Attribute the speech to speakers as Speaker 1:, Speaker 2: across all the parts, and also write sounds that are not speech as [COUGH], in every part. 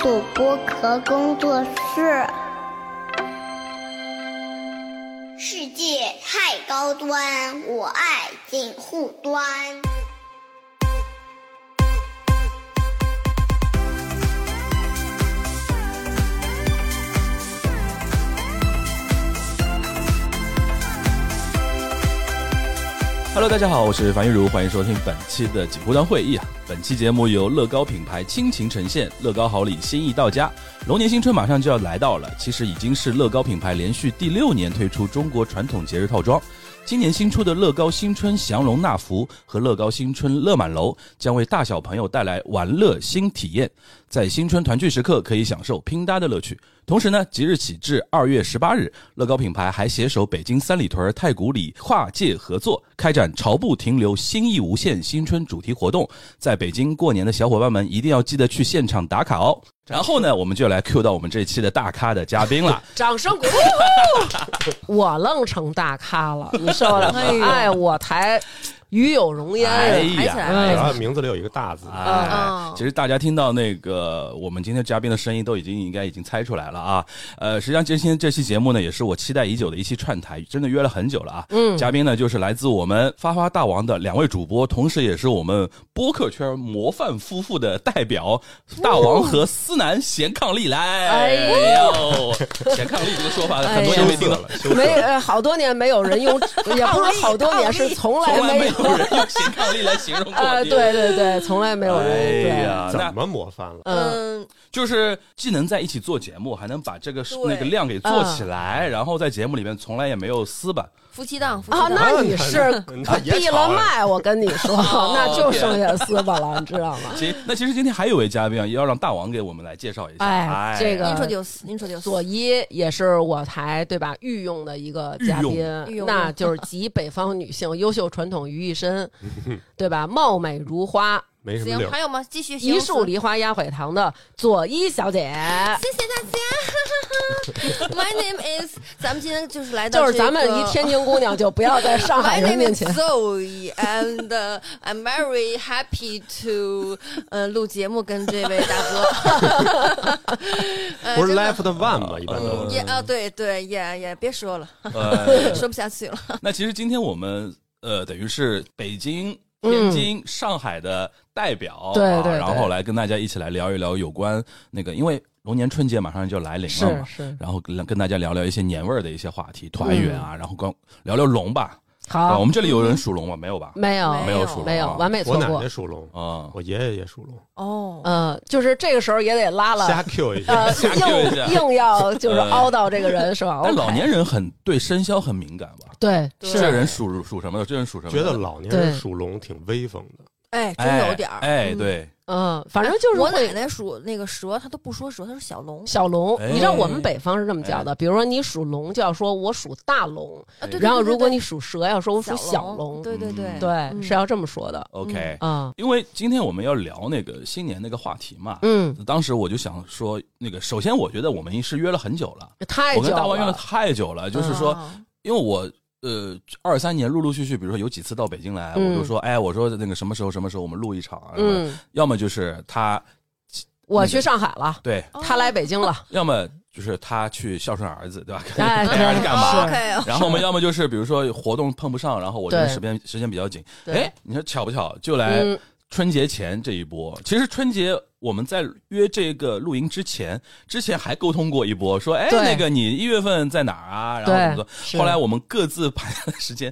Speaker 1: 主播壳工作室。世界太高端，我爱锦护端。
Speaker 2: Hello，大家好，我是樊玉茹，欢迎收听本期的锦湖端会议啊。本期节目由乐高品牌亲情呈现，乐高好礼心意到家。龙年新春马上就要来到了，其实已经是乐高品牌连续第六年推出中国传统节日套装。今年新出的乐高新春降龙纳福和乐高新春乐满楼，将为大小朋友带来玩乐新体验。在新春团聚时刻，可以享受拼搭的乐趣。同时呢，即日起至二月十八日，乐高品牌还携手北京三里屯、太古里跨界合作，开展“潮不停留，心意无限”新春主题活动。在北京过年的小伙伴们，一定要记得去现场打卡哦。然后呢，我们就来 Q 到我们这期的大咖的嘉宾了。
Speaker 3: 掌声鼓励！ [LAUGHS] 我愣成大咖了，你说了，哎，我才与有荣焉。
Speaker 2: 哎
Speaker 4: 抬起
Speaker 2: 呀，
Speaker 4: 来了，
Speaker 5: 然后名字里有一个大字，
Speaker 2: 哎
Speaker 4: 嗯，
Speaker 2: 其实大家听到那个我们今天嘉宾的声音，都已经应该已经猜出来了啊。呃，实际上今天这期节目呢，也是我期待已久的一期串台，真的约了很久了啊。嗯，嘉宾呢就是来自我们发发大王的两位主播，同时也是我们播客圈模范夫妇的代表，大王和思南贤伉俪来。
Speaker 4: 哎
Speaker 2: 呦，贤伉俪这个说法很多年没听到了，
Speaker 3: 没呃，好多年没有人用，也不是好多年，是从来
Speaker 2: 从来
Speaker 3: 没
Speaker 2: 没有啊人用贤伉俪来形 [LAUGHS] 容过。
Speaker 3: 呃，对，对对，从来没有人。
Speaker 2: 哎
Speaker 3: 对，
Speaker 2: 呀，那
Speaker 5: 怎么模范了？
Speaker 3: 嗯，
Speaker 4: 嗯，
Speaker 2: 就是既能在一起做节目，还能把这个
Speaker 4: 对
Speaker 2: 那个量给做起来，
Speaker 3: 嗯
Speaker 2: 然后在节目里面从来也没有撕
Speaker 3: [LAUGHS]
Speaker 2: 吧。
Speaker 4: 夫妻档，夫妻
Speaker 3: 啊，
Speaker 4: 档，
Speaker 3: 那你是
Speaker 5: 那也
Speaker 3: 闭了
Speaker 5: 吵啊呀
Speaker 3: 麦，我跟你说，
Speaker 4: 哦
Speaker 3: 那就剩下撕巴了，你知道吗？
Speaker 2: 其那其实今天还有一位嘉宾啊，要让大王给我们来介绍一下。
Speaker 3: 哎
Speaker 2: 哎，
Speaker 3: 这个
Speaker 4: 您说有四，您说有
Speaker 3: 左
Speaker 4: 四，
Speaker 3: 一也是我台对吧御用的一个嘉
Speaker 2: 御
Speaker 3: 宾
Speaker 4: 御用，
Speaker 3: 那就是集北方女性优秀传统于一身，对吧？貌美如花，
Speaker 5: 没什么理
Speaker 4: 行，
Speaker 5: 由
Speaker 4: 还。有吗？继续，
Speaker 3: 一
Speaker 4: 树
Speaker 3: 树梨花压毁堂的左一小姐，
Speaker 4: 谢谢大家 [LAUGHS] ，My name is，咱 [LAUGHS] 们今天就是来到
Speaker 3: 就是
Speaker 4: 这个，
Speaker 3: 咱们一天津姑娘，就不要在上海
Speaker 4: My
Speaker 3: 人
Speaker 4: name
Speaker 3: 面
Speaker 4: is [LAUGHS]
Speaker 3: 前。
Speaker 4: Zoe and uh, I'm very happy to 呃录节目跟这位大哥， [LAUGHS] 呃
Speaker 5: 不是
Speaker 4: 真的
Speaker 5: left one 吗？一般都
Speaker 4: 也啊对对也也别
Speaker 3: [LAUGHS]
Speaker 4: 说了，
Speaker 2: 呃，
Speaker 4: 说不下去了。
Speaker 2: 那其实今天我们呃，等于是北京、天津、上海的代表，
Speaker 3: 嗯对
Speaker 2: 啊
Speaker 3: 对对
Speaker 2: 然后来跟大家一起来聊一聊有关那个，因为龙年春节马上就来临了嘛，
Speaker 3: 是是
Speaker 2: 然后跟跟大家聊聊一些年味儿的一些话题，团圆啊，然后光聊聊龙吧。啊，我
Speaker 3: 嗯好，
Speaker 2: 们这里有人属龙吗？没有吧？
Speaker 3: 没有
Speaker 4: 没有
Speaker 2: 属龙啊，
Speaker 3: 没有，完美
Speaker 5: 我
Speaker 3: 错
Speaker 5: 奶
Speaker 3: 过
Speaker 5: 奶。属龙，
Speaker 2: 啊，
Speaker 5: 我爷爷也属龙，
Speaker 4: 哦，
Speaker 3: 嗯，就是这个时候也得拉
Speaker 5: 瞎
Speaker 3: 了，
Speaker 5: Q
Speaker 3: [LAUGHS]
Speaker 5: 一下。
Speaker 3: 呃，
Speaker 2: 瞎丢一下
Speaker 3: 硬硬要就是凹到这个人是吧？
Speaker 2: 呃但
Speaker 3: OK
Speaker 2: 老年人很对生肖很敏感吧？
Speaker 3: 对
Speaker 4: 对
Speaker 2: 这人属属什么的？这人属什么的？
Speaker 5: 觉得老年人属龙挺威风的，
Speaker 4: 哎，
Speaker 2: 哎
Speaker 4: 真有点儿。
Speaker 2: 哎，
Speaker 4: 嗯
Speaker 2: 对，
Speaker 3: 嗯，反正就是
Speaker 4: 我
Speaker 3: 会
Speaker 4: 奶奶属那个蛇，她都不说蛇，她说小龙。
Speaker 3: 小龙
Speaker 2: 哎。
Speaker 3: 你知道我们北方是这么叫的，比如说你属龙就要说我属大龙，
Speaker 4: 啊对对
Speaker 3: 然后
Speaker 4: 对对
Speaker 3: 如果
Speaker 4: 对
Speaker 3: 你属蛇要说我属小龙嗯
Speaker 4: 龙，，对对嗯对
Speaker 3: 对，是要啊这么说的
Speaker 2: OK，、
Speaker 3: 啊。
Speaker 2: 因为今天我们要聊那个新年那个话题嘛，
Speaker 3: 嗯，
Speaker 2: 当时我就想说，那个首先我觉得我们是约了很久了，
Speaker 3: 太
Speaker 2: 我
Speaker 3: 久
Speaker 2: 跟大
Speaker 3: 了，
Speaker 2: 王约了太久了，就是说，
Speaker 4: 嗯啊
Speaker 2: 因为我。呃，二三年陆陆续续，比如说有几次到北京来，
Speaker 3: 嗯
Speaker 2: 我就说，哎，我说那个什么时候什么时候我们录一场啊？
Speaker 3: 嗯，
Speaker 2: 要么就是他
Speaker 3: 我去上海了，
Speaker 2: 对，
Speaker 4: 哦
Speaker 3: 他来北京了，
Speaker 2: 要么就是他去孝顺儿子，对吧？[LAUGHS]
Speaker 3: 哎，
Speaker 2: 看人家干嘛？
Speaker 3: [LAUGHS]
Speaker 4: 哦？OK，
Speaker 2: 然后我们要么就是比如说活动碰不上，然后我这边
Speaker 3: 对
Speaker 2: 时间时间比较紧，
Speaker 3: 对
Speaker 2: 哎，你说巧不巧就来
Speaker 3: 嗯，
Speaker 2: 春节前这一波？其实春节我们在约这个露营之前，之前还沟通过一波，说哎
Speaker 3: 对
Speaker 2: 那个你一月份在哪儿啊？然后怎么
Speaker 3: 是
Speaker 2: 做？后来我们各自排的时间，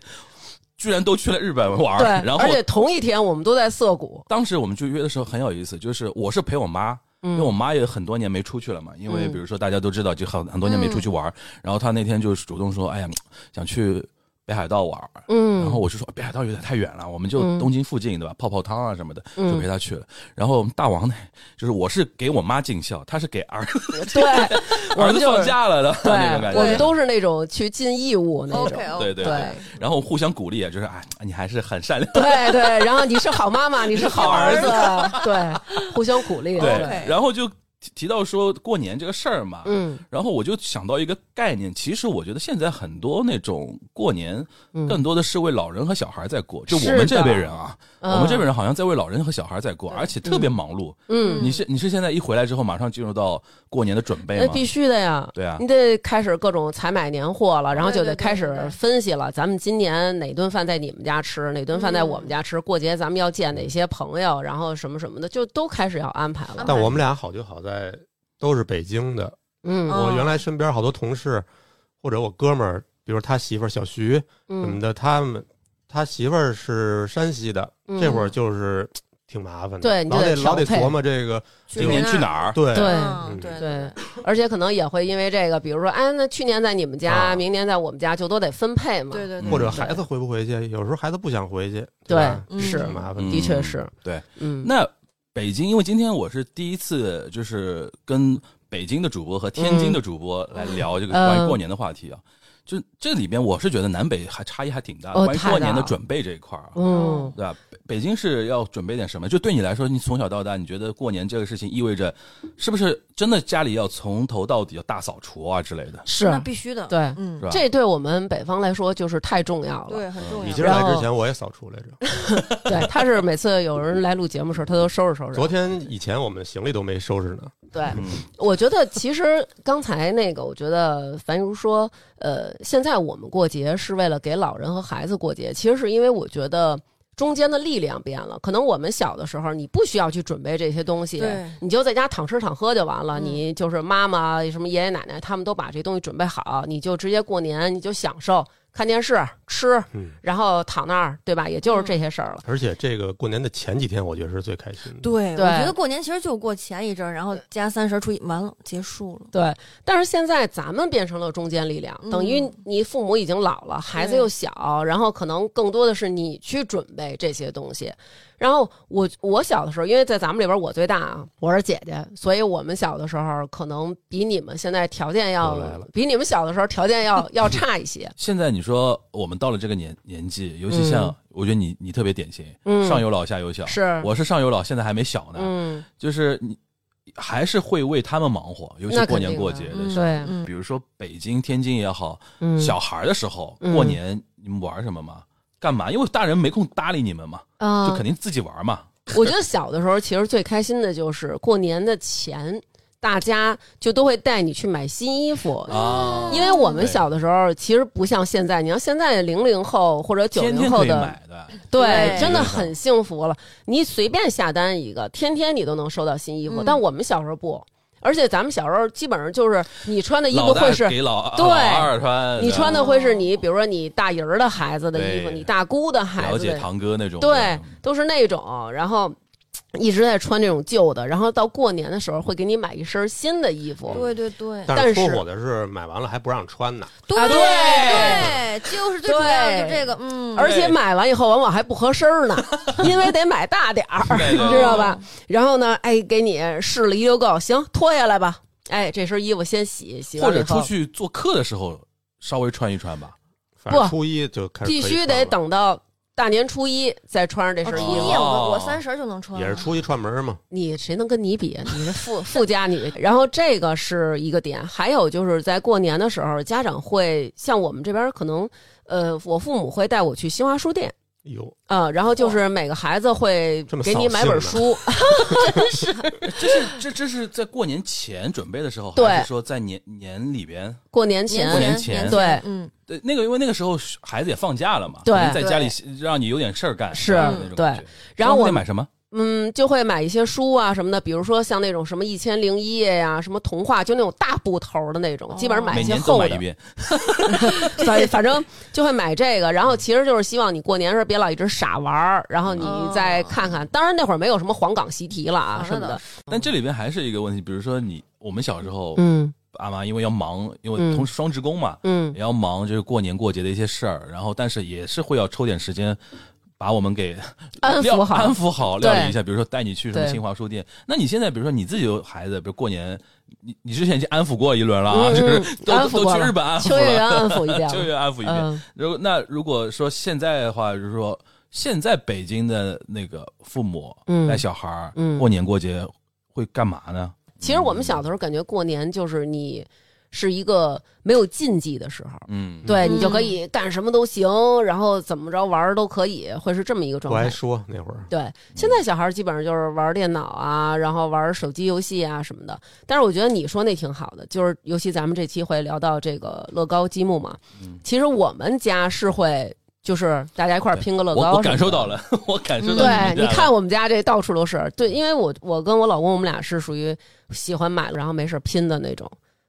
Speaker 2: 居然都去了日本玩
Speaker 3: 对
Speaker 2: 儿，，然后
Speaker 3: 而且同一天我们都在涩谷，
Speaker 2: 当时我们就约的时候很有意思，就是我是陪我妈。因为我妈也很多年没出去了嘛，因为
Speaker 3: 嗯
Speaker 2: 比如说大家都知道，就很很多年没出去玩儿、然后她那天就是主动说：“哎呀，想去北海道玩儿。”然
Speaker 3: 嗯，
Speaker 2: 后我就说哎北海道有点太远了，我们就东京附近对吧？泡泡汤啊什么的，
Speaker 3: 嗯
Speaker 2: 就陪他去了。然后大王呢，就是我是给我妈尽孝，他是给儿子，，
Speaker 3: 对
Speaker 2: [LAUGHS]
Speaker 3: 我
Speaker 2: 儿
Speaker 3: 们
Speaker 2: 子
Speaker 3: 就
Speaker 2: 放
Speaker 3: 是
Speaker 2: 假了的
Speaker 3: 对
Speaker 2: 那种感，觉。
Speaker 3: 我们都是那种去尽义务那种
Speaker 4: [LAUGHS] OK，。哦
Speaker 2: 对对对，然后互相鼓励，就是哎，你还是很善良。
Speaker 3: 对
Speaker 4: [LAUGHS]
Speaker 3: 对，然后你是好妈妈，你是好儿子
Speaker 2: 好，
Speaker 3: 对，互相鼓励。
Speaker 2: 对
Speaker 4: OK，
Speaker 2: 然后就提提到说过年这个事儿嘛，
Speaker 3: 嗯
Speaker 2: 然后我就想到一个概念，其实我觉得现在很多那种过年，
Speaker 3: 嗯
Speaker 2: 更多的是为老人和小孩在过。就我
Speaker 3: 是
Speaker 2: 们这
Speaker 3: 的
Speaker 2: 辈人啊，
Speaker 3: 嗯
Speaker 2: 我们这辈人好像在为老人和小孩在过，
Speaker 4: 对
Speaker 2: 而且特别忙碌。
Speaker 3: 嗯，
Speaker 2: 你是你是现在一回来之后，马上进入到过年的准备
Speaker 3: 那
Speaker 2: 吗？
Speaker 3: 哎必须呃的呀。
Speaker 2: 对啊
Speaker 3: 你得开始各种采买年货了，然后就
Speaker 4: 对
Speaker 3: 得
Speaker 4: 对对
Speaker 3: 开始
Speaker 4: 对对
Speaker 3: 分析了。咱们今年哪顿饭在你们家吃，哪顿饭在
Speaker 4: 嗯
Speaker 3: 我们家吃？过节咱们要见哪些朋友，然后什么什么的，就都开始要安排了。
Speaker 4: 安排
Speaker 5: 但我们俩好就好在都是北京的，
Speaker 3: 嗯
Speaker 5: 我原来身边好多同事或者我哥们儿，比如他媳妇儿小徐什么
Speaker 3: 嗯，
Speaker 5: 的，他们他媳妇儿是山西的，
Speaker 3: 嗯
Speaker 5: 这会儿就是挺麻烦的，
Speaker 3: 对你就
Speaker 5: 老得
Speaker 3: 得
Speaker 5: 老得
Speaker 3: 调配
Speaker 5: 琢磨这个，
Speaker 2: 今年去哪儿？
Speaker 5: 对
Speaker 3: 对
Speaker 4: 嗯对
Speaker 3: 对，而且可能也会因为这个，比如说，哎，那去年在你们家，
Speaker 5: 啊
Speaker 3: 明年在我们家，就都得分配嘛。
Speaker 4: 对对嗯对，
Speaker 5: 或者孩子回不回去，有时候孩子不想回去，
Speaker 3: 对
Speaker 5: 吧
Speaker 4: 嗯
Speaker 3: 是
Speaker 5: 挺麻烦
Speaker 2: 嗯
Speaker 5: 的。
Speaker 3: 的确是。
Speaker 2: 对，
Speaker 3: 嗯，
Speaker 2: 那北京，因为今天我是第一次，就是跟北京的主播和天津的主播来聊这个关于过年的话题啊。就这里边，我是觉得南北还差异还挺大的，
Speaker 3: 哦
Speaker 2: 关于
Speaker 3: 太
Speaker 2: 过年
Speaker 3: 大
Speaker 2: 的
Speaker 3: 了
Speaker 2: 准备这一块儿啊，
Speaker 4: 哦
Speaker 3: 嗯，
Speaker 2: 对吧？北北京是要准备点什么？就对你来说，你从小到大，你觉得过年这个事情意味着，是不是真的家里要从头到底要大扫除啊之类的？
Speaker 3: 是
Speaker 4: 那必须的，
Speaker 3: 对
Speaker 4: 嗯
Speaker 2: 是，吧
Speaker 3: 这对我们北方来说就是太重要了。
Speaker 4: 对，很重要。
Speaker 5: 你今儿来
Speaker 3: 嗯然
Speaker 5: 之
Speaker 3: 后
Speaker 5: 前我也扫除来着，
Speaker 3: 对，他是每次有人来录节目的时候，他都收拾收拾。
Speaker 5: 昨天以前我们行李都没收拾呢，
Speaker 3: 对，
Speaker 2: 嗯
Speaker 3: 我觉得其实刚才那个，我觉得樊如说，呃，现在我们过节是为了给老人和孩子过节，其实是因为我觉得中间的力量变了。可能我们小的时候，你不需要去准备这些东西
Speaker 4: 对，
Speaker 3: 你就在家躺吃躺喝就完了。
Speaker 4: 嗯
Speaker 3: 你就是妈妈、什么爷爷奶奶，他们都把这东西准备好，你就直接过年，你就享受看电视、吃，
Speaker 5: 嗯，
Speaker 3: 然后躺那儿，对吧？也
Speaker 4: 嗯
Speaker 3: 就是这些事儿了。
Speaker 5: 而且这个过年的前几天，我觉得是最开心的。
Speaker 4: 对，我
Speaker 3: 对
Speaker 4: 觉得过年其实就过前一阵儿，然后加三十除以完了，结束了。
Speaker 3: 对，但是现在咱们变成了中坚力量，等于
Speaker 4: 嗯
Speaker 3: 你父母已经老了，孩子
Speaker 4: 对
Speaker 3: 又小，然后可能更多的是你去准备这些东西。然后我我小的时候，因为在咱们里边我最大啊，我是姐姐，所以我们小的时候可能比你们现在条件要
Speaker 5: 又来了
Speaker 3: 比你们小的时候条件
Speaker 2: [LAUGHS]
Speaker 3: 要要差一些。
Speaker 2: 现在你说我们到了这个年年纪，尤其像、我觉得你你特别典型，
Speaker 3: 嗯
Speaker 2: 上有老下有小，
Speaker 3: 是
Speaker 2: 嗯我是上有老，现在还没小呢，
Speaker 3: 嗯，
Speaker 2: 就是你还是会为他们忙活，尤其
Speaker 3: 那肯
Speaker 2: 过年
Speaker 3: 定
Speaker 2: 过
Speaker 3: 的
Speaker 2: 节的
Speaker 4: 嗯
Speaker 2: 时候。
Speaker 3: 对
Speaker 4: 嗯
Speaker 2: 比如说北京、天津也好，
Speaker 3: 嗯，
Speaker 2: 小孩儿的时候、
Speaker 3: 嗯
Speaker 2: 过年你们玩什么吗？干嘛？因为大人没空搭理你们嘛，
Speaker 3: 啊
Speaker 4: 呃
Speaker 2: 就肯定自己玩嘛。
Speaker 3: 我觉得小的时候，其实最开心的就是过年的前，大家就都会带你去买新衣服，
Speaker 4: 嗯
Speaker 2: 啊，
Speaker 3: 因为我们
Speaker 2: 对
Speaker 3: 小的时候，其实不像现在，你要现在零零后或者九
Speaker 2: 天天
Speaker 3: 零后
Speaker 2: 可以
Speaker 3: 的，
Speaker 2: 买的，
Speaker 3: 对，
Speaker 4: 对
Speaker 3: 真的很幸福了。你随便下单一个，天天你都能收到新衣服。
Speaker 4: 嗯
Speaker 3: 但我们小时候不，而且咱们小时候基本上就是你穿的衣
Speaker 2: 老
Speaker 3: 服
Speaker 2: 大
Speaker 3: 会是。
Speaker 2: 给老
Speaker 3: 对
Speaker 2: 老二穿，
Speaker 3: 你穿的会是你，
Speaker 4: 哦
Speaker 3: 比如说你大姨儿的孩子的衣服，
Speaker 2: 对
Speaker 3: 你大姑的孩
Speaker 2: 了
Speaker 3: 子的
Speaker 2: 解堂哥那种，
Speaker 3: [LAUGHS] 对，都是那种，然后一直在穿这种旧的，然后到过年的时候会给你买一身新的衣服。
Speaker 4: 对对对
Speaker 5: 但
Speaker 3: 但
Speaker 5: 是搓
Speaker 3: 是
Speaker 5: 火的是买完了还不让穿呢，
Speaker 4: 对
Speaker 3: 啊对
Speaker 4: 对，就是最主要的就这个，嗯，
Speaker 3: 而且买完以后往往还不合身
Speaker 5: [LAUGHS]
Speaker 3: 儿呢，因为得买大点儿，
Speaker 5: 嗯
Speaker 2: 对
Speaker 3: [LAUGHS] 你
Speaker 2: 对
Speaker 3: 知道吧？然后呢，哎，给你试了一溜够，行，脱下来吧。哎，这身衣服先洗，洗完
Speaker 2: 或
Speaker 3: 了以
Speaker 2: 者
Speaker 3: 后
Speaker 2: 出去做客的时候稍微穿一穿吧。
Speaker 5: 反正
Speaker 3: 不
Speaker 5: 初一就开始
Speaker 3: 必
Speaker 5: 可以
Speaker 3: 须
Speaker 5: 穿
Speaker 3: 得
Speaker 5: 了，
Speaker 3: 等到大年初一再穿上这
Speaker 4: 哦
Speaker 3: 身
Speaker 4: 初
Speaker 3: 衣
Speaker 4: 一
Speaker 3: 服。
Speaker 4: 我
Speaker 2: 哦
Speaker 4: 我我三十儿就能穿了，
Speaker 5: 也是初一串门儿嘛。
Speaker 3: 你谁能跟你比？啊你是富 [LAUGHS] 富家女。然后这个是一个点，还有就是在过年的时候，家长会像我们这边儿可能，呃，我父母会带我去新华书店。
Speaker 5: 哟，
Speaker 3: 啊，然后就是每个孩子会
Speaker 5: 哦这么
Speaker 3: 给你
Speaker 5: 扫
Speaker 3: 买本
Speaker 5: 兴
Speaker 3: 书，
Speaker 5: 啊
Speaker 2: 这是这这是在过年前准备的时候，
Speaker 3: 对
Speaker 2: 还是说在年年里边？
Speaker 3: 过年前
Speaker 4: 年
Speaker 2: 过年
Speaker 4: 年
Speaker 2: 前
Speaker 3: 对
Speaker 4: 嗯，
Speaker 2: 对，那个因为那个时候孩子也放假了嘛，
Speaker 3: 对
Speaker 2: 可能在家里让你有点事儿干，
Speaker 3: 是
Speaker 2: 那种感觉
Speaker 3: 对。然后我
Speaker 2: 得买什么？
Speaker 3: 嗯，就会买一些书啊什么的，比如说像那种什么《一千零一夜》呀，什么童话，就那种大布头的那种，基本上买
Speaker 2: 哦每
Speaker 3: 一些
Speaker 2: 年都
Speaker 3: 厚
Speaker 2: 买
Speaker 3: 的
Speaker 2: 一，遍，
Speaker 3: [LAUGHS] 反反正就会买这个。然后其实就是希望你过年时候别老一直傻玩儿，然后你再看看。当然那会儿没有什么黄冈习题了啊
Speaker 4: 啊
Speaker 3: 什么的，，
Speaker 2: 但这里边还是一个问题，比如说你我们小时候，
Speaker 3: 嗯
Speaker 2: 爸妈因为要忙，因为
Speaker 3: 嗯
Speaker 2: 同时双职工嘛，
Speaker 3: 嗯，
Speaker 2: 也要忙，就是过年过节的一些事儿，然后但是也是会要抽点时间。把我们给
Speaker 3: 安
Speaker 2: 料
Speaker 3: 抚好，
Speaker 2: 安抚好，料
Speaker 3: 对
Speaker 2: 理一下。比如说带你去什么
Speaker 3: 对
Speaker 2: 新华书店。那你现在比如说你自己有孩子，比如过年，你你之前已经安抚过一轮了啊，
Speaker 3: 嗯
Speaker 2: 就是
Speaker 3: 嗯
Speaker 2: 都
Speaker 3: 安抚
Speaker 2: 都
Speaker 3: 过
Speaker 2: 去
Speaker 3: 了
Speaker 2: 日本安抚
Speaker 3: 秋叶原
Speaker 2: 了，
Speaker 3: 安抚一
Speaker 2: [LAUGHS]，
Speaker 3: 遍
Speaker 2: 秋叶原安抚一遍。
Speaker 3: 嗯
Speaker 2: 如果那如果说现在的话，就是说现在北京的那个父母
Speaker 3: 嗯
Speaker 2: 带小孩儿
Speaker 3: 嗯
Speaker 2: 过年过节会干嘛呢？
Speaker 3: 其实我们小的时候感觉过年就是你是一个没有禁忌的时候，
Speaker 2: 嗯，
Speaker 3: 对你就
Speaker 4: 嗯
Speaker 3: 可以干什么都行，然后怎么着玩儿都可以，会是这么一个状
Speaker 5: 不
Speaker 3: 态
Speaker 5: 爱。说那会儿，
Speaker 3: 对，现在小孩儿基本上就是玩儿电脑啊，然后玩儿手机游戏啊什么的。但是我觉得你说那挺好的，就是尤其咱们这期会聊到这个乐高积木嘛，
Speaker 2: 嗯
Speaker 3: 其实我们家是会就是大家一块儿
Speaker 2: 对
Speaker 3: 拼个乐高
Speaker 2: 我我
Speaker 3: 什么
Speaker 2: 感受
Speaker 3: 的嗯
Speaker 2: 到了， [LAUGHS] 我感受到
Speaker 3: 对，
Speaker 2: 你
Speaker 3: 你
Speaker 2: 家
Speaker 3: 看
Speaker 2: 了
Speaker 3: 我们家这到处都是。对，因为我我跟我老公我们俩是属于喜欢买然后没事儿拼的那种。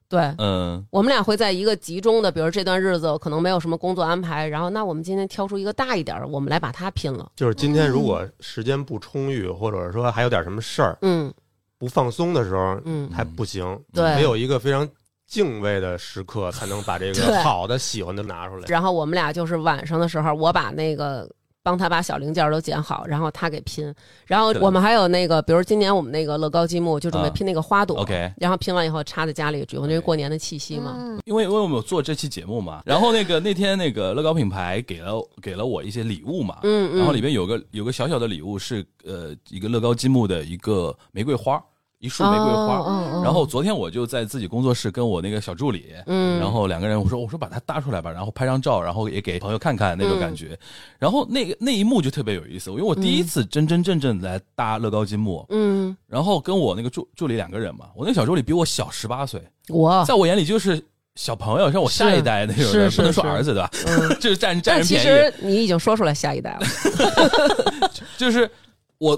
Speaker 3: 对，
Speaker 2: 嗯
Speaker 3: 我们俩会在一个集中的，比如这段日子我可能没有什么工作安排，然后那我们今天挑出一个大一点儿的，我们来把它拼了。
Speaker 5: 就是今天如果时间不充裕，或者说还有点什么事儿
Speaker 3: 嗯
Speaker 5: 不放松的时候，
Speaker 3: 嗯，
Speaker 5: 还不行，
Speaker 3: 对
Speaker 5: 没有一个非常敬畏的时刻，才能
Speaker 3: [LAUGHS]
Speaker 5: 把这
Speaker 3: 对
Speaker 5: 个好的、喜欢的拿出来。
Speaker 3: 然后我们俩就是晚上的时候，我把那个。帮他把小零件儿都剪好，然后他给拼。然后
Speaker 2: 对
Speaker 3: 我们还有那个，比如今年我们那个乐高积木就准备
Speaker 2: 啊
Speaker 3: 拼那个花朵，
Speaker 2: ，OK，
Speaker 3: 然后拼完以后插在家里，有那个过年的气息嘛。
Speaker 4: 嗯
Speaker 2: 因为因为我们有做这期节目嘛，然后那个那天那个乐高品牌给了给了我一些礼物嘛，
Speaker 3: 嗯嗯。
Speaker 2: 然后里边有个有个小小的礼物是呃一个乐高积木的一个玫瑰花，一束玫瑰花。
Speaker 3: 哦哦哦
Speaker 2: 然后昨天我就在自己工作室跟我那个小助理，
Speaker 3: 嗯，
Speaker 2: 然后两个人我说我说把它搭出来吧，然后拍张照，然后也给朋友看看那种感
Speaker 3: 嗯
Speaker 2: 觉。然后那个那一幕就特别有意思，因为我第一次真真正正来搭乐高积木，
Speaker 3: 嗯，
Speaker 2: 然后跟我那个助助理两个人嘛，我那个小助理比我小十八岁，
Speaker 3: 我
Speaker 2: 在我眼里就是小朋友，像我下一代那种
Speaker 3: 啊是
Speaker 2: 人，
Speaker 3: 是
Speaker 2: 不能说
Speaker 3: 是
Speaker 2: 儿子对吧？ [LAUGHS]
Speaker 3: 嗯，
Speaker 2: 就是占占
Speaker 3: 但
Speaker 2: 人
Speaker 3: 其
Speaker 2: 便宜，
Speaker 3: 实你已经说出来下一代了，
Speaker 2: 就是我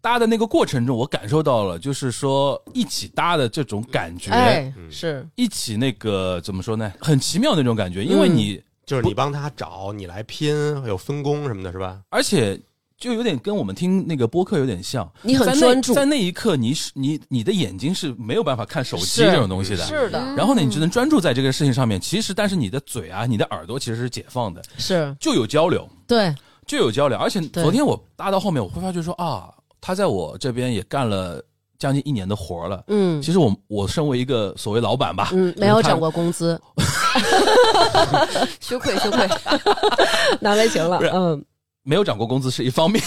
Speaker 2: 搭的那个过程中，我感受到了，就是说一起搭的这种感觉，
Speaker 3: 哎，
Speaker 5: 嗯
Speaker 3: 是，
Speaker 2: 一起那个怎么说呢，很奇妙那种感觉，因为
Speaker 3: 嗯
Speaker 2: 你、
Speaker 5: 就是你帮他找，你来拼，有分工什么的，是吧？
Speaker 2: 而且。就有点跟我们听那个播客有点像，
Speaker 3: 你很
Speaker 2: 在那
Speaker 3: 专注
Speaker 2: 在那一刻你，是你你的眼睛是没有办法看手机
Speaker 3: 是
Speaker 2: 这种东西的，
Speaker 3: 是的，
Speaker 2: 然后呢，你只能专注在这个事情上面。其实，但是你的嘴啊，你的耳朵其实是解放的，
Speaker 3: 是
Speaker 2: 就有交流，
Speaker 3: 对，
Speaker 2: 就有交流。而且
Speaker 3: 对
Speaker 2: 昨天我搭到后面，我会发觉说啊，他在我这边也干了将近一年的活儿了。
Speaker 3: 嗯
Speaker 2: 其实我我身为一个所谓老板吧，
Speaker 3: 嗯，没有涨过工资，
Speaker 4: 羞愧
Speaker 3: [LAUGHS]
Speaker 4: 羞愧，
Speaker 3: 难为情了，
Speaker 2: 不是
Speaker 3: 嗯，
Speaker 2: 没有涨过工资是一方
Speaker 3: [LAUGHS]
Speaker 2: 面。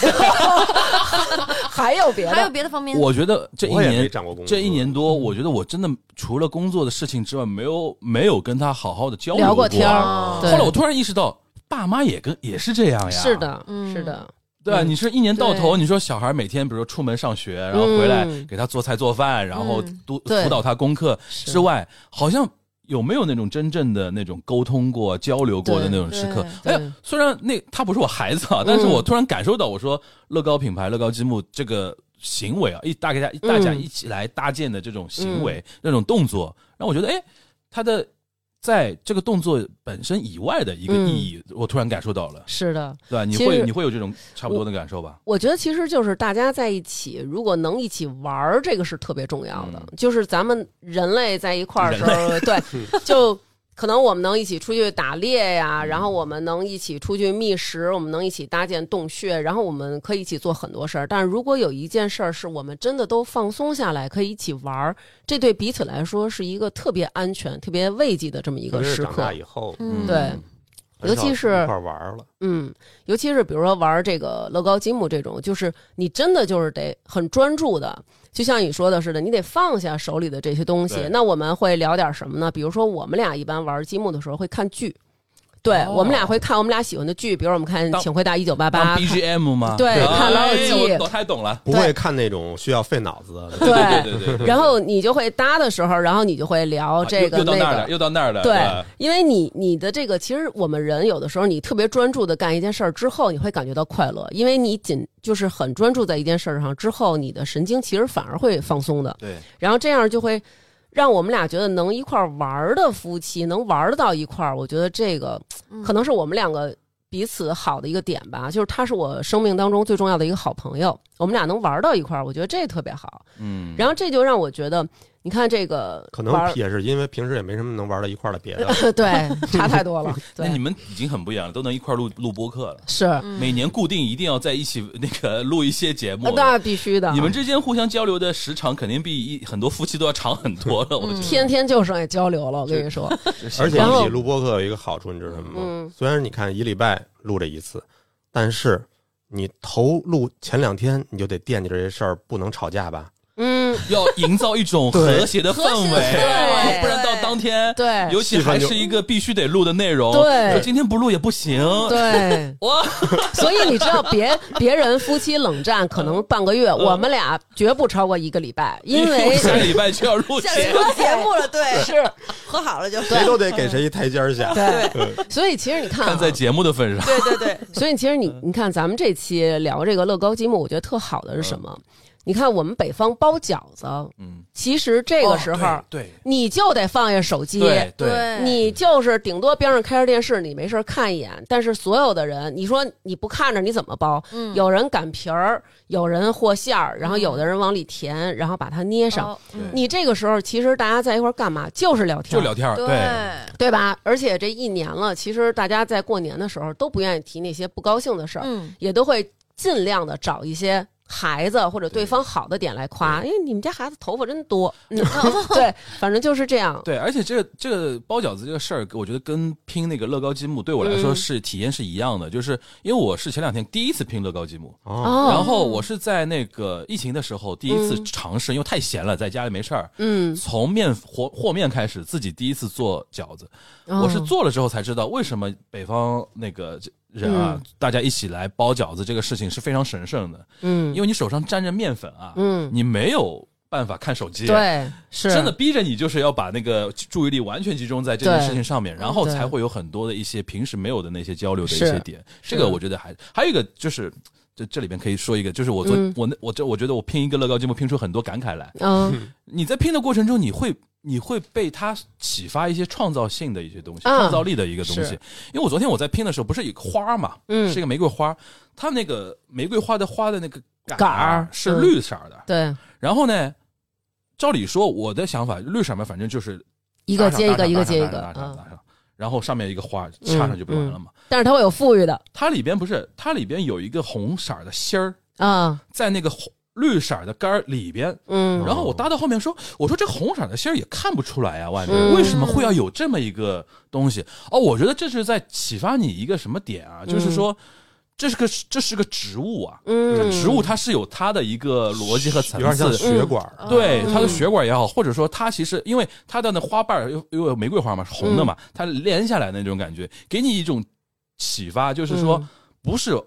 Speaker 3: 还有别
Speaker 4: 还有
Speaker 3: 的，
Speaker 4: 别的方面？
Speaker 2: 我觉得这一
Speaker 5: 我也没
Speaker 2: 年
Speaker 5: 涨过工资，
Speaker 2: 这一年多，我觉得我真的除了工作的事情之外，没有没有跟他好好的交流啊
Speaker 3: 聊过天儿
Speaker 4: 哦
Speaker 2: 后来我
Speaker 3: 对，
Speaker 2: 突然意识到，爸妈也跟也是这哎样呀。
Speaker 3: 是。的，
Speaker 4: 嗯
Speaker 3: 是的，
Speaker 2: 对啊，
Speaker 3: 嗯
Speaker 2: 你说一年到头，
Speaker 4: 对
Speaker 2: 你说小孩每天，比如说出门上学，然后回来
Speaker 3: 嗯
Speaker 2: 给他做菜做饭，然后
Speaker 4: 嗯
Speaker 2: 督
Speaker 3: 对
Speaker 2: 辅导他功课
Speaker 3: 是
Speaker 2: 之外，好像有没有那种真正的那种沟通过、交流过的那种时刻？
Speaker 3: 对
Speaker 2: 哎
Speaker 3: 对，嗯
Speaker 2: 虽然那他不是我孩子啊，但是我突然感受到，我说乐高品牌、乐高积木这个行为啊，一大
Speaker 3: 嗯
Speaker 2: 家大家一起来搭建的这种行为、那种动作，让我觉得，哎，他的在这个动作本身以外的一个
Speaker 3: 嗯
Speaker 2: 意义，我突然感受到了。
Speaker 3: 是的，
Speaker 2: 对吧？你
Speaker 3: 其实
Speaker 2: 会你会有这种差不多的感受吧？
Speaker 3: 我觉得其实就是大家在一起，如果能一起玩儿，这个是特别重要的。就是咱们人类在一块儿的时候，对，就可能我们能一起出去打猎呀、然后我们能一起出去觅食，我们能一起搭建洞穴，然后我们可以一起做很多事儿。但是如果有一件事儿是我们真的都放松下来，可以一起玩儿，这对彼此来说是一个特别安全、特别慰藉的这么一
Speaker 5: 特
Speaker 3: 个
Speaker 5: 别是
Speaker 3: 时
Speaker 5: 长
Speaker 3: 刻
Speaker 5: 大。以后，
Speaker 4: 嗯
Speaker 3: 对
Speaker 5: 很少
Speaker 3: 尤其是
Speaker 5: 一块玩了，
Speaker 3: 嗯，尤其是比如说玩这个乐高积木这种，就是你真的就是得很专注的，就像你说的似的，你得放下手里的这些东西
Speaker 2: 对。
Speaker 3: 那我们会聊点什么呢？比如说我们俩一般玩积木的时候会看剧，对、
Speaker 2: 哦
Speaker 3: 我们俩会看我们俩喜欢的剧，比如我们看
Speaker 2: 当
Speaker 3: 《请回答一九八
Speaker 2: 当
Speaker 3: 八》，
Speaker 2: BGM 吗？
Speaker 3: 对
Speaker 2: 哎
Speaker 3: 看老友记
Speaker 2: 我我太懂了。
Speaker 5: 不
Speaker 3: 对
Speaker 5: 会看那种需要费脑子的。
Speaker 3: 对
Speaker 2: [LAUGHS] 对对对，啊
Speaker 3: 然后你就会搭的时候，然后你就会聊哦这
Speaker 2: 又
Speaker 3: 个
Speaker 2: 又到
Speaker 3: 那
Speaker 2: 那儿了，
Speaker 3: 个。
Speaker 2: 又到那儿
Speaker 5: 呃
Speaker 2: 了。
Speaker 3: 对
Speaker 2: 吧，
Speaker 3: 因为你你的这个，其实我们人有的时候，你特别专注的干一件事儿之后，你会感觉到快乐，因为你仅就是很专注在一件事儿上之后，你的神经其实反而会放松的，
Speaker 2: 对，
Speaker 3: 然后这样就会让我们俩觉得能一块儿玩儿的夫妻能玩儿到一块儿，我觉得这个可能是我们两个彼此好的一个点吧，就是他是我生命当中最重要的一个好朋友，我们俩能玩儿到一块儿，我觉得这特别好，
Speaker 2: 嗯，
Speaker 3: 然后这就让我觉得，你看这个
Speaker 5: 可
Speaker 3: 玩
Speaker 5: 能
Speaker 3: 儿
Speaker 5: 也是因为平时也没什么能玩到一块儿的别的，
Speaker 3: [LAUGHS] 对差太多了，
Speaker 2: 那
Speaker 5: [LAUGHS]
Speaker 3: 对
Speaker 2: 你。们已经很不一样了，都能一块儿录录播客了。
Speaker 3: 是，
Speaker 4: 嗯
Speaker 2: 每年固定一定要在一起那个录一些节目
Speaker 3: 啊，。那必须的。
Speaker 2: 你们之间互相交流的时长肯定比一很多夫妻都要长很多了。我觉得
Speaker 3: 天天就剩下交流了，我跟你说，
Speaker 5: 而且
Speaker 3: 然后
Speaker 5: 一起录播客有一个好处，你知道什么
Speaker 3: 嗯
Speaker 5: 吗？虽然你看一礼拜录这一次，但是你头录前两天你就得惦记着这事儿，不能吵架吧？
Speaker 3: 嗯，嗯，
Speaker 2: 要营造一种
Speaker 5: 对
Speaker 2: 和谐的氛
Speaker 4: 和谐的
Speaker 2: 围，啊
Speaker 4: 氛围
Speaker 2: 不然到
Speaker 4: 对
Speaker 2: 当天，
Speaker 3: 对
Speaker 2: 尤其
Speaker 5: 气氛
Speaker 2: 还
Speaker 5: 就是
Speaker 2: 一个必须得录的内容，
Speaker 3: 对
Speaker 2: 说今天不录也不行，
Speaker 3: 对，
Speaker 2: 哇，
Speaker 3: 所以你知道别别人夫妻冷战可能半个月，我们俩绝不超过一个礼拜，因为
Speaker 2: 下个礼拜就要录
Speaker 4: 像是
Speaker 2: 节目，
Speaker 4: 录节目了，对，
Speaker 3: 是
Speaker 4: 喝好了就
Speaker 5: 谁都得给谁一台阶儿下。
Speaker 3: 对，
Speaker 5: 对，
Speaker 3: [LAUGHS] 所以其实你看啊
Speaker 2: 看在节目的份上，
Speaker 4: 对对对，
Speaker 3: 所以其实你你看，咱们这期聊这个乐高积木，我觉得特好的是什么？你看我们北方包饺子，
Speaker 2: 嗯，
Speaker 3: 其实这个时候、
Speaker 2: 对
Speaker 3: 你就得放下手机。
Speaker 2: 对
Speaker 3: 你就是顶多边上开着电视，你没事儿看一眼。但是所有的人，你说你不看着你怎么包？
Speaker 4: 嗯
Speaker 3: 有人擀皮儿，有人和馅儿，然后有的人往里填，然后把它捏上。
Speaker 4: 哦嗯
Speaker 3: 你这个时候其实大家在一块儿干嘛？就是聊天，
Speaker 2: 就聊天儿，
Speaker 4: 对
Speaker 2: 对，
Speaker 3: 对吧？而且这一年了，其实大家在过年的时候都不愿意提那些不高兴的事儿，
Speaker 4: 嗯，
Speaker 3: 也都会尽量的找一些孩子或者对方好的点来夸。哎，你们家孩子头发真
Speaker 4: [LAUGHS]
Speaker 3: 多，嗯，对，反正就是这样。
Speaker 2: 对，而且这个这个包饺子这个事儿，我觉得跟拼那个乐高积木对我来说
Speaker 3: 嗯
Speaker 2: 是体验是一样的，就是因为我是前两天第一次拼乐高积木，
Speaker 5: 哦，
Speaker 3: 哦，
Speaker 2: 然后我是在那个疫情的时候第一次尝试，因为太闲了，在家里没事儿，
Speaker 3: 嗯，
Speaker 2: 从面和和面开始，自己第一次做饺子，
Speaker 3: 哦
Speaker 2: 我是做了之后才知道为什么北方那个人啊，大家一起来包饺子这个事情是非常神圣的，
Speaker 3: 嗯
Speaker 2: 因为你手上沾着面粉啊，
Speaker 3: 嗯
Speaker 2: 你没有办法看手机，。
Speaker 3: 对，是
Speaker 2: 真的逼着你就是要把那个注意力完全集中在这件
Speaker 3: 对
Speaker 2: 事情上面，然后
Speaker 3: 对
Speaker 2: 才会有很多的一些平时没有的那些交流的一
Speaker 3: 是
Speaker 2: 些点。这个我觉得还还有一个就是。这这里边可以说一个，就是我昨、
Speaker 3: 嗯
Speaker 2: 我那我这我觉得我拼一个乐高积木拼出很多感慨来。
Speaker 3: 嗯
Speaker 2: 你在拼的过程中，你会你会被它启发一些创造性的一些东西，
Speaker 3: 嗯
Speaker 2: 创造力的一个东西
Speaker 3: 是。
Speaker 2: 因为我昨天我在拼的时候，不是有一个花嘛，
Speaker 3: 嗯
Speaker 2: 是一个玫瑰花，它那个玫瑰花的花的那个
Speaker 3: 杆
Speaker 2: 儿
Speaker 3: 儿
Speaker 2: 是
Speaker 3: 嗯
Speaker 2: 绿色的，
Speaker 3: 对，
Speaker 2: 然后呢，照理说我的想法，绿色嘛，反正就是
Speaker 3: 一个
Speaker 2: 搭上
Speaker 3: 接一
Speaker 2: 搭
Speaker 3: 个，
Speaker 2: 上
Speaker 3: 一个
Speaker 2: 搭上
Speaker 3: 接一
Speaker 2: 搭
Speaker 3: 个
Speaker 2: 上搭上
Speaker 3: 嗯
Speaker 2: 搭上，然后上面一个花插上就不完了嘛。
Speaker 3: 但是它会有富裕的
Speaker 2: 它里边不是，它里边有一个红色儿的芯儿，
Speaker 3: 啊，
Speaker 2: 在那个红绿色儿的杆儿里边。
Speaker 3: 嗯
Speaker 2: 然后我搭到后面说，我说这红色儿的芯儿也看不出来呀、外
Speaker 3: 嗯
Speaker 2: 面为什么会要有这么一个东西？哦，我觉得这是在启发你一个什么点啊？就是说，这是个这是个植物啊，
Speaker 3: 嗯，
Speaker 2: 植物它是有它的一个逻辑和层
Speaker 5: 有
Speaker 2: 次，
Speaker 5: 点像血管
Speaker 3: 嗯
Speaker 5: 儿，
Speaker 2: 对
Speaker 4: 哦
Speaker 2: 它的血管也好，或者说它其实因为它的那花瓣儿又又有玫瑰花嘛，是红的嘛，
Speaker 3: 嗯
Speaker 2: 它连下来的那种感觉，给你一种启发，就是说、
Speaker 3: 嗯
Speaker 2: 不是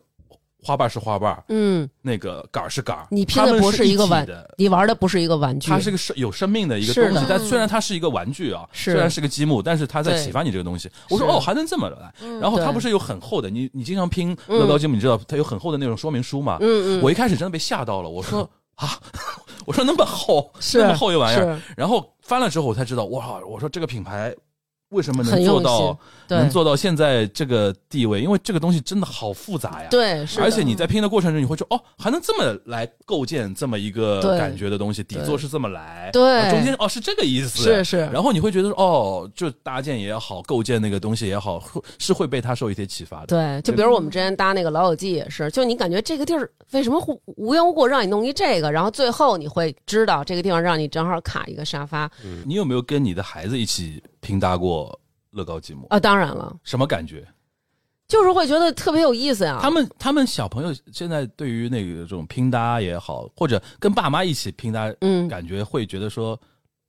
Speaker 2: 花瓣是花瓣儿，
Speaker 3: 嗯，
Speaker 2: 那个杆儿是杆儿，
Speaker 3: 你拼的不是
Speaker 2: 一
Speaker 3: 个
Speaker 2: 玩
Speaker 3: 玩，你玩的不是一个玩具，
Speaker 2: 它是个生有生命的一个
Speaker 3: 是的
Speaker 2: 东西，但虽然它是一个玩具啊，
Speaker 3: 是
Speaker 2: 虽然是个积木，但是它在
Speaker 3: 对
Speaker 2: 启发你这个东西。我说
Speaker 3: 是
Speaker 2: 哦，还能这么来。
Speaker 4: 嗯
Speaker 2: 然后它
Speaker 3: 对
Speaker 2: 不是有很厚的，你你经常拼乐高积木，你知道它有很厚的那种说明书嘛？
Speaker 3: 嗯嗯嗯
Speaker 2: 我一开始真的被吓到了，我说啊， [LAUGHS] 我说那么厚，
Speaker 3: 是
Speaker 2: 那么厚一玩意儿。
Speaker 3: 是
Speaker 2: 然后翻了之后，我才知道，哇，我说这个品牌为什么能
Speaker 3: 很用
Speaker 2: 做
Speaker 3: 心
Speaker 2: 到
Speaker 3: 对
Speaker 2: 能做到现在这个地位？因为这个东西真的好复杂呀。。
Speaker 3: 对，是的
Speaker 2: 而且你在拼的过程中，你会说哦，还能这么来构建这么一个
Speaker 3: 对
Speaker 2: 感觉的东西，底
Speaker 3: 对
Speaker 2: 座是这么来，
Speaker 3: 对
Speaker 2: 然后中间哦是这个意思，
Speaker 3: 是是
Speaker 2: 然后你会觉得哦，就搭建也好，构建那个东西也好，会是会被它受一些启发的。
Speaker 3: 对，就比如我们之前搭那个老友记也是，就你感觉这个地儿为什么忽无缘无故让你弄一这个，然后最后你会知道这个地方让你正好卡一个沙发
Speaker 2: 你有没有跟你的孩子一起拼搭过乐高积木？
Speaker 3: 啊，当然了，
Speaker 2: 什么感觉？
Speaker 3: 就是会觉得特别有意思呀。
Speaker 2: 他们他们小朋友现在对于那个这种拼搭也好，或者跟爸妈一起拼搭，
Speaker 3: 嗯
Speaker 2: 感觉会觉得说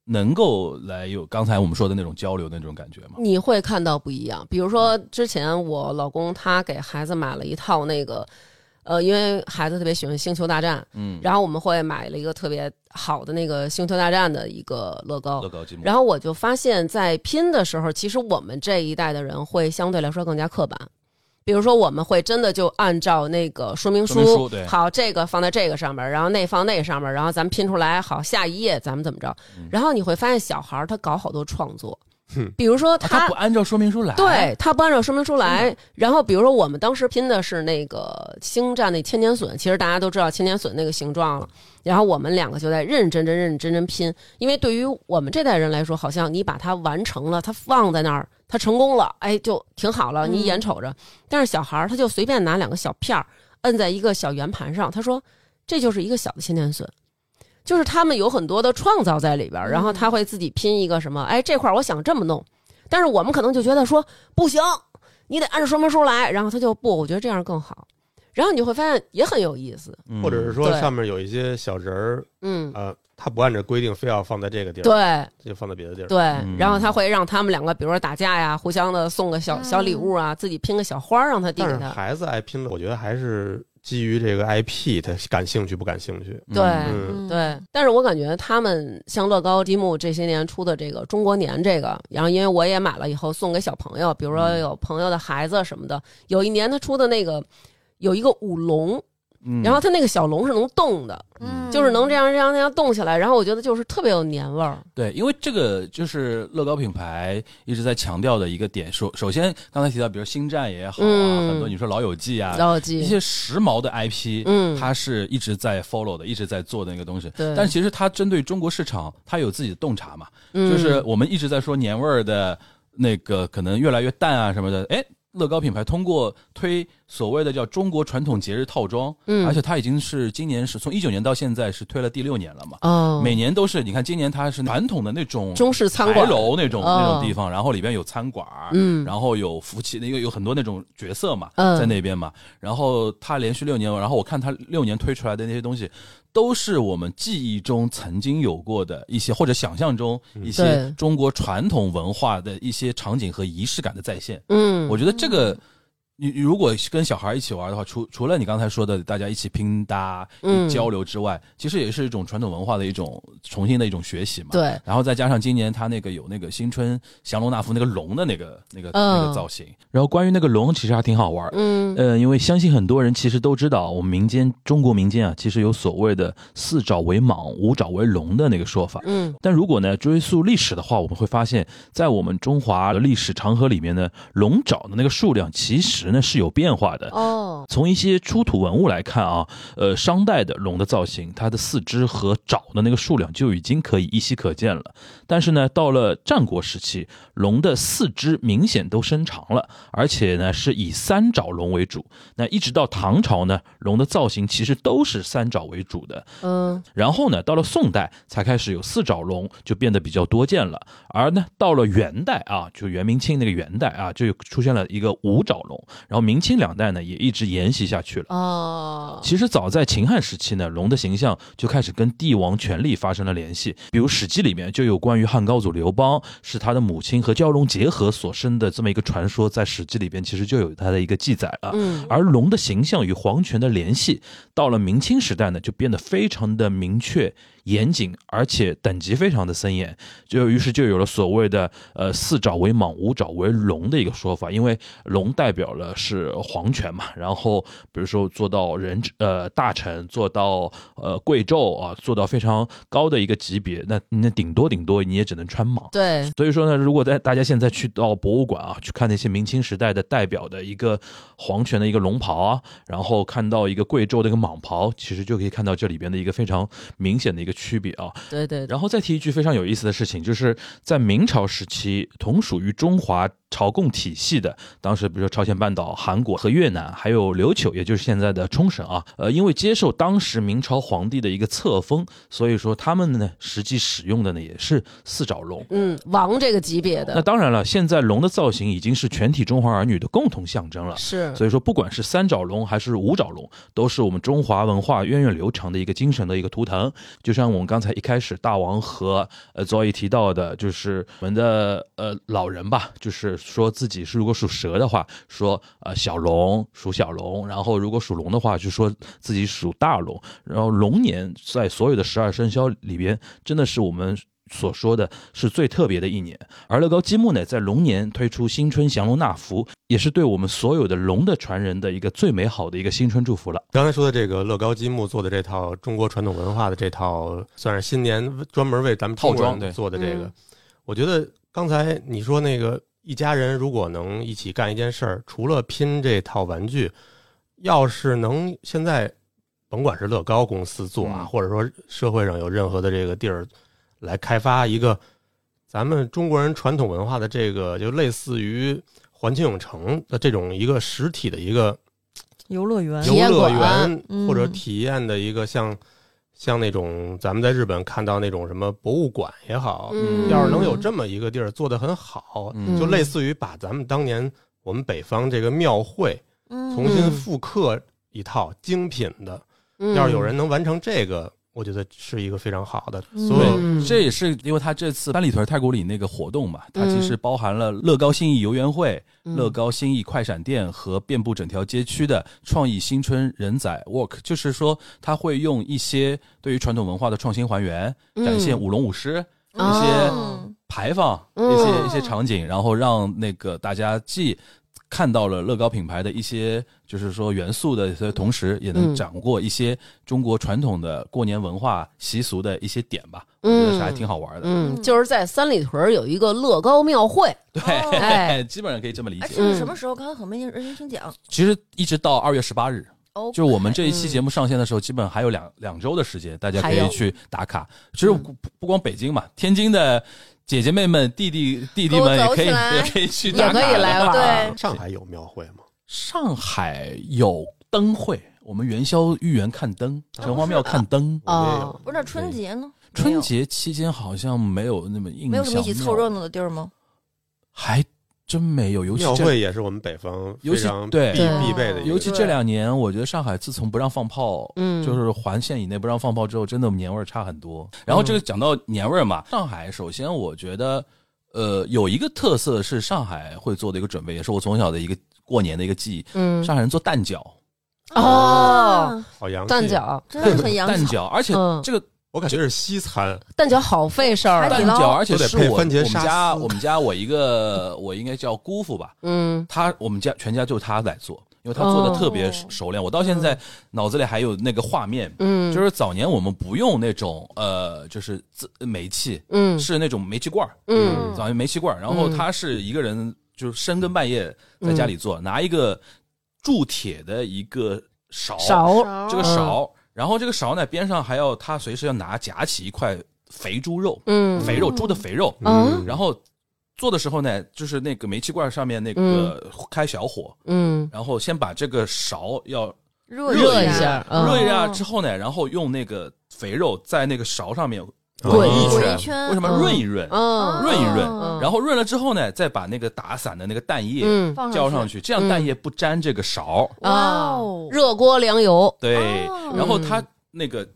Speaker 2: 能够来有刚才我们说的那种交流那种感觉吗？
Speaker 3: 你会看到不一样。比如说，之前我老公他给孩子买了一套那个，呃，因为孩子特别喜欢《星球大战》，
Speaker 2: 嗯，
Speaker 3: 然后我们会买了一个特别好的那个《星球大战》的一个乐高
Speaker 2: 乐。高积木，
Speaker 3: 哦然后我就发现，在拼的时候，其实我们这一代的人会相对来说更加刻板。比如说，我们会真的就按照那个说明
Speaker 2: 说明书对
Speaker 3: 好，这个放在这个上面，然后那放那上面，然后咱们拼出来，好，下一页咱们怎么着？
Speaker 2: 嗯
Speaker 3: 然后你会发现，小孩儿他搞好多创作，比如说
Speaker 2: 啊他不按照说明书来，
Speaker 3: 对他不按照说明书来，然后比如说我们当时拼的是那个星战那千年隼，其实大家都知道千年隼那个形状了。然后我们两个就在认认真真、认认真真拼，因为对于我们这代人来说，好像你把它完成了，它放在那儿，它成功了，哎，就挺好了，你眼瞅着。但是小孩儿他就随便拿两个小片儿摁在一个小圆盘上，他说这就是一个小的千年隼。就是他们有很多的创造在里边儿，然后他会自己拼一个什么，哎，这块儿我想这么弄，但是我们可能就觉得说不行，你得按照说明书来。然后他就不，我觉得这样更好。然后你会发现也很有意思，
Speaker 2: 嗯
Speaker 5: 或者是说
Speaker 3: 对
Speaker 5: 上面有一些小人儿，
Speaker 3: 嗯，
Speaker 5: 呃，他不按照规定非要放在这个地儿，
Speaker 3: 对
Speaker 5: 就放在别的地儿。
Speaker 3: 对，然后他会让他们两个，比如说打架呀，互相的送个小小礼物啊，自己拼个小花儿让他递
Speaker 5: 但
Speaker 3: 给
Speaker 5: 是
Speaker 3: 他，
Speaker 5: 孩子爱拼的，我觉得还是基于这个 IP，他感兴趣不感兴趣？
Speaker 2: 嗯
Speaker 3: 对
Speaker 5: 嗯，
Speaker 3: 对，但是我感觉他们像乐高积木这些年出的这个中国年这个，然后因为我也买了以后送给小朋友，比如说
Speaker 2: 嗯
Speaker 3: 有朋友的孩子什么的，有一年他出的那个有一个舞龙，
Speaker 2: 嗯
Speaker 3: 然后他那个小龙是能动的，
Speaker 2: 嗯
Speaker 3: 就是能这样这样那样动起来，然后我觉得就是特别有年味儿，
Speaker 2: 对，因为这个就是乐高品牌一直在强调的一个点。首首先，刚才提到，比如《星战》也好啊，
Speaker 3: 嗯
Speaker 2: 很多你说《老友记》啊，
Speaker 3: 老
Speaker 2: 一
Speaker 3: 记，
Speaker 2: 些时髦的 IP，
Speaker 3: 嗯
Speaker 2: 它是一直在 follow 的，一直在做的那个东西。
Speaker 3: 对
Speaker 2: 但其实它针对中国市场，它有自己的洞察嘛。
Speaker 3: 就
Speaker 2: 就是我们一直在说年味儿的那个可能越来越淡啊什么的，哎。乐高品牌通过推所谓的叫中国传统节日套装，
Speaker 3: 嗯
Speaker 2: 而且它已经是今年是从一九年到现在是推了第六年了嘛，
Speaker 3: 哦，
Speaker 2: 每年都是，你看今年它是传统的那种
Speaker 3: 中式餐
Speaker 2: 牌
Speaker 3: 馆，
Speaker 2: 楼那种、那
Speaker 3: 哦
Speaker 2: 种地方，然后里边有餐馆，
Speaker 3: 嗯
Speaker 2: 然后有夫妻，那个有很多那种角色嘛，
Speaker 3: 嗯
Speaker 2: 在那边嘛。然后它连续六年，然后我看它六年推出来的那些东西，都是我们记忆中曾经有过的一些，或者想象中一些
Speaker 3: 对
Speaker 2: 中国传统文化的一些场景和仪式感的再现。
Speaker 3: 嗯，
Speaker 2: 我觉得这个。你你如果跟小孩一起玩的话，除除了你刚才说的大家一起拼搭、
Speaker 3: 嗯
Speaker 2: 交流之外，其实也是一种传统文化的一种重新的一种学习嘛。
Speaker 3: 对，
Speaker 2: 然后再加上今年他那个有那个新春降龙纳福那个龙的那个那个、
Speaker 3: 嗯
Speaker 2: 那个造型。然后关于那个龙，其实还挺好玩。
Speaker 3: 嗯
Speaker 2: 呃，因为相信很多人其实都知道，我们民间中国民间啊，其实有所谓的四爪为蟒，五爪为龙的那个说法。
Speaker 3: 嗯
Speaker 2: 但如果呢追溯历史的话，我们会发现，在我们中华的历史长河里面呢，龙爪的那个数量其实呢是有变化的。
Speaker 3: 哦
Speaker 2: 从一些出土文物来看啊，呃，商代的龙的造型，它的四肢和爪的那个数量就已经可以依稀可见了。但是呢，到了战国时期，龙的四肢明显都伸长了，而且呢是以三爪龙为主。那一直到唐朝呢，龙的造型其实都是三爪为主的。
Speaker 3: 嗯
Speaker 2: 然后呢，到了宋代才开始有四爪龙，就变得比较多见了。而呢，到了元代啊，就元明清那个元代啊，就出现了一个五爪龙。然后明清两代呢，也一直沿袭下去了。
Speaker 3: 哦，
Speaker 2: 其实早在秦汉时期呢，龙的形象就开始跟帝王权力发生了联系。比如《史记》里面就有关于汉高祖刘邦是他的母亲和蛟龙结合所生的这么一个传说，在《史记》里边其实就有它的一个记载了。
Speaker 3: 嗯
Speaker 2: 而龙的形象与皇权的联系，到了明清时代呢，就变得非常的明确、严谨，而且等级非常的森严。就于是就有了所谓的呃四爪为蟒，五爪为龙的一个说法，因为龙代表了是皇权嘛。然后比如说做到人呃大臣，做到呃贵胄啊，做到非常高的一个级别，那那顶多顶多你也只能穿蟒。
Speaker 3: 对，
Speaker 2: 所以说呢，如果在大家现在去到博物馆啊，去看那些明清时代的代表的一个皇权的一个龙袍啊，然后看到一个贵胄的一个蟒袍，其实就可以看到这里边的一个非常明显的一个区别啊。
Speaker 3: 对对对，
Speaker 2: 然后再提一句非常有意思的事情，就是在明朝时期，同属于中华朝贡体系的，当时比如说朝鲜半岛、韩国和越南，还有琉球，也就是现在的冲绳啊，呃，因为接受当时明朝皇帝的一个册封，所以说他们呢实际使用的呢也是四爪龙。
Speaker 3: 嗯，王这个级别
Speaker 2: 那
Speaker 3: 的
Speaker 2: 当然了，现在龙的造型已经是全体中华儿女的共同象征了。
Speaker 3: 是，
Speaker 2: 所以说，不管是三爪龙还是五爪龙，都是我们中华文化源远流长的一个精神的一个图腾。就像我们刚才一开始大王和呃 Zoe 提到的，就是我们的呃老人吧，就是说自己是如果属蛇的话，说呃小龙属小龙，然后如果属龙的话，就说自己属大龙。然后龙年在所有的十二生肖里边，真的是我们。所说的是最特别的一年，而乐高积木呢，在龙年推出新春降龙纳福，也是对我们所有的龙的传人的一个最美好的一个新春祝福了。
Speaker 5: 刚才说的这个乐高积木做的这套中国传统文化的这套，算是新年专门为咱们中
Speaker 2: 套
Speaker 5: 国
Speaker 2: 装
Speaker 5: 人
Speaker 2: 对
Speaker 5: 做的这个
Speaker 3: 嗯。
Speaker 5: 我觉得刚才你说那个一家人如果能一起干一件事儿，除了拼这套玩具，要是能现在甭管是乐高公司做啊，
Speaker 2: 嗯
Speaker 5: 或者说社会上有任何的这个地儿来开发一个咱们中国人传统文化的这个，就类似于环球影城的这种一个实体的一个
Speaker 4: 游乐园
Speaker 3: 嗯体
Speaker 5: 游
Speaker 3: 验
Speaker 5: 乐
Speaker 3: 馆
Speaker 5: 园
Speaker 4: 嗯
Speaker 5: 或者体验的一个像像那种咱们在日本看到那种什么博物馆也好，
Speaker 3: 嗯，
Speaker 5: 要是能有这么一个地儿做得很好，
Speaker 3: 嗯
Speaker 5: 就类似于把咱们当年我们北方这个庙会重
Speaker 4: 从
Speaker 5: 新复刻一一套精品的，
Speaker 3: 嗯
Speaker 5: 要是有人能完成这个，我觉得是一个非常好的。所有
Speaker 3: 嗯
Speaker 2: 对，这也是因为他这次三里屯太古里那个活动嘛，它其实包含了乐高新意游园会、
Speaker 3: 嗯
Speaker 2: 乐高新意快闪店和遍布整条街区的创意新春人仔 walk，就是说他会用一些对于传统文化的创新还原，展现舞龙舞狮、
Speaker 3: 嗯
Speaker 2: 一些
Speaker 4: 嗯
Speaker 2: 牌坊、
Speaker 3: 嗯
Speaker 2: 一些一些场景，然后让那个大家既看到了乐高品牌的一些就是说元素的同时，也能
Speaker 3: 嗯
Speaker 2: 掌握一些中国传统的过年文化习俗的一些点吧，我觉得是还挺好玩的。 [LAUGHS]
Speaker 3: 嗯，就是在三里屯儿有一个乐高庙会，
Speaker 2: 对，
Speaker 3: 哎
Speaker 2: [LAUGHS] 基本上可以这么理
Speaker 4: 而
Speaker 2: 解。
Speaker 4: 且
Speaker 3: 嗯
Speaker 4: 是什么时候？刚才我没认真听讲。
Speaker 2: 其实一直到二月十八日，
Speaker 4: 哦，
Speaker 2: 就是我们
Speaker 4: [LAUGHS]
Speaker 2: 这一期节目上线的时候，基本还有两两周的时间，大家可
Speaker 3: 嗯还
Speaker 2: 以
Speaker 3: 有嗯
Speaker 2: 去打卡。其实不不光北京嘛，天津的姐姐妹们、弟弟弟弟们
Speaker 4: 给
Speaker 2: 也
Speaker 4: 我走
Speaker 2: 可以
Speaker 4: 起来
Speaker 2: 也可以去打卡
Speaker 3: 也可
Speaker 2: 的，
Speaker 3: 以来玩儿。
Speaker 4: 对
Speaker 5: 上海有庙会吗？
Speaker 2: 上海有灯会，我们元宵豫园看灯，城隍庙看灯。
Speaker 5: 我们也有
Speaker 3: 哦
Speaker 4: 哦不是那春节呢？没
Speaker 2: 春
Speaker 4: 有
Speaker 2: 节期间好像没有那么印象，
Speaker 4: 没有什么一起凑热，闹的地儿吗？
Speaker 2: 还真没有。尤其
Speaker 5: 庙
Speaker 2: 这，
Speaker 5: 会也是我们北方
Speaker 2: 尤
Speaker 5: 非
Speaker 2: 其
Speaker 5: 常
Speaker 2: 对
Speaker 5: 必
Speaker 3: 对
Speaker 5: 必备的一个，
Speaker 2: 尤其这两年，我觉得上海自从不让放炮，
Speaker 3: 嗯，
Speaker 2: 就是环线以内不让放炮之后，真的年味儿差很多。然后这个讲到年味儿
Speaker 4: 嗯
Speaker 2: 嘛，上海首先我觉得，呃，有一个特色是上海会做的一个准备，也是我从小的一个过年的一个记忆。
Speaker 3: 嗯
Speaker 2: 上海人做蛋饺，
Speaker 3: 哦，
Speaker 5: 好洋气
Speaker 3: 蛋，饺，
Speaker 4: 真的很洋
Speaker 2: 蛋
Speaker 4: 气。
Speaker 2: 饺，而且
Speaker 3: 嗯
Speaker 2: 这个
Speaker 5: 我感觉是西餐，
Speaker 3: 蛋饺好费事儿啊
Speaker 4: 海
Speaker 2: 蛋
Speaker 4: 底
Speaker 2: 饺，
Speaker 4: 捞
Speaker 2: 而且
Speaker 5: 都得
Speaker 2: 是
Speaker 5: 配
Speaker 2: 我我
Speaker 5: 番茄
Speaker 2: 们
Speaker 5: 沙
Speaker 2: 家
Speaker 5: 司
Speaker 2: 我们家我一个我应该叫姑父吧，
Speaker 3: 嗯
Speaker 2: 他我们家全家就他来做，因为他做的特别
Speaker 4: 哦
Speaker 2: 熟练，我到现在脑子里还有那个画面。
Speaker 3: 嗯，
Speaker 2: 就是早年我们不用那种呃，就是自煤气，
Speaker 3: 嗯
Speaker 2: 是那种煤气罐儿，
Speaker 3: 嗯嗯
Speaker 2: 早年煤气罐儿。然后他是一个人，就是深更半夜在家里做，拿一个铸铁的一个勺，
Speaker 3: 勺，嗯
Speaker 2: 这个勺，然后这个勺呢边上还要他随时要拿夹起一块肥猪肉，
Speaker 3: 嗯
Speaker 2: 肥肉猪的肥肉，
Speaker 3: 嗯
Speaker 2: 然后做的时候呢，就是那个煤气罐上面那个开小火，
Speaker 3: 嗯
Speaker 2: 然后先把这个勺要
Speaker 4: 热
Speaker 2: 热
Speaker 3: 一
Speaker 2: 一
Speaker 3: 下
Speaker 2: 下，
Speaker 3: 嗯
Speaker 2: 热一下之后呢，然后用那个肥肉在那个勺上面
Speaker 3: 滚
Speaker 2: 一
Speaker 3: 一
Speaker 4: 圈
Speaker 2: 圈，为什么润一润？
Speaker 3: 嗯
Speaker 2: 润一润
Speaker 4: 哦
Speaker 2: 然后润了之后呢，再把那个打散的那个蛋液
Speaker 3: 嗯
Speaker 4: 放
Speaker 2: 浇
Speaker 4: 上
Speaker 2: 上
Speaker 4: 去。
Speaker 2: 去，这样蛋液不粘这个勺。
Speaker 4: 哇
Speaker 3: 啊
Speaker 4: 哦，
Speaker 3: 热锅凉油
Speaker 2: 对
Speaker 4: 哦，
Speaker 2: 然后
Speaker 3: 嗯
Speaker 2: 它那个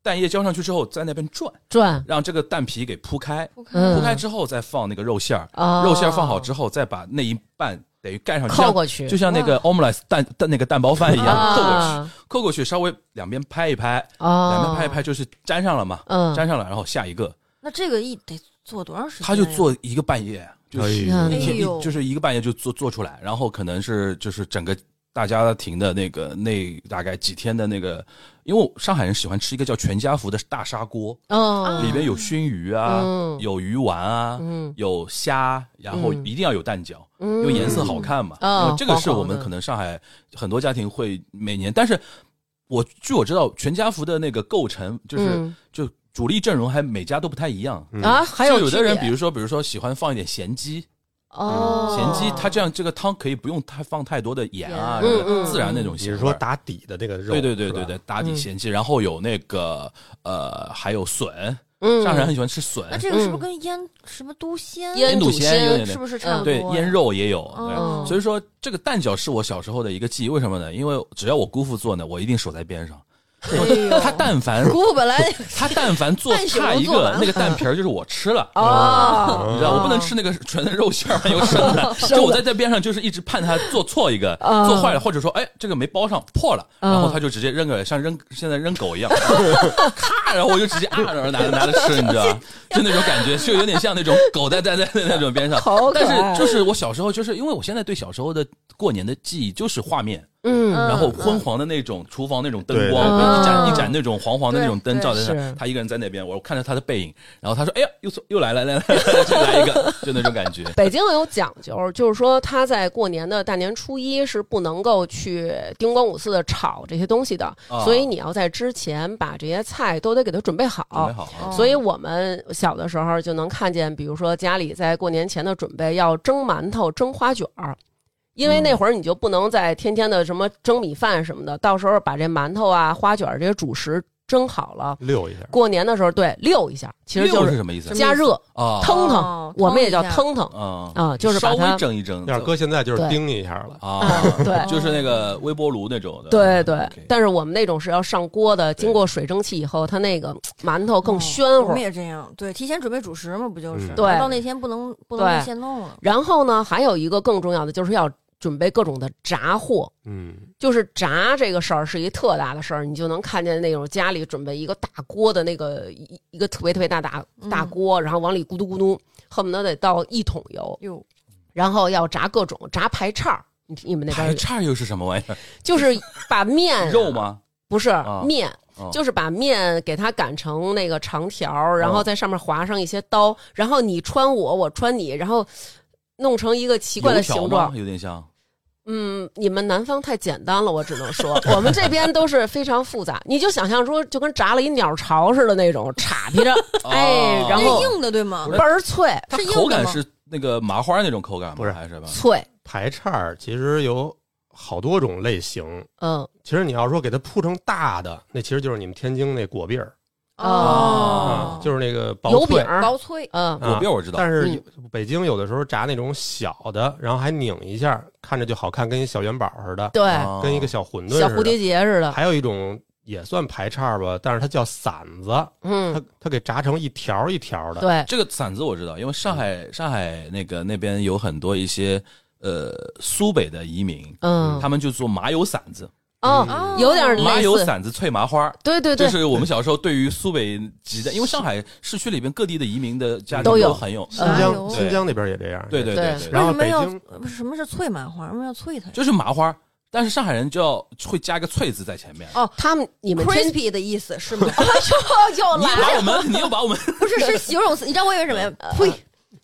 Speaker 2: 蛋液浇上去之后，在那边转，
Speaker 3: 转，
Speaker 2: 让这个蛋皮给铺开，
Speaker 4: 不
Speaker 3: 嗯
Speaker 4: 看
Speaker 2: 铺开之后再放那个肉馅儿，
Speaker 3: 哦
Speaker 2: 肉馅儿放好之后，再把那一半等于盖上去，
Speaker 3: 扣过去嗯
Speaker 2: 就像那个 omelette 蛋蛋那个蛋包饭一样
Speaker 3: 啊
Speaker 2: 扣过去，扣过去，稍微两边拍一拍，
Speaker 3: 啊，
Speaker 2: 两边拍一拍就是粘上了嘛，
Speaker 3: 嗯
Speaker 2: 粘上了，然后下一个，
Speaker 4: 那这个一得做多长时间呀？
Speaker 2: 他就做一个半夜，就是
Speaker 5: 哎
Speaker 2: 一天
Speaker 4: 哎
Speaker 2: 一
Speaker 4: 呦
Speaker 2: 就是一个半夜就做做出来，然后可能是就是整个大家庭的那个那大概几天的那个，因为上海人喜欢吃一个叫全家福的大砂锅，
Speaker 3: 嗯
Speaker 2: 里边有熏鱼啊
Speaker 3: 嗯，
Speaker 2: 有鱼丸啊，
Speaker 3: 嗯
Speaker 2: 有虾，然后
Speaker 3: 嗯
Speaker 2: 一定要有蛋饺，
Speaker 3: 嗯
Speaker 2: 因为颜色好看嘛。
Speaker 3: 嗯
Speaker 2: 然后这个是我
Speaker 3: 黄黄
Speaker 2: 们
Speaker 3: 的
Speaker 2: 可能上海很多家庭会每年，但是我据我知道，全家福的那个构成就是、
Speaker 3: 嗯
Speaker 2: 就主力阵容还每家都不太一样。
Speaker 5: 嗯
Speaker 3: 啊，还
Speaker 2: 嗯就
Speaker 3: 有
Speaker 2: 有的人，
Speaker 3: 区
Speaker 2: 比
Speaker 3: 别
Speaker 2: 如说，比如说喜欢放一点咸鸡，
Speaker 3: 哦，
Speaker 2: 咸鸡它这样这个汤可以不用太放太多的盐啊，
Speaker 4: 盐
Speaker 2: 什么的
Speaker 3: 嗯嗯嗯
Speaker 2: 自然那种
Speaker 5: 你
Speaker 2: 咸味
Speaker 5: 是
Speaker 2: 儿。
Speaker 5: 说打底的那个肉？
Speaker 2: 对对对对
Speaker 5: 是吧
Speaker 2: 对，，打底咸鸡，然后有那个呃，还有笋，
Speaker 3: 嗯
Speaker 2: 上海人很喜欢吃笋，
Speaker 4: 那这个是不是跟腌什么都鲜
Speaker 3: 腌
Speaker 2: 肚
Speaker 3: 笃
Speaker 2: 鲜有点
Speaker 3: 嗯
Speaker 2: 嗯
Speaker 3: 鲜嗯
Speaker 4: 是不是差不多
Speaker 2: 对
Speaker 4: 呀？
Speaker 2: 腌肉也有，
Speaker 4: 哦
Speaker 2: 对，所以说这个蛋饺是我小时候的一个记忆。为什么呢？因为只要我姑父做呢，我一定守在边上。
Speaker 4: 哎呦
Speaker 2: 他但凡
Speaker 4: 姑父本来
Speaker 2: [LAUGHS] 他但凡做差一
Speaker 4: 半宿都做
Speaker 2: 个
Speaker 4: 完，了
Speaker 2: 那个蛋皮儿就是我吃了。
Speaker 3: 哦，
Speaker 2: 你知道我不能吃那个纯的肉馅儿，有生的。就我在这边上，就是一直盼他做错一个，
Speaker 3: 啊
Speaker 2: 做坏了，或者说，哎，这个没包上破了，
Speaker 3: 啊
Speaker 2: 然后他就直接扔个，像扔现在扔狗一样，咔，然后我就直接啊，然后拿着拿着吃，你知道吧？就那种感觉，就有点像那种狗在在在在那种边上。
Speaker 3: 好可爱
Speaker 2: 但是就是我小时候，就是因为我现在对小时候的过年的记忆就是画面，
Speaker 3: 嗯
Speaker 2: 然后昏黄的那种厨房那种灯
Speaker 5: 对
Speaker 3: 对
Speaker 2: 光，
Speaker 3: 对
Speaker 2: 一盏
Speaker 3: 嗯
Speaker 2: 一盏那种黄黄的那种灯
Speaker 4: 对
Speaker 2: 照在
Speaker 3: 是
Speaker 2: 那，他一个人在那边，我看着他的背影，然后他说：“哎呀，又走又来了来了，来了再来一个，就那种感觉。
Speaker 3: 北京有讲究，就是说他在过年的大年初一是不能够去丁光五四的炒这些东西的，
Speaker 2: 啊
Speaker 3: 所以你要在之前把这些菜都得给它准备好。”
Speaker 2: 准备好
Speaker 4: 哦
Speaker 2: 啊，
Speaker 3: 所以我们小的时候就能看见，比如说家里在过年前的准备要蒸馒头、蒸花卷儿，因
Speaker 2: 嗯
Speaker 3: 为那会儿你就不能再天天的什么蒸米饭什么的，到时候把这馒头啊、花卷儿这些主食。蒸好了，
Speaker 5: 溜一下，
Speaker 3: 过年的时候对溜一下，其实就
Speaker 2: 溜是
Speaker 3: 是
Speaker 2: 什么意思
Speaker 4: 什么
Speaker 3: 加热
Speaker 2: 啊？
Speaker 3: 腾腾
Speaker 4: 哦，
Speaker 3: 我们也叫
Speaker 4: 腾一下
Speaker 3: 腾腾
Speaker 2: 啊
Speaker 3: 啊就是把
Speaker 2: 稍微
Speaker 3: 它
Speaker 2: 蒸一蒸，
Speaker 5: 要是搁现在就是
Speaker 3: 对
Speaker 5: 叮一下了。
Speaker 2: 啊， [LAUGHS]
Speaker 3: 对
Speaker 2: 就是那个微波炉那种的，
Speaker 3: 对对
Speaker 2: OK，
Speaker 3: 但是我们那种是要上锅的，经过水蒸气以后，它那个馒头更暄
Speaker 4: 哦我
Speaker 3: 乎
Speaker 4: 们。也这样，对，提前准备主食嘛，不就是？
Speaker 5: 嗯
Speaker 3: 对
Speaker 4: 到那天不能不
Speaker 3: 对
Speaker 4: 能现弄了。
Speaker 3: 然后呢，还有一个更重要的就是要准备各种的炸货，
Speaker 5: 嗯，
Speaker 3: 就是炸这个事儿是一特大的事儿，你就能看见那种家里准备一个大锅的那个一一个特别特别大大
Speaker 4: 嗯
Speaker 3: 大锅，然后往里咕嘟咕嘟，恨不得得倒一桶油，
Speaker 4: 哟，
Speaker 3: 然后要炸各种炸排叉儿。你你们那边
Speaker 2: 排
Speaker 3: 儿
Speaker 2: 叉又是什么玩意儿？
Speaker 3: 就是把面啊
Speaker 2: 肉？吗？
Speaker 3: 不是、
Speaker 2: 啊
Speaker 3: 面，
Speaker 2: 哦
Speaker 3: 就是把面给它擀成那个长条儿，然
Speaker 2: 哦
Speaker 3: 后在上面划上一些刀，然后你穿我，我穿你，然后弄成一个奇怪的
Speaker 2: 油条
Speaker 3: 形
Speaker 2: 吗
Speaker 3: 状。
Speaker 2: 有点像。
Speaker 3: 嗯，你们南方太简单了，我只能说， [LAUGHS] 我们这边都是非常复杂。你就想象说，就跟炸了一鸟巢似的那种，叉
Speaker 2: [LAUGHS]
Speaker 3: 劈着，哎
Speaker 2: 哦，
Speaker 3: 然
Speaker 4: 那
Speaker 3: 后
Speaker 4: 是硬的对吗
Speaker 2: 不？
Speaker 3: 倍儿脆
Speaker 2: 它
Speaker 4: 是硬的
Speaker 2: 口感
Speaker 4: 吗
Speaker 2: 是那个麻花那种口感吗？
Speaker 5: 不是
Speaker 2: 还是吧？
Speaker 3: 脆，
Speaker 5: 排叉儿其实有好多种类型。
Speaker 3: 嗯，
Speaker 5: 其实你要说给它铺成大的，那其实就是你们天津那果篦儿
Speaker 2: 哦
Speaker 5: 啊，就是那个薄
Speaker 3: 油
Speaker 5: 脆啊
Speaker 3: 饼儿，
Speaker 4: 薄脆，
Speaker 3: 嗯，
Speaker 2: 果篦儿我知道
Speaker 5: 但是有北京有的时候炸那种小的，然后还拧一下，看着就好看，跟一小元宝似的，
Speaker 3: 对，
Speaker 2: 哦
Speaker 5: 跟一个小馄饨似的。
Speaker 3: 小蝴蝶结似的，
Speaker 5: 还有一种也算排叉吧，但是它叫馓子，
Speaker 3: 嗯，
Speaker 5: 它它给炸成一条一条的。
Speaker 3: 对，
Speaker 2: 这个馓子我知道，因为上海
Speaker 3: 嗯
Speaker 2: 上海那个那边有很多一些呃苏北的移民，
Speaker 3: 嗯，
Speaker 2: 他们就做麻油馓子，
Speaker 4: 啊
Speaker 3: 哦，有点
Speaker 2: 麻
Speaker 3: 类
Speaker 2: 油
Speaker 3: 似，
Speaker 2: 馓子脆麻花。
Speaker 3: 对对
Speaker 2: 这
Speaker 3: 对，
Speaker 2: 是我们小时候对于苏北籍的，因为上海市区里边各地的移民的家庭
Speaker 3: 都有
Speaker 2: 很有，
Speaker 5: 新
Speaker 3: 麻
Speaker 5: 疆
Speaker 4: 油
Speaker 5: 新疆那边也这样。
Speaker 2: 对对
Speaker 3: 对
Speaker 2: 对
Speaker 5: 然
Speaker 4: 为
Speaker 5: 后
Speaker 4: 什么
Speaker 5: 北
Speaker 4: 要
Speaker 5: 京
Speaker 4: 不是什么是脆麻花？为什么要脆它呀？
Speaker 2: 就是麻花，但是上海人就要会加一个“脆”字在前面。
Speaker 3: 哦他们你们 [LAUGHS] 天
Speaker 4: crispy 的意思是吗？
Speaker 3: 又
Speaker 2: 你又把我们，你又把我们，
Speaker 4: [LAUGHS] 不是，是形容词。你知道我以为什么呀？ [LAUGHS] 啊呸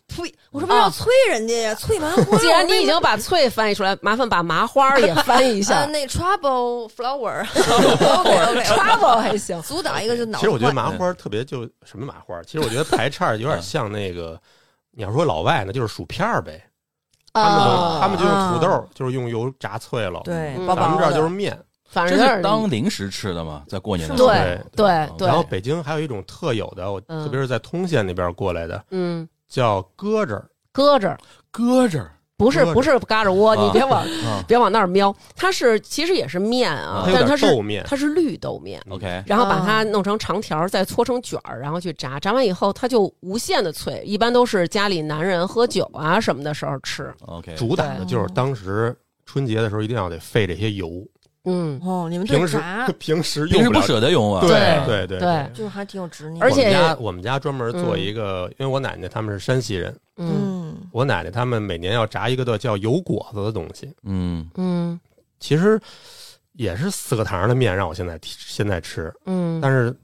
Speaker 4: 呸！我说为什么要催人家呀？催麻 [LAUGHS] 花。
Speaker 3: 既然你已
Speaker 4: 我
Speaker 3: 经把“脆”翻译出来，麻烦把“麻花”也翻译一
Speaker 4: 为呃
Speaker 3: 下。
Speaker 4: [LAUGHS] 那 trouble [LAUGHS] flower OK OK，
Speaker 3: trouble 还行，
Speaker 4: 阻挡一个就脑。
Speaker 5: 其实我觉得麻花特别就什么麻花，其实我觉得排叉
Speaker 2: 嗯
Speaker 5: 有点像那个，你要说老外呢，就是薯片儿呗。他们
Speaker 3: 啊
Speaker 5: 都他们就用土豆
Speaker 4: 啊，
Speaker 5: 就是用油炸脆了。
Speaker 4: 嗯对
Speaker 3: 嗯，
Speaker 4: 薄
Speaker 5: 咱们
Speaker 4: 薄
Speaker 5: 这儿
Speaker 4: 的
Speaker 5: 就是面。
Speaker 3: [LAUGHS] 反
Speaker 2: 这
Speaker 3: 正就是
Speaker 2: 是当零食吃的吗？在过年的时候，
Speaker 3: 对
Speaker 5: 对
Speaker 3: 对对，
Speaker 5: 然后北京还有一种特有的，我
Speaker 3: 嗯
Speaker 5: 特别是在通县那边过来的，
Speaker 3: 嗯，
Speaker 5: 叫鸽子儿。
Speaker 3: 搁着
Speaker 2: 搁这儿
Speaker 3: 不是
Speaker 5: 搁着
Speaker 3: 不是嘎吱
Speaker 2: 啊
Speaker 3: 窝，你别
Speaker 5: [LAUGHS]
Speaker 3: 往
Speaker 2: 啊
Speaker 3: 别往那儿瞄，它是其实也是面
Speaker 2: 啊
Speaker 3: 啊，
Speaker 5: 它有
Speaker 3: 但它
Speaker 5: 点
Speaker 3: 是
Speaker 5: 豆面，
Speaker 3: 它是绿豆面，
Speaker 2: ，OK，
Speaker 3: 然后把它弄成长条儿，再搓成卷儿，然后去炸，炸完以后它就无限的脆，一般都是家里男人喝酒啊什么的时候吃，
Speaker 2: OK，
Speaker 5: 主打的就是当时春节的时候一定要得费这些油，
Speaker 3: 嗯，
Speaker 4: 哦，你们对
Speaker 5: 平时
Speaker 4: 炸
Speaker 5: [LAUGHS] 平时
Speaker 2: 平
Speaker 5: 用
Speaker 2: 时
Speaker 5: 了
Speaker 2: 不。舍得用啊。
Speaker 5: 对
Speaker 3: 对
Speaker 5: 对对
Speaker 3: 对
Speaker 4: 就是还挺有执念。
Speaker 3: 而且
Speaker 5: 我们家我们家专门做一个，因为我奶奶他们是山西人，
Speaker 3: 嗯
Speaker 4: 嗯，
Speaker 5: 我奶奶他们每年要炸一个叫油果子的东西，
Speaker 2: 嗯，
Speaker 3: 嗯
Speaker 5: 其实也是四个糖的面，让我现在提现在吃，
Speaker 3: 嗯，
Speaker 5: 但是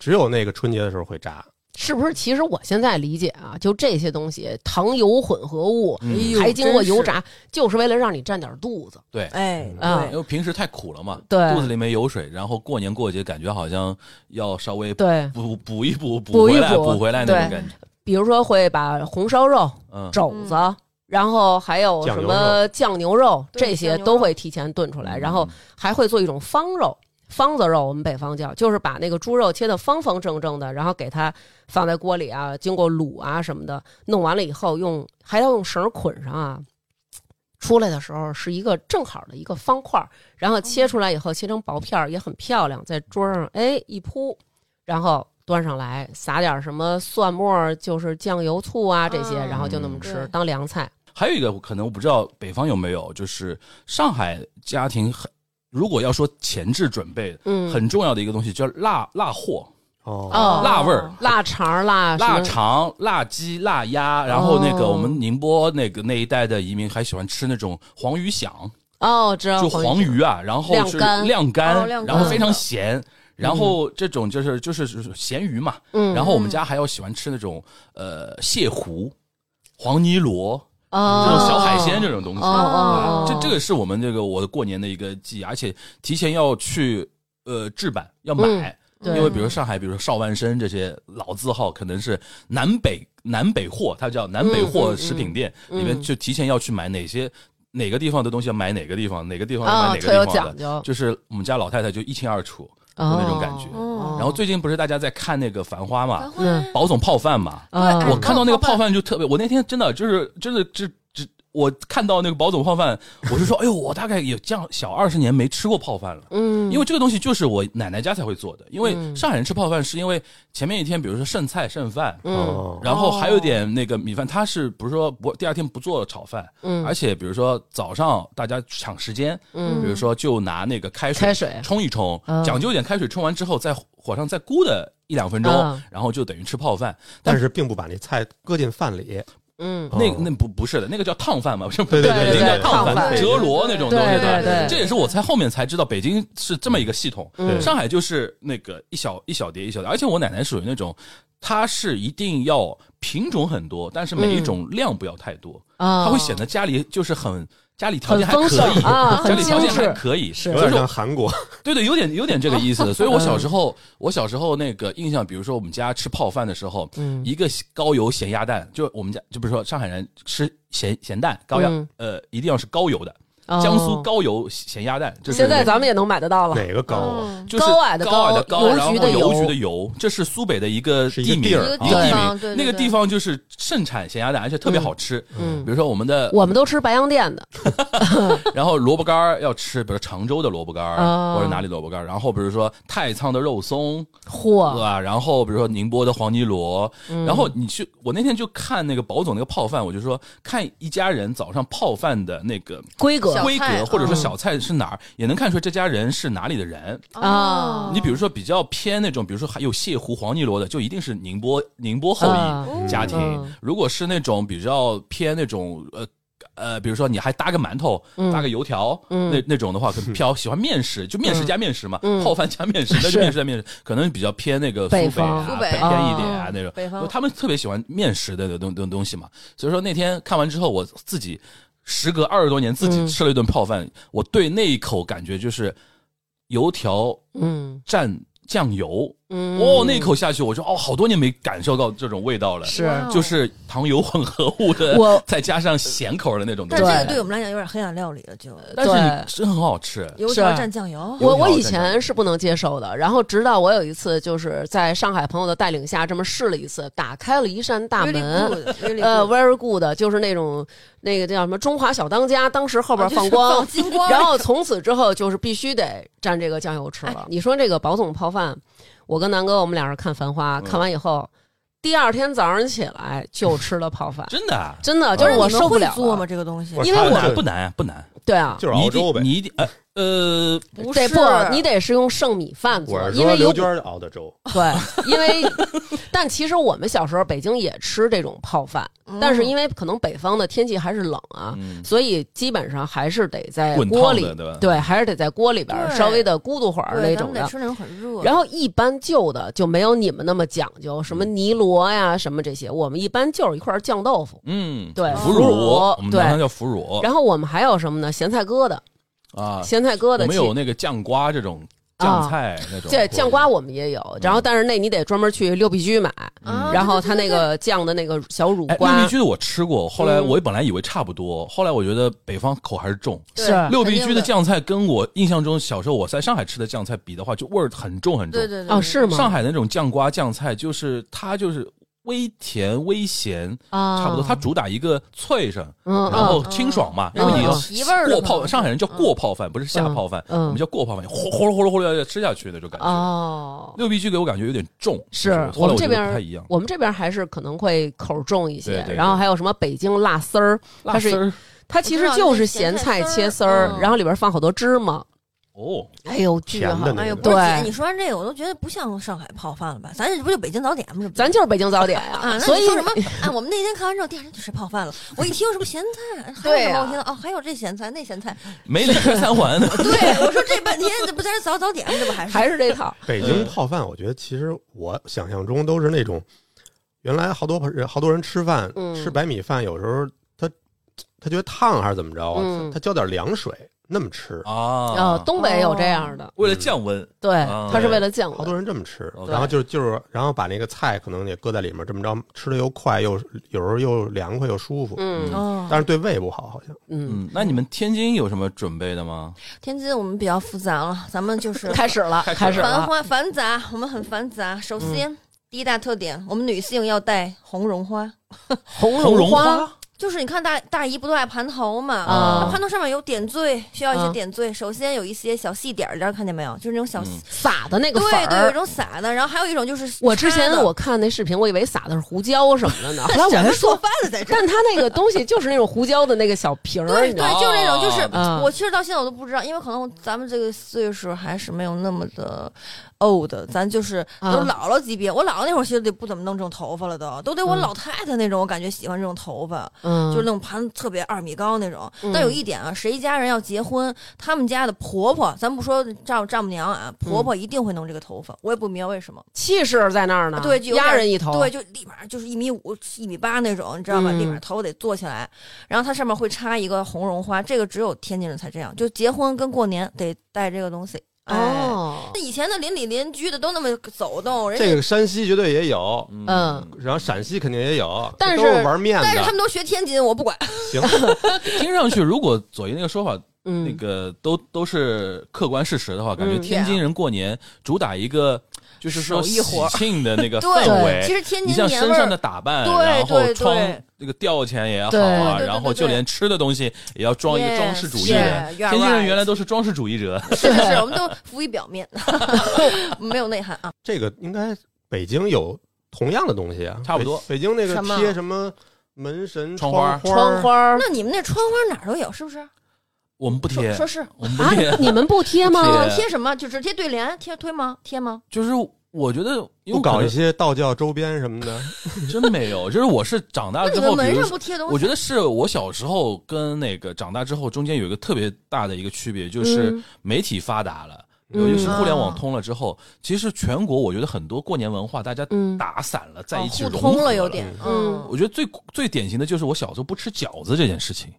Speaker 5: 只有那个春节的时候会炸。
Speaker 3: 是不是？其实我现在理解啊，就这些东西，糖油混合物，
Speaker 2: 嗯
Speaker 4: 哎呦
Speaker 3: 还经过油，
Speaker 4: 真
Speaker 3: 炸，就是为了让你占点肚子。
Speaker 2: 对
Speaker 4: 是，哎，
Speaker 3: 啊
Speaker 2: 因为平时太苦了嘛，
Speaker 3: 对
Speaker 2: 肚子里面有水，然后过年过节感觉好像要稍微
Speaker 3: 对，
Speaker 2: 补补一补，
Speaker 3: 补一
Speaker 2: 回来，
Speaker 3: 补
Speaker 2: 补回来那种
Speaker 3: 对
Speaker 2: 感觉。
Speaker 3: 比如说会把红烧肉、
Speaker 2: 嗯，
Speaker 3: 肘子，然后还有什么酱牛肉，嗯
Speaker 4: 对
Speaker 3: 这些
Speaker 4: 酱牛肉
Speaker 3: 都会提前炖出来，然后还会做一种方肉。方子肉，我们北方叫，就是把那个猪肉切得方方正正的，然后给它放在锅里啊，经过卤啊什么的，弄完了以后用还要用绳儿捆上啊，出来的时候是一个正好的一个方块儿，然后切出来以后切成薄片儿也很漂亮，在桌上哎一铺，然后端上来撒点什么蒜末儿，就是酱油、醋啊这些，
Speaker 4: 嗯
Speaker 3: 然后就那么吃
Speaker 4: 对
Speaker 3: 当凉菜。
Speaker 2: 还有一个可能我不知道北方有没有，就是上海家庭很，如果要说前置准备，
Speaker 3: 嗯，
Speaker 2: 很重要的一个东西叫辣辣货，
Speaker 5: 哦
Speaker 3: 哦
Speaker 2: 辣味儿。
Speaker 3: 腊肠儿、腊什
Speaker 2: 腊
Speaker 3: 么
Speaker 2: 肠、腊鸡、腊鸭，然后那个
Speaker 3: 哦
Speaker 2: 我们宁波那个那一带的移民还喜欢吃那种黄鱼响，
Speaker 3: 哦，知道
Speaker 2: 就
Speaker 3: 黄
Speaker 2: 黄
Speaker 3: 鱼
Speaker 2: 鱼啊，然后
Speaker 3: 晾
Speaker 2: 是
Speaker 3: 干
Speaker 2: 晾
Speaker 4: 哦
Speaker 2: 干，
Speaker 4: 晾
Speaker 2: 然后
Speaker 4: 干
Speaker 2: 非常咸。然后这种就是就是就是咸鱼嘛，
Speaker 3: 嗯
Speaker 2: 然后我们家还要喜欢吃那种呃蟹糊、黄泥螺这
Speaker 3: 哦，
Speaker 2: 种小海鲜这种东西，啊
Speaker 3: 哦哦哦，
Speaker 2: 这这个是我们这个我的过年的一个记忆，而且提前要去呃置办要
Speaker 3: 嗯
Speaker 2: 买，
Speaker 3: 对
Speaker 2: 因为比如上海，比如说邵万生这些老字号，可能是南北南北货，它叫南北货食品店、
Speaker 3: 嗯嗯嗯
Speaker 2: 里面，就提前要去买哪些哪个地方的东西要买哪个地方，哪个地方要买
Speaker 3: 啊
Speaker 2: 哪个
Speaker 3: 特有
Speaker 2: 地方
Speaker 3: 讲
Speaker 2: 的，
Speaker 3: 究，
Speaker 2: 就是我们家老太太就一清二楚。的那种感觉。
Speaker 4: 哦
Speaker 2: 然后最近不是大家在看那个《繁花》嘛，
Speaker 3: 嗯
Speaker 2: 宝总泡饭嘛，
Speaker 3: 啊
Speaker 4: 对哎
Speaker 2: 我看到那个
Speaker 4: 泡
Speaker 2: 泡
Speaker 4: 饭
Speaker 2: 饭就特别，我那天真的就是真的只只我看到那个宝总泡
Speaker 3: [LAUGHS]
Speaker 2: 饭，我是说，哎呦，我大概有这样小二十年没吃过泡饭了。
Speaker 3: 嗯，
Speaker 2: 因为这个东西就是我奶奶家才会做的，因为
Speaker 3: 嗯
Speaker 2: 上海人吃泡饭是因为前面一天，比如说剩菜剩饭，
Speaker 3: 嗯
Speaker 5: 哦，
Speaker 2: 然后还有点那个米饭，他是不是说不第二天不做炒饭，
Speaker 3: 嗯
Speaker 2: 而且比如说早上大家抢时间，
Speaker 3: 嗯
Speaker 2: 比如说就拿那个开水
Speaker 3: 开水
Speaker 2: 冲一冲，
Speaker 3: 嗯
Speaker 2: 讲究一点，开水冲完之后在火上再咕的一两分钟，
Speaker 3: 嗯
Speaker 2: 然后就等于吃泡饭。
Speaker 5: 但是并不把那菜搁进饭里。
Speaker 3: 嗯
Speaker 2: 那
Speaker 5: 哦
Speaker 2: 那不不是的，那个叫烫饭嘛，不是 [LAUGHS]
Speaker 5: 对对对
Speaker 2: 北京
Speaker 5: 对
Speaker 2: 叫
Speaker 5: 对
Speaker 2: 烫
Speaker 3: 烫
Speaker 2: 饭、
Speaker 3: 饭
Speaker 2: 折罗那种东
Speaker 3: 对
Speaker 2: 西，吧？
Speaker 3: 对嗯对
Speaker 2: 这也是我才后面才知道，北京是这么一个系统。
Speaker 5: 对
Speaker 2: 上海就是那个一小一小碟一小碟，而且我奶奶属于那种，她是一定要品种很多，但是
Speaker 3: 嗯
Speaker 2: 每一种量不要太多，
Speaker 3: 啊，
Speaker 2: 她会显得家里就是很家里条件还
Speaker 3: 很丰
Speaker 2: 可以，
Speaker 3: 盛啊
Speaker 2: 家里条件
Speaker 3: 很精
Speaker 2: 还
Speaker 3: 致
Speaker 2: 可以，
Speaker 3: 是
Speaker 5: 有
Speaker 2: 就
Speaker 5: 点
Speaker 2: 是
Speaker 5: 像韩国，
Speaker 2: 对对，有点有点这个意思的。所以我小
Speaker 3: 嗯
Speaker 2: 时候，我小时候那个印象，比如说我们家吃泡饭的时候，
Speaker 3: 嗯
Speaker 2: 一个高油咸鸭蛋，就我们家就比如说上海人吃咸咸蛋高压，
Speaker 3: 嗯
Speaker 2: 呃，一定要是高油的，
Speaker 3: 哦
Speaker 2: 江苏高油咸鸭蛋，这是
Speaker 3: 现在咱们也能买得到了。
Speaker 5: 哪个高啊？
Speaker 4: 嗯
Speaker 2: 就是
Speaker 3: 高矮的
Speaker 2: 高矮的
Speaker 3: 高
Speaker 2: 高，
Speaker 3: 邮
Speaker 2: 然后
Speaker 3: 局的邮
Speaker 2: 邮局的邮，这是苏北的一个
Speaker 5: 是一
Speaker 2: 地
Speaker 5: 个
Speaker 2: 名
Speaker 5: 地
Speaker 2: 儿，
Speaker 5: 儿
Speaker 2: 一个
Speaker 5: 一
Speaker 4: 个
Speaker 2: 地
Speaker 4: 地方
Speaker 2: 名
Speaker 4: 对
Speaker 2: 儿。
Speaker 4: 对
Speaker 2: 那个
Speaker 4: 对
Speaker 2: 地方就是盛产咸鸭蛋，而且特别好吃。
Speaker 3: 嗯
Speaker 2: 比，如说我们的，
Speaker 3: 我们都吃白洋淀的，
Speaker 2: 然后萝卜干儿要吃，比如常州的萝卜干儿，
Speaker 3: 哦
Speaker 2: 或者哪里萝卜干儿，然后比如说太仓的肉松，对
Speaker 3: 嚯，
Speaker 2: 吧？啊然后比如说宁波的黄泥螺，
Speaker 4: 嗯
Speaker 2: 然后你去，我那天就看那个宝总那个泡饭，我就说看一家人早上泡饭的那个
Speaker 3: 规格
Speaker 4: 小
Speaker 2: 规
Speaker 4: 菜
Speaker 2: 格，或者说
Speaker 4: 嗯
Speaker 2: 小菜是哪儿，也能看出来这家人是哪里的人。
Speaker 4: 哦
Speaker 3: 啊
Speaker 2: 你比如说比较偏那种，比如说还有蟹糊黄泥螺的，就一定是宁波宁波后
Speaker 3: 啊
Speaker 4: 哦
Speaker 2: 裔家庭。
Speaker 3: 嗯
Speaker 2: 如果是那种比较偏那种呃。呃，比如说你还搭个馒头，
Speaker 3: 嗯
Speaker 2: 搭个油条，那那种的话，可能比较喜欢面食， [LAUGHS] 就面食加面食嘛，泡饭加面食，但是面食加面食，可能比较偏那个苏
Speaker 3: 嗯北
Speaker 2: 北啊
Speaker 3: 方，
Speaker 4: 苏
Speaker 2: 北
Speaker 4: 北
Speaker 2: 偏一点啊
Speaker 3: 哦
Speaker 2: 那种，
Speaker 4: 北方
Speaker 2: 就他们特别喜欢面食的东东东西嘛。所以说那天看完之后，我自己时隔二十多年自己
Speaker 3: 嗯
Speaker 2: 吃了一顿泡饭，我对那一口感觉就是油条
Speaker 3: 嗯
Speaker 2: 蘸酱油，
Speaker 3: 嗯，
Speaker 2: 哦，那一口下去，我说哦，好多年没感受到这种味道了，
Speaker 3: 是
Speaker 4: 哇哦
Speaker 2: 就是糖油混合物的，
Speaker 3: 我
Speaker 2: [LAUGHS] 再加上咸口的那种东西。
Speaker 4: 但是这个
Speaker 3: 对
Speaker 4: 对我们来讲有点黑暗料理了，就
Speaker 2: 但是你真很好吃，
Speaker 4: 油
Speaker 3: 呃是啊
Speaker 4: 条蘸酱油，
Speaker 3: 嗯我我
Speaker 2: 油条
Speaker 3: 以
Speaker 2: 蘸
Speaker 3: 前是不能接受的，然后直到我有一次就是在上海朋友的带领下这么试了一次，打开了一扇大
Speaker 4: Really
Speaker 3: 门。
Speaker 4: good, really
Speaker 3: 呃
Speaker 4: good
Speaker 3: ，very good，就是那种那个叫什么中华小当家，当时后边
Speaker 4: 啊就是
Speaker 3: 放光，
Speaker 4: 放金 [LAUGHS] 光
Speaker 3: [LAUGHS] 然后从此之后就是必须得蘸这个酱油吃了。 [LAUGHS] 你说这个宝总泡饭，我跟南哥我们俩人看《繁花》，
Speaker 5: 嗯
Speaker 3: 看完以后，第二天早上起来就吃了泡饭，
Speaker 2: 真的啊，
Speaker 3: 真的就
Speaker 4: 不
Speaker 3: 是
Speaker 4: 是
Speaker 3: 我
Speaker 4: 你们
Speaker 3: 受不
Speaker 4: 会
Speaker 3: 了
Speaker 4: 做
Speaker 3: 了
Speaker 4: 吗？这个东西
Speaker 5: 我
Speaker 3: 嗯因为我
Speaker 2: 不
Speaker 5: 看
Speaker 2: 难
Speaker 5: 着
Speaker 2: 不难不难，
Speaker 3: 对啊，
Speaker 5: 就是
Speaker 2: 你一
Speaker 5: 熬粥
Speaker 2: 定
Speaker 5: 呗。
Speaker 2: 你一定呃呃，
Speaker 4: 不
Speaker 3: 得
Speaker 4: 是
Speaker 3: 不，你得是用剩米饭
Speaker 5: 啊我
Speaker 3: 做，
Speaker 5: 是
Speaker 3: 因
Speaker 5: 说
Speaker 3: 为有
Speaker 5: 刘娟儿熬的粥，
Speaker 4: [LAUGHS]
Speaker 3: 对，因为但其实我们小时候北京也吃这种泡饭，
Speaker 4: 嗯
Speaker 3: 但是因为可能北方的天气还是冷啊，
Speaker 2: 嗯
Speaker 3: 所以基本上还是得在
Speaker 2: 滚
Speaker 3: 锅
Speaker 2: 烫
Speaker 3: 里
Speaker 2: 的，对吧？
Speaker 3: 对，还是得在锅里边儿
Speaker 4: 对
Speaker 3: 稍微的咕嘟会儿
Speaker 4: 对，
Speaker 3: 那
Speaker 4: 咱
Speaker 3: 种
Speaker 4: 们得
Speaker 3: 的。
Speaker 4: 吃那种很热，
Speaker 3: 然后一般旧的就没有你们那么讲究，什
Speaker 2: 嗯
Speaker 3: 么泥螺呀，什么这些，我们一般就是一块儿酱豆腐。
Speaker 2: 嗯，
Speaker 3: 对
Speaker 2: 腐
Speaker 3: 腐乳
Speaker 2: 我们
Speaker 3: 对
Speaker 2: 南方叫腐乳
Speaker 3: 然后我们还有什么呢？咸菜疙瘩，
Speaker 2: 嗯啊，
Speaker 3: 咸菜疙瘩
Speaker 2: 我们
Speaker 3: 其，
Speaker 2: 有那个酱瓜这种酱菜那种，
Speaker 3: 这酱瓜我们也
Speaker 2: 嗯
Speaker 3: 有。然后，但是那你得专门去六必居买，
Speaker 4: 啊
Speaker 3: 然后
Speaker 4: 对对
Speaker 3: 它那
Speaker 4: 对对
Speaker 3: 个酱的那个小乳
Speaker 2: 哎，
Speaker 3: 瓜。
Speaker 2: 六必居的我吃过，后来
Speaker 3: 嗯
Speaker 2: 我本来以为差不多，后来我觉得北方口还是重，
Speaker 4: 对
Speaker 3: 是啊
Speaker 4: 肯定
Speaker 2: 六必居的酱菜跟我印象中小时候我在上海吃的酱菜比的话，就味儿很重很重。
Speaker 4: 对对对
Speaker 3: 哦，是吗？
Speaker 2: 上海那种酱瓜酱菜，就是它就是微甜微咸，
Speaker 3: 啊，
Speaker 2: 差不多。它主打一个脆声，
Speaker 3: 嗯
Speaker 2: 然后
Speaker 3: 嗯
Speaker 2: 清爽嘛，因
Speaker 3: 嗯
Speaker 2: 为你要
Speaker 3: 嗯
Speaker 4: 提味儿
Speaker 2: 过
Speaker 4: 的嘛
Speaker 2: 泡，上海人叫过泡饭，不是下
Speaker 3: 嗯
Speaker 2: 泡饭，
Speaker 3: 嗯
Speaker 2: 我们叫过泡饭，呼呼噜呼噜呼噜要吃下去那种感觉。
Speaker 3: 哦，
Speaker 2: 六必居给我感觉有点重，
Speaker 3: 是
Speaker 2: 就是后来
Speaker 3: 我
Speaker 2: 我
Speaker 3: 们
Speaker 2: 觉
Speaker 3: 这
Speaker 2: 得不
Speaker 3: 边
Speaker 2: 太一样。
Speaker 3: 我们这边还是可能会口重一些
Speaker 2: 对，对
Speaker 3: 然后还有什么北京辣丝儿，它
Speaker 2: 辣丝
Speaker 3: 是
Speaker 2: 儿
Speaker 3: 它其实就是咸菜切丝
Speaker 4: 我
Speaker 3: 儿，
Speaker 4: 知道那个咸菜丝儿
Speaker 3: 然后里边放好多芝麻，
Speaker 2: 哦，
Speaker 3: 哎呦，巨
Speaker 5: 甜
Speaker 3: 好
Speaker 5: 的那，
Speaker 4: 哎呦，
Speaker 5: 个
Speaker 4: 不是
Speaker 3: 对
Speaker 4: 姐你说完这个，我都觉得不像上海泡饭了吧？咱这不就北京早点吗？这不
Speaker 3: 咱就是北京早点
Speaker 4: 啊，
Speaker 3: 呀，
Speaker 4: 那
Speaker 3: 所以
Speaker 4: 你说什么？哎，我们那天看完之后，第二天就吃泡饭了。我一听什么咸菜，哎还有
Speaker 3: 对
Speaker 4: 什么？
Speaker 3: 啊
Speaker 4: 我听到哦，还有这咸菜那咸菜。
Speaker 2: 没理开三
Speaker 3: [LAUGHS]
Speaker 2: 环呢。
Speaker 4: 对，我说这半天这不在这早早点吗？这不还是
Speaker 3: 还是这
Speaker 2: 啊
Speaker 3: 套，
Speaker 5: 北京泡饭，我觉得其实我想象中都是那种，原来好多人好多人吃饭
Speaker 3: 嗯
Speaker 5: 吃白米饭，有时候他他觉得烫还是怎么着啊
Speaker 3: 嗯，
Speaker 5: 他浇点凉水，那么吃，
Speaker 3: 啊，
Speaker 2: 啊，
Speaker 3: 东北有这样的，
Speaker 2: 为了降温，
Speaker 3: 对
Speaker 2: 啊，
Speaker 3: 它是为了降
Speaker 5: 好
Speaker 3: 温
Speaker 5: 多。人这么吃，
Speaker 2: OK
Speaker 5: 然后就就是然后把那个菜可能也搁在里面，这么着吃的又快又有时候又凉快又舒服，
Speaker 3: 嗯
Speaker 4: 哦
Speaker 5: 但是对胃不好，好像
Speaker 3: 嗯，
Speaker 2: 嗯，那你们天津有什么准备的吗？
Speaker 4: 天津我们比较复杂了，咱们 [LAUGHS] 就是
Speaker 2: 嗯
Speaker 3: 开始了，开始
Speaker 4: 繁
Speaker 3: 了。
Speaker 4: 花繁杂，我们很繁杂。首先、
Speaker 3: 嗯
Speaker 4: 第一大特点，我们女性要戴红绒花，
Speaker 3: 红
Speaker 2: 红绒
Speaker 3: 花，
Speaker 4: 就是你看大大姨不都爱盘头嘛？
Speaker 3: 啊
Speaker 4: 盘头上面有点缀，需要一
Speaker 3: 啊
Speaker 4: 些点缀。首先有一些小细点儿，大家看见没有？就是那种小、
Speaker 2: 嗯
Speaker 3: 撒的那个
Speaker 4: 对
Speaker 3: 粉
Speaker 4: 对，有一
Speaker 3: 儿。
Speaker 4: 种撒的，然后还有一种就是
Speaker 3: 我之前
Speaker 4: 插的
Speaker 3: 我看那视频，我以为撒的是胡椒什么的呢，后来我还
Speaker 4: 做
Speaker 3: 说，
Speaker 4: 饭的在这儿。
Speaker 3: [LAUGHS] 但它那个东西就是那种胡椒的那个小瓶儿，
Speaker 4: 对
Speaker 3: 你知
Speaker 4: 对
Speaker 3: 道吗，
Speaker 4: 就是那种，就是、
Speaker 3: 啊
Speaker 4: 我其实到现在我都不知道，因为可能咱们这个岁数还是没有那么的 old，咱就是都
Speaker 3: 啊
Speaker 4: 姥姥级别。我姥姥那会儿其实得不怎么弄这种头发了都，都得我
Speaker 3: 嗯
Speaker 4: 老太太那种，我感觉喜欢这种头发，
Speaker 3: 嗯，
Speaker 4: 就是那种盘特别二米高那种。
Speaker 3: 嗯
Speaker 4: 但有一点啊，谁家人要结婚，他们家的婆婆，咱不说丈丈母娘啊，
Speaker 3: 嗯
Speaker 4: 婆婆一定会弄这个头发，我也不明白为什么。
Speaker 3: 气势在那儿呢，
Speaker 4: 对，就有点
Speaker 3: 啊压人一头，
Speaker 4: 对，，就立马就是一米五、一米八那种，你知道吧？
Speaker 3: 嗯
Speaker 4: 立马头得坐起来，然后它上面会插一个红绒花，这个只有天津人才这样，就结婚跟过年得带这个东西。哎，
Speaker 3: 哦，
Speaker 4: 那以前的邻里邻居的都那么走动，人家、
Speaker 5: 这个山西绝对也有，
Speaker 3: 嗯，
Speaker 5: 然后陕西肯定也有，
Speaker 3: 但是
Speaker 5: 都玩面
Speaker 4: 但是他
Speaker 5: 的，
Speaker 4: 们都学天津，我不管。
Speaker 5: 行，
Speaker 2: 听上去如果左一那个说法，那
Speaker 3: 嗯，
Speaker 2: 个都都是客观事实的话，感觉
Speaker 3: 嗯
Speaker 2: 天津人过年主打一个就是说
Speaker 4: 手
Speaker 2: 喜
Speaker 4: 艺活
Speaker 2: 庆的
Speaker 4: [LAUGHS]
Speaker 2: 那个氛
Speaker 4: 对，
Speaker 2: 围
Speaker 4: 其。实天
Speaker 2: 你
Speaker 4: 津
Speaker 2: 像
Speaker 4: 年
Speaker 2: 身
Speaker 4: 味
Speaker 2: 上
Speaker 4: 儿
Speaker 2: 的，打扮，
Speaker 4: 对
Speaker 2: 然后
Speaker 4: 对
Speaker 2: 装
Speaker 4: 对
Speaker 2: 那个吊钱也好
Speaker 3: 对对
Speaker 2: 啊，
Speaker 4: 对对
Speaker 2: 然后就连吃的东西也要装一个
Speaker 4: Yes，
Speaker 2: 装饰主义
Speaker 4: 是
Speaker 2: 的。天
Speaker 4: you're
Speaker 2: 津人
Speaker 4: right
Speaker 2: 原来都是装饰主义者， [LAUGHS]
Speaker 4: 是是是，我们都浮于表面， [LAUGHS] 没有内涵啊。
Speaker 5: 这个应该北京有同样的东西啊，
Speaker 2: 差不多
Speaker 5: 北北京那个
Speaker 4: 什么
Speaker 5: 贴什么门神
Speaker 2: 窗花
Speaker 5: 花
Speaker 2: 儿
Speaker 3: 窗花儿
Speaker 4: 那你们那窗花哪儿都有，是不是？
Speaker 2: 我们不
Speaker 4: 说
Speaker 2: 贴，
Speaker 4: 说是
Speaker 2: 我们不
Speaker 3: 啊
Speaker 2: 贴，，
Speaker 3: 你们不贴吗？
Speaker 2: 不
Speaker 4: 贴什么？就只贴对联，贴推吗？贴吗？
Speaker 2: [LAUGHS] 就是我觉得因为
Speaker 5: 不搞
Speaker 2: 可
Speaker 5: 一些道教周边什么
Speaker 2: [LAUGHS]
Speaker 5: 的，
Speaker 2: 能真没有，就是我是长大
Speaker 4: 那
Speaker 2: 啊之
Speaker 4: 你
Speaker 2: 后，
Speaker 4: 们
Speaker 2: 比
Speaker 4: 门
Speaker 2: 如
Speaker 4: 上
Speaker 2: 说
Speaker 4: 不贴东西？
Speaker 2: 我觉得是我小时候跟那个长大之后中间有一个特别大的一个区别，就是
Speaker 3: 嗯
Speaker 2: 媒体发达了。
Speaker 3: 嗯
Speaker 2: 尤其是互联
Speaker 4: 啊
Speaker 2: 网通了之后，其实全国我觉得很多过年文化大家
Speaker 3: 嗯
Speaker 2: 打散了，在
Speaker 4: 哦
Speaker 2: 一起
Speaker 4: 互
Speaker 2: 融合
Speaker 4: 通了有点，
Speaker 3: 嗯
Speaker 2: 我觉得最最典型的就是我小时候不吃饺子这件事情，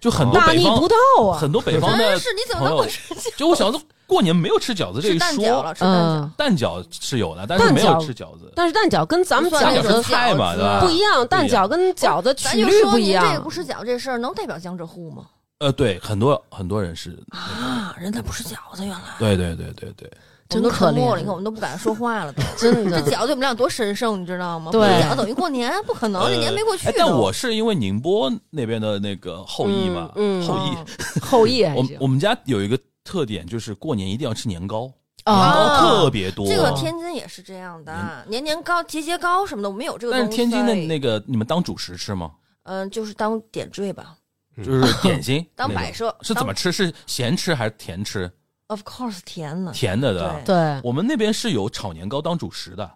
Speaker 2: 就很多
Speaker 3: 大
Speaker 2: 北
Speaker 3: 逆不
Speaker 2: 方
Speaker 3: 道啊！
Speaker 2: 很多北方
Speaker 4: 真
Speaker 2: 的
Speaker 4: 是你怎么
Speaker 2: 朋
Speaker 4: 那
Speaker 2: 友
Speaker 4: 么，吃
Speaker 2: 就我小时候过年没有吃饺子这一
Speaker 4: 蛋饺
Speaker 2: 说，
Speaker 4: 了？吃蛋
Speaker 3: 嗯
Speaker 4: 饺，
Speaker 2: 蛋饺是有的，但是没有
Speaker 3: 蛋饺
Speaker 2: 吃饺子。
Speaker 3: 但是蛋饺跟咱们
Speaker 4: 不算
Speaker 2: 蛋
Speaker 3: 饺
Speaker 2: 饺是
Speaker 4: 那种
Speaker 3: 子
Speaker 2: 菜嘛，
Speaker 4: 饺子
Speaker 2: 对吧？
Speaker 3: 不一样，蛋饺跟饺子
Speaker 4: 咱
Speaker 3: 曲
Speaker 4: 就
Speaker 3: 率
Speaker 4: 说
Speaker 3: 不一
Speaker 4: 您这个
Speaker 3: 样
Speaker 4: 不。吃饺子这事儿能代表江浙沪吗？
Speaker 2: 呃，对，很多很多人是，
Speaker 4: 啊，人家不吃饺子，原来
Speaker 2: 对对对对对。
Speaker 4: 我们都
Speaker 3: 真可
Speaker 4: 沉默
Speaker 3: 怜
Speaker 4: 了，你看我们都不敢说话了都。
Speaker 3: [LAUGHS] 真
Speaker 4: 这
Speaker 3: 的，
Speaker 4: 饺子对我们俩多神圣，你知道吗？
Speaker 3: 对
Speaker 4: 不吃饺子等于过年不可能，这年没过去
Speaker 2: 哎
Speaker 4: 呢。
Speaker 2: 但我是因为宁波那边的那个后裔嘛，
Speaker 3: 嗯嗯
Speaker 2: 后裔，
Speaker 4: 哦
Speaker 3: 后羿还
Speaker 2: 我
Speaker 3: 行
Speaker 2: 我们家有一个特点，就是过年一定要吃年糕，年
Speaker 3: 啊，
Speaker 2: 糕特别多。嗯
Speaker 4: 这个天津也是这样的，年年糕、节节糕什么的，我们有这个东
Speaker 2: 但
Speaker 4: 西。
Speaker 2: 是天津的那个你们当主食吃吗？
Speaker 4: 嗯，就是当点缀吧，
Speaker 5: 嗯
Speaker 2: 就是点心
Speaker 4: [COUGHS] 当
Speaker 2: 那种
Speaker 4: 摆设
Speaker 2: 是怎么
Speaker 4: 当
Speaker 2: 吃？是咸吃还是甜吃？
Speaker 4: ？Of course，甜呢，
Speaker 2: 甜的的。
Speaker 4: 对，
Speaker 3: 对
Speaker 2: 我们那边是有炒年糕当主食的，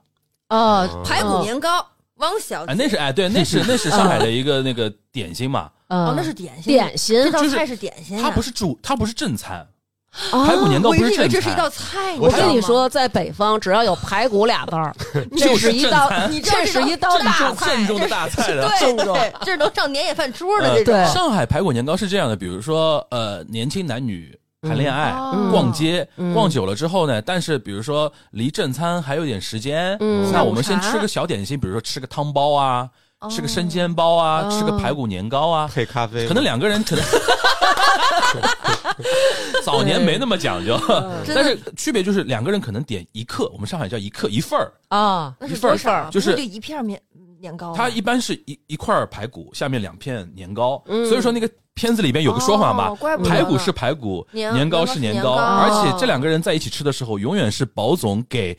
Speaker 3: 啊，
Speaker 4: 排骨年糕，汪小
Speaker 2: 哎，
Speaker 4: 姐，
Speaker 2: 那是哎，对，那是那是上海的一个那个点心
Speaker 4: [LAUGHS]
Speaker 2: 嘛，
Speaker 3: 哦
Speaker 4: 哦，那是点心，
Speaker 3: 点心
Speaker 4: 这道
Speaker 2: 就是
Speaker 4: 菜是点心呀，啊
Speaker 2: 它不是主，它不是正餐，
Speaker 3: 啊
Speaker 2: 排。骨年糕
Speaker 4: 哦我
Speaker 2: 不
Speaker 4: 一直以
Speaker 2: 正
Speaker 4: 为这是一道
Speaker 2: 餐，
Speaker 4: 菜，
Speaker 5: 我
Speaker 3: 我
Speaker 4: 知道
Speaker 3: 跟
Speaker 4: 吗
Speaker 3: 你，说，在北方，只要有排骨俩字儿，
Speaker 2: [LAUGHS]
Speaker 3: 这
Speaker 2: 就是
Speaker 3: 一
Speaker 2: 正
Speaker 3: 道
Speaker 2: 餐，
Speaker 4: 你知道
Speaker 3: 这是一道
Speaker 4: 这
Speaker 3: 大
Speaker 2: 正
Speaker 3: 菜。
Speaker 2: 正宗的大
Speaker 4: [LAUGHS]
Speaker 2: 菜了。
Speaker 4: 对
Speaker 3: 正宗
Speaker 4: 对，这能上年夜饭桌的
Speaker 2: 呃
Speaker 4: 这种。
Speaker 3: 对
Speaker 2: 上海排骨年糕是这样的，比如说呃，年轻男女谈恋爱、
Speaker 4: 嗯
Speaker 2: 逛街、
Speaker 3: 嗯
Speaker 2: 逛久了之后呢，但是比如说离正餐还有点时间，
Speaker 3: 嗯
Speaker 2: 那我们先
Speaker 4: 下午茶
Speaker 2: 吃个小点心，比如说吃个汤包啊，
Speaker 4: 哦
Speaker 2: 吃个生煎包啊，
Speaker 3: 哦
Speaker 2: 吃个排骨年糕啊，
Speaker 5: [LAUGHS] 配咖啡，
Speaker 2: 可能两个人可
Speaker 4: [LAUGHS]
Speaker 2: 能。早年没那么讲究，
Speaker 4: 真的
Speaker 2: 但是区别就是两个人可能点一克，我们上海叫一克一份儿，
Speaker 3: 啊，
Speaker 4: 那
Speaker 2: 一
Speaker 4: 是
Speaker 2: 份儿
Speaker 4: 多少啊？
Speaker 2: 就是
Speaker 4: 不就一片面年糕啊，
Speaker 2: 它一般是一一块儿排骨，下面两片年糕，
Speaker 3: 嗯
Speaker 2: 所以说那个片子里边有个说法嘛
Speaker 4: 哦怪，不得
Speaker 2: 排骨
Speaker 4: 呢
Speaker 2: 是排骨，
Speaker 4: 年
Speaker 2: 年糕
Speaker 4: 年糕
Speaker 2: 是
Speaker 4: 是
Speaker 2: 年
Speaker 4: 年
Speaker 2: 糕，
Speaker 4: 糕
Speaker 2: 而且这两个人在一起吃的时候，永远是宝总给。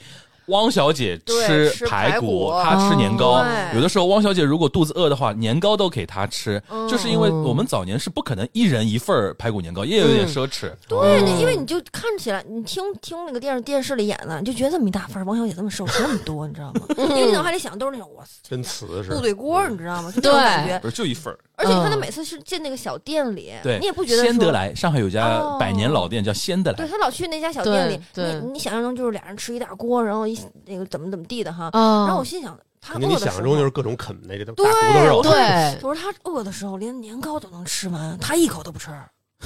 Speaker 2: 汪小姐
Speaker 4: 对吃
Speaker 2: 排
Speaker 4: 排骨
Speaker 2: 她吃年糕
Speaker 4: 哦。对
Speaker 2: 有的时候，汪小姐如果肚子饿的话，年糕都给她吃，
Speaker 4: 嗯
Speaker 2: 就是因为我们早年是不可能一人一份儿排骨年糕，也有点奢侈。
Speaker 4: 对，那
Speaker 2: 嗯
Speaker 4: 因为你就看起来，你听听那个电视电视里演的，你就觉得这么一大份儿，王小姐这么瘦，这么多，你知
Speaker 2: [LAUGHS]
Speaker 4: 道吗？因为你脑海里想的都是那种哇塞，
Speaker 5: 跟瓷似的。嗯
Speaker 4: 部队锅儿，你知道吗？就这种感觉。
Speaker 2: 不是就一份儿。
Speaker 4: 而且你看他
Speaker 3: 嗯
Speaker 4: 每次是进那个小店里，
Speaker 2: 嗯对，
Speaker 4: 你也不觉得
Speaker 2: 仙
Speaker 4: 说
Speaker 2: 得来，上海有家
Speaker 4: 哦
Speaker 2: 百年老店叫仙得来
Speaker 4: 对，他老去那家小店里，
Speaker 3: 对对
Speaker 4: 你你想象中就是俩人吃一大锅，然后一那个怎么怎么地的
Speaker 2: 哦
Speaker 4: 哈。
Speaker 3: 啊，
Speaker 4: 然后我心想，他
Speaker 5: 肯
Speaker 4: 饿
Speaker 5: 定你
Speaker 4: 的时
Speaker 5: 想
Speaker 4: 候，
Speaker 5: 象中就是各种啃那个大骨
Speaker 4: 对
Speaker 5: 头肉，
Speaker 4: 我说
Speaker 3: 对
Speaker 4: 我说他饿的时候连年糕都能吃完，他一口都不吃。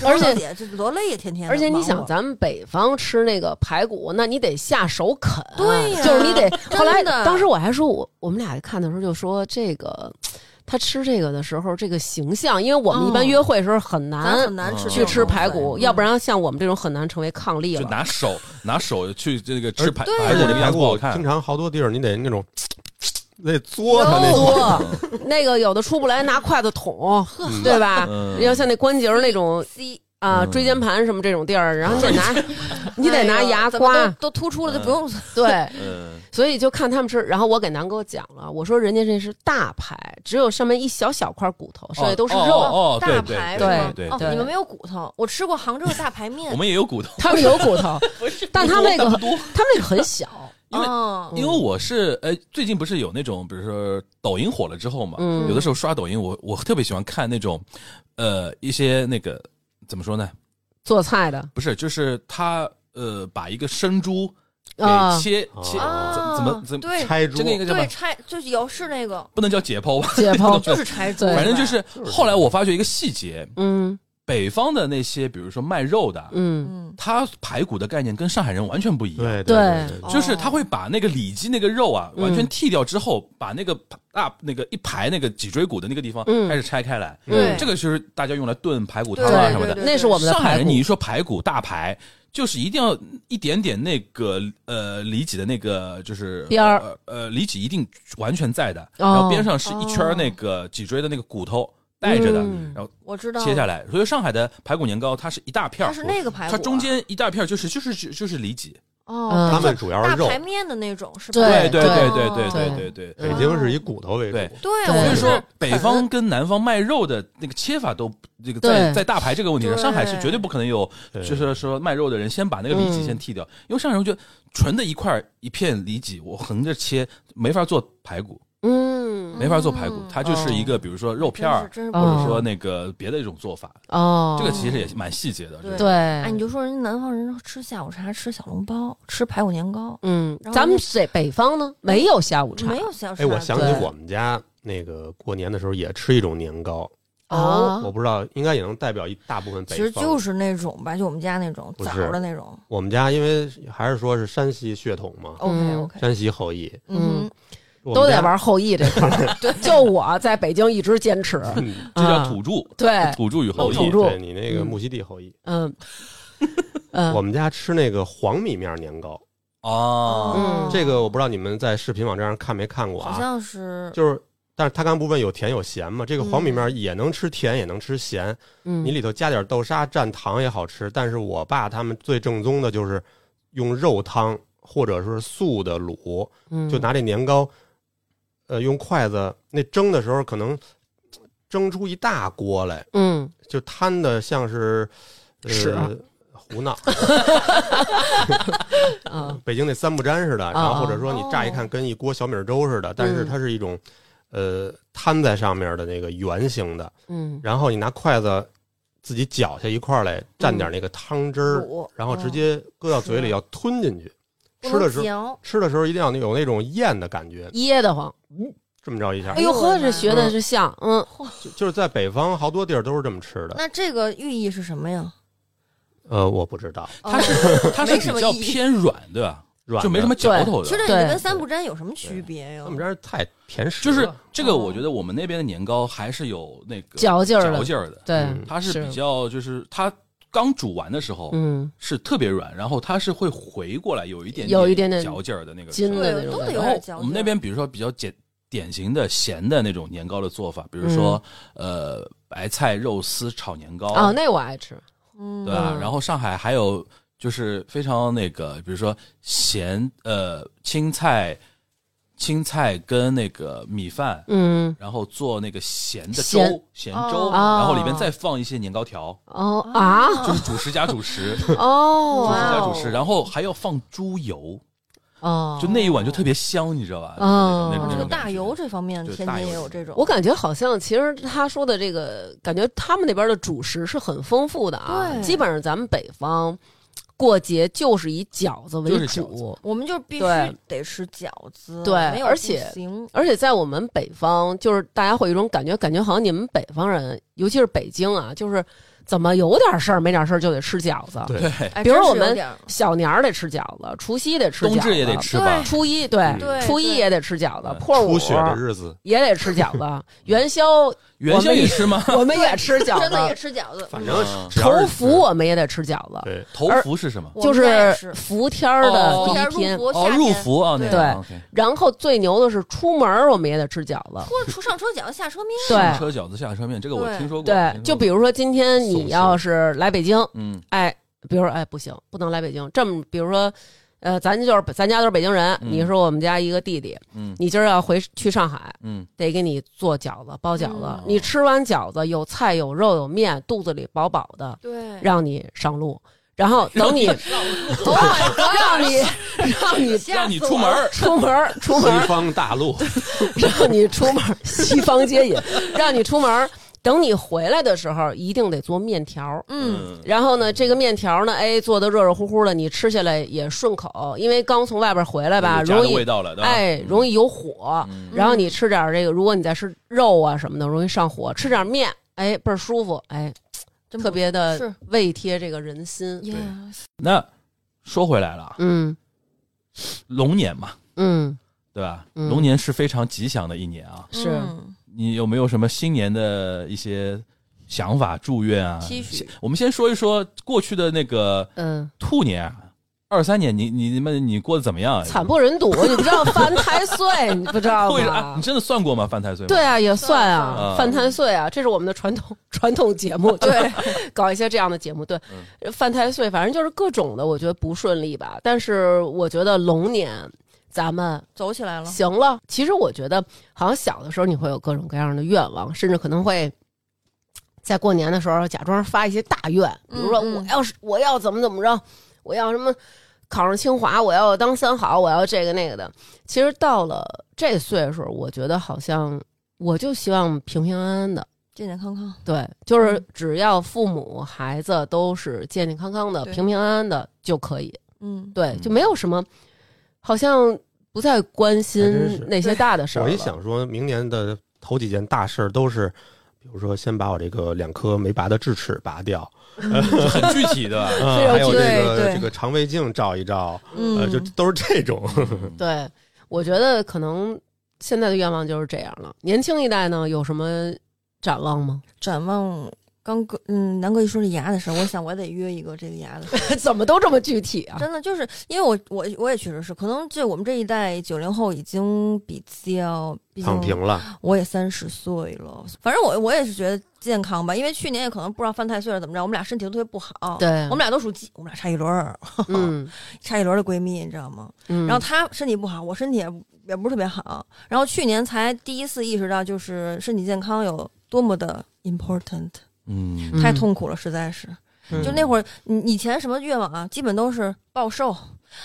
Speaker 3: 而且
Speaker 6: 姐这罗勒也天天的
Speaker 3: 而且你
Speaker 6: 忙
Speaker 3: 想，
Speaker 6: 活，
Speaker 3: 咱们北方吃那个排骨，那你得下手啃，
Speaker 4: 对呀
Speaker 3: 就是你得。
Speaker 4: 真
Speaker 3: 后来
Speaker 4: 的
Speaker 3: 当时我还说，我我们俩看的时候就说这个，他吃这个的时候这个形象，因为我们一般
Speaker 4: 嗯
Speaker 3: 约会的时候很
Speaker 6: 咱
Speaker 3: 难
Speaker 6: 很难吃这
Speaker 2: 嗯
Speaker 3: 去
Speaker 6: 种
Speaker 3: 吃
Speaker 6: 东西
Speaker 3: 排骨，要不然像我们这种很难成为抗力
Speaker 2: 就
Speaker 3: 了。
Speaker 2: 拿手拿手去哎这个吃排
Speaker 4: 对啊
Speaker 2: 排
Speaker 5: 而
Speaker 2: 骨
Speaker 5: 且
Speaker 2: 那个
Speaker 5: 这排
Speaker 2: 样子不好
Speaker 5: 骨
Speaker 2: 看
Speaker 5: 经。常好多地儿你得那种得嘬它那种。
Speaker 3: 多，那个有的出不来，拿筷子捅，对吧？
Speaker 2: 嗯
Speaker 3: 要像那关节儿那种
Speaker 4: C，
Speaker 3: 啊，
Speaker 2: 嗯
Speaker 3: 椎间盘什么这种地儿，然后你得拿，你得
Speaker 4: 哎
Speaker 3: 拿牙刮，
Speaker 4: 都突出了就不用
Speaker 3: 对，
Speaker 2: 嗯，
Speaker 3: 所以就看他们吃。然后我给南哥讲了，我说人家这是大排，只有上面一小小块骨头，剩下都是
Speaker 2: 哦
Speaker 3: 肉。
Speaker 2: 哦哦，对
Speaker 4: [LAUGHS] 大排
Speaker 2: 对
Speaker 4: 是吗
Speaker 2: 对
Speaker 4: 哦
Speaker 3: 对，
Speaker 4: 你们没有骨头，我吃过杭州的大排面
Speaker 2: 呃我，们也有骨头，
Speaker 3: 他们有
Speaker 2: [LAUGHS]
Speaker 3: 骨头，但他们那个
Speaker 2: 不多
Speaker 3: 他们那个很
Speaker 2: [LAUGHS]
Speaker 3: 小。
Speaker 2: 因为
Speaker 3: 嗯
Speaker 4: 哦
Speaker 2: 因为我是呃，最近不是有那种，比如说抖音火了之后嘛，
Speaker 3: 嗯
Speaker 2: 有的时候刷抖音，我我特别喜欢看那种，呃，一些那个怎么说呢？
Speaker 3: 做菜的
Speaker 2: 不是，就是他呃，把一个生猪给
Speaker 3: 啊
Speaker 2: 切、切，
Speaker 4: 啊
Speaker 2: 怎么怎么
Speaker 4: 对
Speaker 5: 拆猪
Speaker 2: 就那个叫什
Speaker 4: 对
Speaker 2: 么？
Speaker 4: 拆就是有是那个
Speaker 2: 不能叫解剖吧？
Speaker 3: 解剖，
Speaker 4: 就是拆猪，
Speaker 3: 对
Speaker 2: 反正就是后来我发觉一个细节，
Speaker 3: 嗯
Speaker 2: 北方的那些比如说卖肉的，
Speaker 3: 嗯，
Speaker 4: 嗯
Speaker 2: 他排骨的概念跟上海人完全不一样。
Speaker 5: 对
Speaker 3: 对
Speaker 5: 对，
Speaker 2: 就是他会把那个里脊那个肉啊，
Speaker 3: 嗯
Speaker 2: 完全剃掉之后，把那个啊那个一排那个脊椎骨的那个地方
Speaker 3: 嗯
Speaker 2: 开始拆开来。
Speaker 4: 对
Speaker 2: 这个就是大家用来炖排骨汤
Speaker 4: 对
Speaker 2: 啊
Speaker 4: 对
Speaker 2: 什么的。
Speaker 4: 对
Speaker 3: 那是我们的
Speaker 2: 上海
Speaker 3: 排
Speaker 2: 人，
Speaker 3: 骨
Speaker 2: 你一说排骨大排，就是一定要一点点那个呃里脊的那个就是
Speaker 3: 边儿
Speaker 2: 呃呃里脊一定完全在的，
Speaker 3: 哦
Speaker 2: 然后边上是一圈儿那个脊椎的那个骨头带着的，
Speaker 3: 嗯
Speaker 2: 然后
Speaker 4: 我知道
Speaker 2: 切下来。所以上海的排骨年糕它是一大片
Speaker 4: 它
Speaker 2: 儿，
Speaker 4: 是那个排骨啊，
Speaker 2: 它中间一大片儿就是就是就是就是里脊。
Speaker 4: 哦，
Speaker 5: 他
Speaker 4: 它
Speaker 5: 们
Speaker 4: 是
Speaker 5: 主要
Speaker 4: 大
Speaker 5: 是肉，
Speaker 4: 排面的那种是吧？
Speaker 3: 嗯对
Speaker 2: 对
Speaker 3: 对
Speaker 2: 对对
Speaker 3: 对
Speaker 2: 对对对。
Speaker 5: 北京是以骨头为主。
Speaker 2: 对
Speaker 4: 对，
Speaker 3: 对
Speaker 4: 我
Speaker 2: 所以
Speaker 4: 是
Speaker 2: 说，北方
Speaker 4: 啃
Speaker 2: 跟南方卖肉的那个切法都这个在
Speaker 3: 对
Speaker 2: 在大排这个问题上，
Speaker 4: 对
Speaker 2: 上海是绝对不可能有，
Speaker 5: 对
Speaker 2: 就是说卖肉的人先把那个里脊先剃掉，因为上海人觉得纯的一块一片里脊，我横着切没法做排骨，
Speaker 3: 嗯
Speaker 2: 没法做排骨，它就是一个比如说肉片儿，
Speaker 4: 真是真是
Speaker 3: 哦
Speaker 4: 不
Speaker 2: 或
Speaker 4: 是
Speaker 2: 者说那个别的一种做法，
Speaker 3: 哦，
Speaker 2: 这个其实也蛮细节的。
Speaker 4: 对
Speaker 2: 就是
Speaker 3: 对，
Speaker 4: 哎，你就说人家南方人吃下午茶，吃小笼包，吃排骨年糕，
Speaker 3: 嗯
Speaker 4: 然，后
Speaker 3: 咱们这北方呢没有下午茶，啊
Speaker 4: 没有下午茶。
Speaker 5: 哎，我想起
Speaker 3: 对
Speaker 5: 我们家那个过年的时候也吃一种年糕，
Speaker 3: 啊
Speaker 5: 我不知道，应该也能代表一大部分北
Speaker 4: 其
Speaker 5: 方。
Speaker 4: 实就是那种吧，就我们家那种
Speaker 5: 不
Speaker 4: 枣
Speaker 5: 是
Speaker 4: 儿的那种。
Speaker 5: 我们家，因为还是说是山西血统
Speaker 3: 嗯
Speaker 5: 嘛，
Speaker 4: OK OK，
Speaker 5: 山西后裔，
Speaker 4: 嗯
Speaker 5: 我们
Speaker 3: 都得
Speaker 5: 家
Speaker 3: 玩后羿这块儿，
Speaker 2: [LAUGHS]
Speaker 3: 就我在北京一直坚持，
Speaker 4: [LAUGHS]
Speaker 2: 这
Speaker 3: 啊
Speaker 2: 叫土著，
Speaker 3: 对，
Speaker 2: 土著与后
Speaker 3: 土
Speaker 2: 裔
Speaker 3: 著。
Speaker 5: 嗯对你那个
Speaker 3: 嗯
Speaker 5: 木樨地后裔，
Speaker 3: 嗯嗯，
Speaker 5: 我们家吃那个黄米面年糕，
Speaker 4: 哦
Speaker 2: 啊，
Speaker 3: 嗯
Speaker 5: 这个我不知道你们在视频网站上看没看过
Speaker 4: 好
Speaker 5: 啊？
Speaker 4: 像是嗯
Speaker 5: 就是，但是他刚不问有甜有咸嘛？这个黄米面也能吃甜，也能吃咸，
Speaker 3: 嗯
Speaker 5: 你里头加点豆沙蘸糖也好吃。但是我爸他们最正宗的就是用肉汤或者说是素的卤，
Speaker 3: 嗯
Speaker 5: 就拿这年糕，呃，用筷子那蒸的时候可能蒸出一大锅来，
Speaker 3: 嗯
Speaker 5: 就摊的像是呃
Speaker 3: 屎啊
Speaker 5: 胡闹，
Speaker 3: 啊
Speaker 5: 北京那三不沾似的，然
Speaker 3: 啊
Speaker 5: 后或者说你乍一看跟一锅小米粥似的，但是
Speaker 3: 嗯
Speaker 5: 它是一种呃摊在上面的那个圆形的，
Speaker 3: 嗯
Speaker 5: 然后你拿筷子自己搅下一块儿来，蘸
Speaker 3: 嗯
Speaker 5: 点那个汤汁
Speaker 3: 哦
Speaker 5: 儿，
Speaker 4: 卤，
Speaker 5: 然后直接搁到嘴里
Speaker 3: 啊
Speaker 4: 是
Speaker 5: 要吞进去，
Speaker 4: 不
Speaker 5: 吃的
Speaker 4: 能
Speaker 5: 时候。
Speaker 4: 嚼。
Speaker 5: 吃的时候一定要有那种咽的感觉，
Speaker 3: 噎得慌，
Speaker 5: 这么着一下
Speaker 3: 哎，呦呵，这学的是像嗯
Speaker 5: 就就是在北方好多地儿都是这么吃的。
Speaker 4: 那这个寓意是什么呀？
Speaker 5: 呃，我不知道，
Speaker 2: 它是
Speaker 4: 哦
Speaker 2: 它是
Speaker 4: 没什
Speaker 2: 比
Speaker 4: 么
Speaker 2: 较
Speaker 4: 意义
Speaker 2: 偏软，对吧？
Speaker 5: 软
Speaker 2: 就没什么
Speaker 5: 的。
Speaker 2: 嚼头的。
Speaker 4: 其实这
Speaker 3: 对
Speaker 4: 你跟三不沾有什么区别呀
Speaker 5: 他？们这儿太甜食
Speaker 2: 就
Speaker 5: 了，
Speaker 2: 是这个，
Speaker 4: 哦
Speaker 2: 我觉得我们那边的年糕还是有那个
Speaker 3: 嚼劲儿
Speaker 2: 嚼
Speaker 3: 了，
Speaker 2: 劲儿的，
Speaker 3: 对
Speaker 5: 嗯，
Speaker 2: 它是比较就是它刚煮完的时候
Speaker 3: 嗯
Speaker 2: 是特别软，然后它是会回过来有一点
Speaker 3: 有一点点
Speaker 2: 嚼劲儿的那个
Speaker 3: 筋的那
Speaker 4: 对
Speaker 3: 种
Speaker 4: 都
Speaker 3: 感觉
Speaker 4: 得有
Speaker 2: 然
Speaker 5: 哦
Speaker 4: 点
Speaker 2: 后
Speaker 4: 嚼
Speaker 2: 我们
Speaker 4: 劲
Speaker 2: 那
Speaker 4: 儿
Speaker 2: 边比如说比较简典型的咸的那种年糕的做法，比如说呃白菜肉丝炒年糕，
Speaker 3: 嗯哦，那我爱吃，
Speaker 4: 嗯，
Speaker 2: 对吧
Speaker 3: 嗯？
Speaker 2: 然后上海还有就是非常那个，比如说咸呃青菜。青菜跟那个米饭，
Speaker 3: 嗯
Speaker 2: 然后做那个咸的
Speaker 3: 咸
Speaker 2: 粥，咸粥，
Speaker 4: 哦
Speaker 2: 然后里面再放一些年糕条，
Speaker 3: 哦啊
Speaker 2: 就是主食加主
Speaker 3: [LAUGHS]
Speaker 2: 食，主
Speaker 3: 哦
Speaker 2: 食
Speaker 3: 哇
Speaker 2: 加
Speaker 4: 哇
Speaker 2: 主食，然后还要放猪油，
Speaker 3: 哦，
Speaker 2: 就那一碗就特别香，你知道吧？
Speaker 3: 哦
Speaker 2: 就是那种
Speaker 4: 哦
Speaker 2: 那
Speaker 4: 这
Speaker 2: 种
Speaker 4: 个
Speaker 2: 感觉
Speaker 4: 大油这方面，
Speaker 2: 对
Speaker 4: 天
Speaker 2: 大
Speaker 4: 津
Speaker 2: 油
Speaker 4: 也有
Speaker 2: 这
Speaker 4: 这种。
Speaker 3: 我感觉好像，其实他说的这个，感觉他们那边的主食是很丰富的啊。
Speaker 4: 对
Speaker 3: 基本上咱们北方过节就是以饺子
Speaker 2: 就
Speaker 3: 为
Speaker 2: 是饺
Speaker 3: 主，
Speaker 4: 我们就是必须
Speaker 3: 对
Speaker 4: 得吃饺子，
Speaker 3: 对
Speaker 4: 没有
Speaker 3: 而
Speaker 4: 不
Speaker 3: 且
Speaker 4: 行，
Speaker 3: 而且在我们北方，就是大家会有一种感觉，感觉好像你们北方人，尤其是北京啊，就是怎么有点事儿没点事儿就得吃饺子？
Speaker 5: 对
Speaker 2: 对，
Speaker 4: 哎
Speaker 3: 比如
Speaker 4: 真是
Speaker 3: 我
Speaker 4: 有
Speaker 3: 们
Speaker 4: 点儿
Speaker 3: 小年儿得吃饺子，除夕得吃饺子，
Speaker 2: 冬至也得吃吧？
Speaker 3: 初一对，
Speaker 4: 对
Speaker 3: 初一
Speaker 4: 对
Speaker 3: 也得吃饺子
Speaker 2: 嗯，
Speaker 3: 破五
Speaker 5: 出血的日子，
Speaker 3: 也得吃饺子，元宵
Speaker 2: 元宵也吃吗？
Speaker 3: 我们也
Speaker 4: [LAUGHS]
Speaker 3: 吃饺
Speaker 4: 真的也
Speaker 3: 子，
Speaker 4: 吃饺子，
Speaker 5: 反
Speaker 4: 嗯
Speaker 5: 正
Speaker 2: 嗯 [LAUGHS]
Speaker 5: 只要
Speaker 3: 头
Speaker 5: 是
Speaker 3: 伏我们也得吃饺子，
Speaker 5: 对
Speaker 2: 头伏是什么？
Speaker 3: 就
Speaker 4: 我们家也
Speaker 3: 是
Speaker 4: 是
Speaker 3: 伏天儿的
Speaker 2: 哦
Speaker 3: 第
Speaker 4: 要
Speaker 3: 一
Speaker 4: 入
Speaker 3: 天。
Speaker 4: 伏
Speaker 2: 哦，
Speaker 4: 夏
Speaker 2: 入
Speaker 4: 天
Speaker 2: 伏啊，那
Speaker 3: 对
Speaker 2: 个 OK。
Speaker 3: 然后最牛的是出门儿我们也得吃饺子，
Speaker 4: 或者出上车饺子下车面，
Speaker 3: 对
Speaker 2: 上车饺子，下车面，这个我
Speaker 4: 对
Speaker 2: 听说过。
Speaker 3: 对，
Speaker 2: 听说
Speaker 3: 就
Speaker 2: 过
Speaker 3: 比如说今天你要是来北京，
Speaker 2: 嗯，
Speaker 3: 哎，比如说哎不行，不能来北京，这么比如说。呃，咱就是咱家都是北京人，
Speaker 2: 嗯
Speaker 3: 你是我们家一个弟弟，
Speaker 2: 嗯
Speaker 3: 你今儿要回去上海，
Speaker 2: 嗯，
Speaker 3: 得给你做饺子、包饺子。
Speaker 4: 嗯
Speaker 3: 你吃完饺子，有菜有肉有面，肚子里饱饱的，
Speaker 4: 对，
Speaker 3: 让你上路。然后等你， [LAUGHS] 让你让你
Speaker 2: 让你出门儿，
Speaker 3: 出门儿出门儿
Speaker 5: 西方大陆，
Speaker 2: [LAUGHS]
Speaker 3: 让你出门儿，西方接引，让你出门儿。等你回来的时候，一定得做面条儿。
Speaker 4: 嗯，
Speaker 3: 然后呢，这个面条儿呢，哎，做的热热乎乎的，你吃下来也顺口，因为刚从外边回来
Speaker 2: 嗯
Speaker 3: 吧，
Speaker 2: 有家的嗯
Speaker 3: 容易
Speaker 2: 味道了，对吧？
Speaker 3: 哎，容
Speaker 2: 易
Speaker 3: 易有火。然后你吃点儿这个，如果你再吃肉啊什么的，容易上火。吃点儿面，哎，倍儿舒服，哎，
Speaker 4: 真
Speaker 3: 特别
Speaker 2: 嗯
Speaker 3: 的
Speaker 4: 是
Speaker 3: 胃贴这个人心。
Speaker 4: 呀，
Speaker 2: 那说回来了啊，
Speaker 3: 嗯
Speaker 2: 龙年嘛，
Speaker 3: 嗯，
Speaker 2: 对吧？
Speaker 3: 嗯
Speaker 2: 龙年是非常吉祥的一年啊。
Speaker 3: 是
Speaker 4: 嗯
Speaker 2: 你有没有什么新年的一些想法、祝愿啊？
Speaker 4: 期许
Speaker 5: 嗯
Speaker 2: 先我们先说一说过去的那个
Speaker 3: 嗯，
Speaker 2: 兔年啊，二三年，你你你们你过得怎么样啊？
Speaker 3: 惨不忍睹，你不知道犯太岁，你不知
Speaker 2: [LAUGHS]
Speaker 3: 道
Speaker 2: 会啊？
Speaker 3: 吗
Speaker 2: 你？真的算过吗？犯太岁？
Speaker 3: 对，啊，也算
Speaker 4: 算
Speaker 2: 算
Speaker 3: 啊，犯太岁啊，这是我们的传统 [LAUGHS] 传统节目，对，搞一些这样的节目，对，犯太岁，反正就是各种的，我觉得不顺利吧。但是我觉得龙年咱们
Speaker 4: 走起来了，
Speaker 3: 行了，其实我觉得，好像小的时候你会有各种各样的愿望，甚至可能会在过年的时候假装发一些大愿，比如说
Speaker 4: 嗯嗯
Speaker 3: 我要是我要怎么怎么着，我要什么考上清华，我要当三好，我要这个那个的。其实到了这岁数，我觉得好像我就希望平平安安的。
Speaker 4: 健健康康，
Speaker 3: 对，就是
Speaker 4: 嗯
Speaker 3: 只要父母孩子都是健健康康的、
Speaker 4: 对
Speaker 3: 平平安安的就可以。
Speaker 4: 嗯，
Speaker 3: 对，
Speaker 2: 嗯
Speaker 3: 就没有什么，好像不再关
Speaker 5: 真
Speaker 3: 心
Speaker 5: 是
Speaker 3: 那些大的事儿
Speaker 5: 我
Speaker 3: 了。
Speaker 5: 一想说明年的头几件大事儿都是，比如说先把我这个两颗没拔的智齿拔掉，。
Speaker 2: 就很具体的
Speaker 5: 啊
Speaker 3: 非常
Speaker 5: 还有这
Speaker 4: 对
Speaker 5: 个
Speaker 4: 对
Speaker 5: 这个肠胃镜照一照，
Speaker 3: 嗯
Speaker 5: 呃，就都是这种。
Speaker 3: [LAUGHS] 对，我觉得可能现在的愿望就是这样了。年轻一代呢，有什么展望
Speaker 4: [LAUGHS]
Speaker 3: 吗？
Speaker 4: 展望。刚哥，嗯，南哥一说这牙的事儿，我想我得约一个这个牙的事儿。
Speaker 3: 怎么都这么具体啊？
Speaker 4: [LAUGHS] 真的就是因为我我我也确实是，可能就我们这一代九零后已经比较，毕
Speaker 5: 躺平
Speaker 4: 竟
Speaker 5: 了，
Speaker 4: 我也三十岁了。反正我我也是觉得健康吧，因为去年也可能不知道犯太岁了怎么着，我们俩身体都特别不好。
Speaker 3: 对，
Speaker 4: 我们俩都属鸡，我们俩差一轮儿， [LAUGHS]
Speaker 3: 嗯
Speaker 4: 差一轮儿的闺蜜，你知道吗？
Speaker 3: 嗯，
Speaker 4: 然后她身体不好，我身体也不也不是特别好。然后去年才第一次意识到，就是身体健康有多么的 important，
Speaker 2: 嗯，
Speaker 3: 嗯
Speaker 4: 太痛苦了，实在是。
Speaker 3: 嗯
Speaker 4: 就那会儿，你以前什么愿望啊，基本都是暴瘦、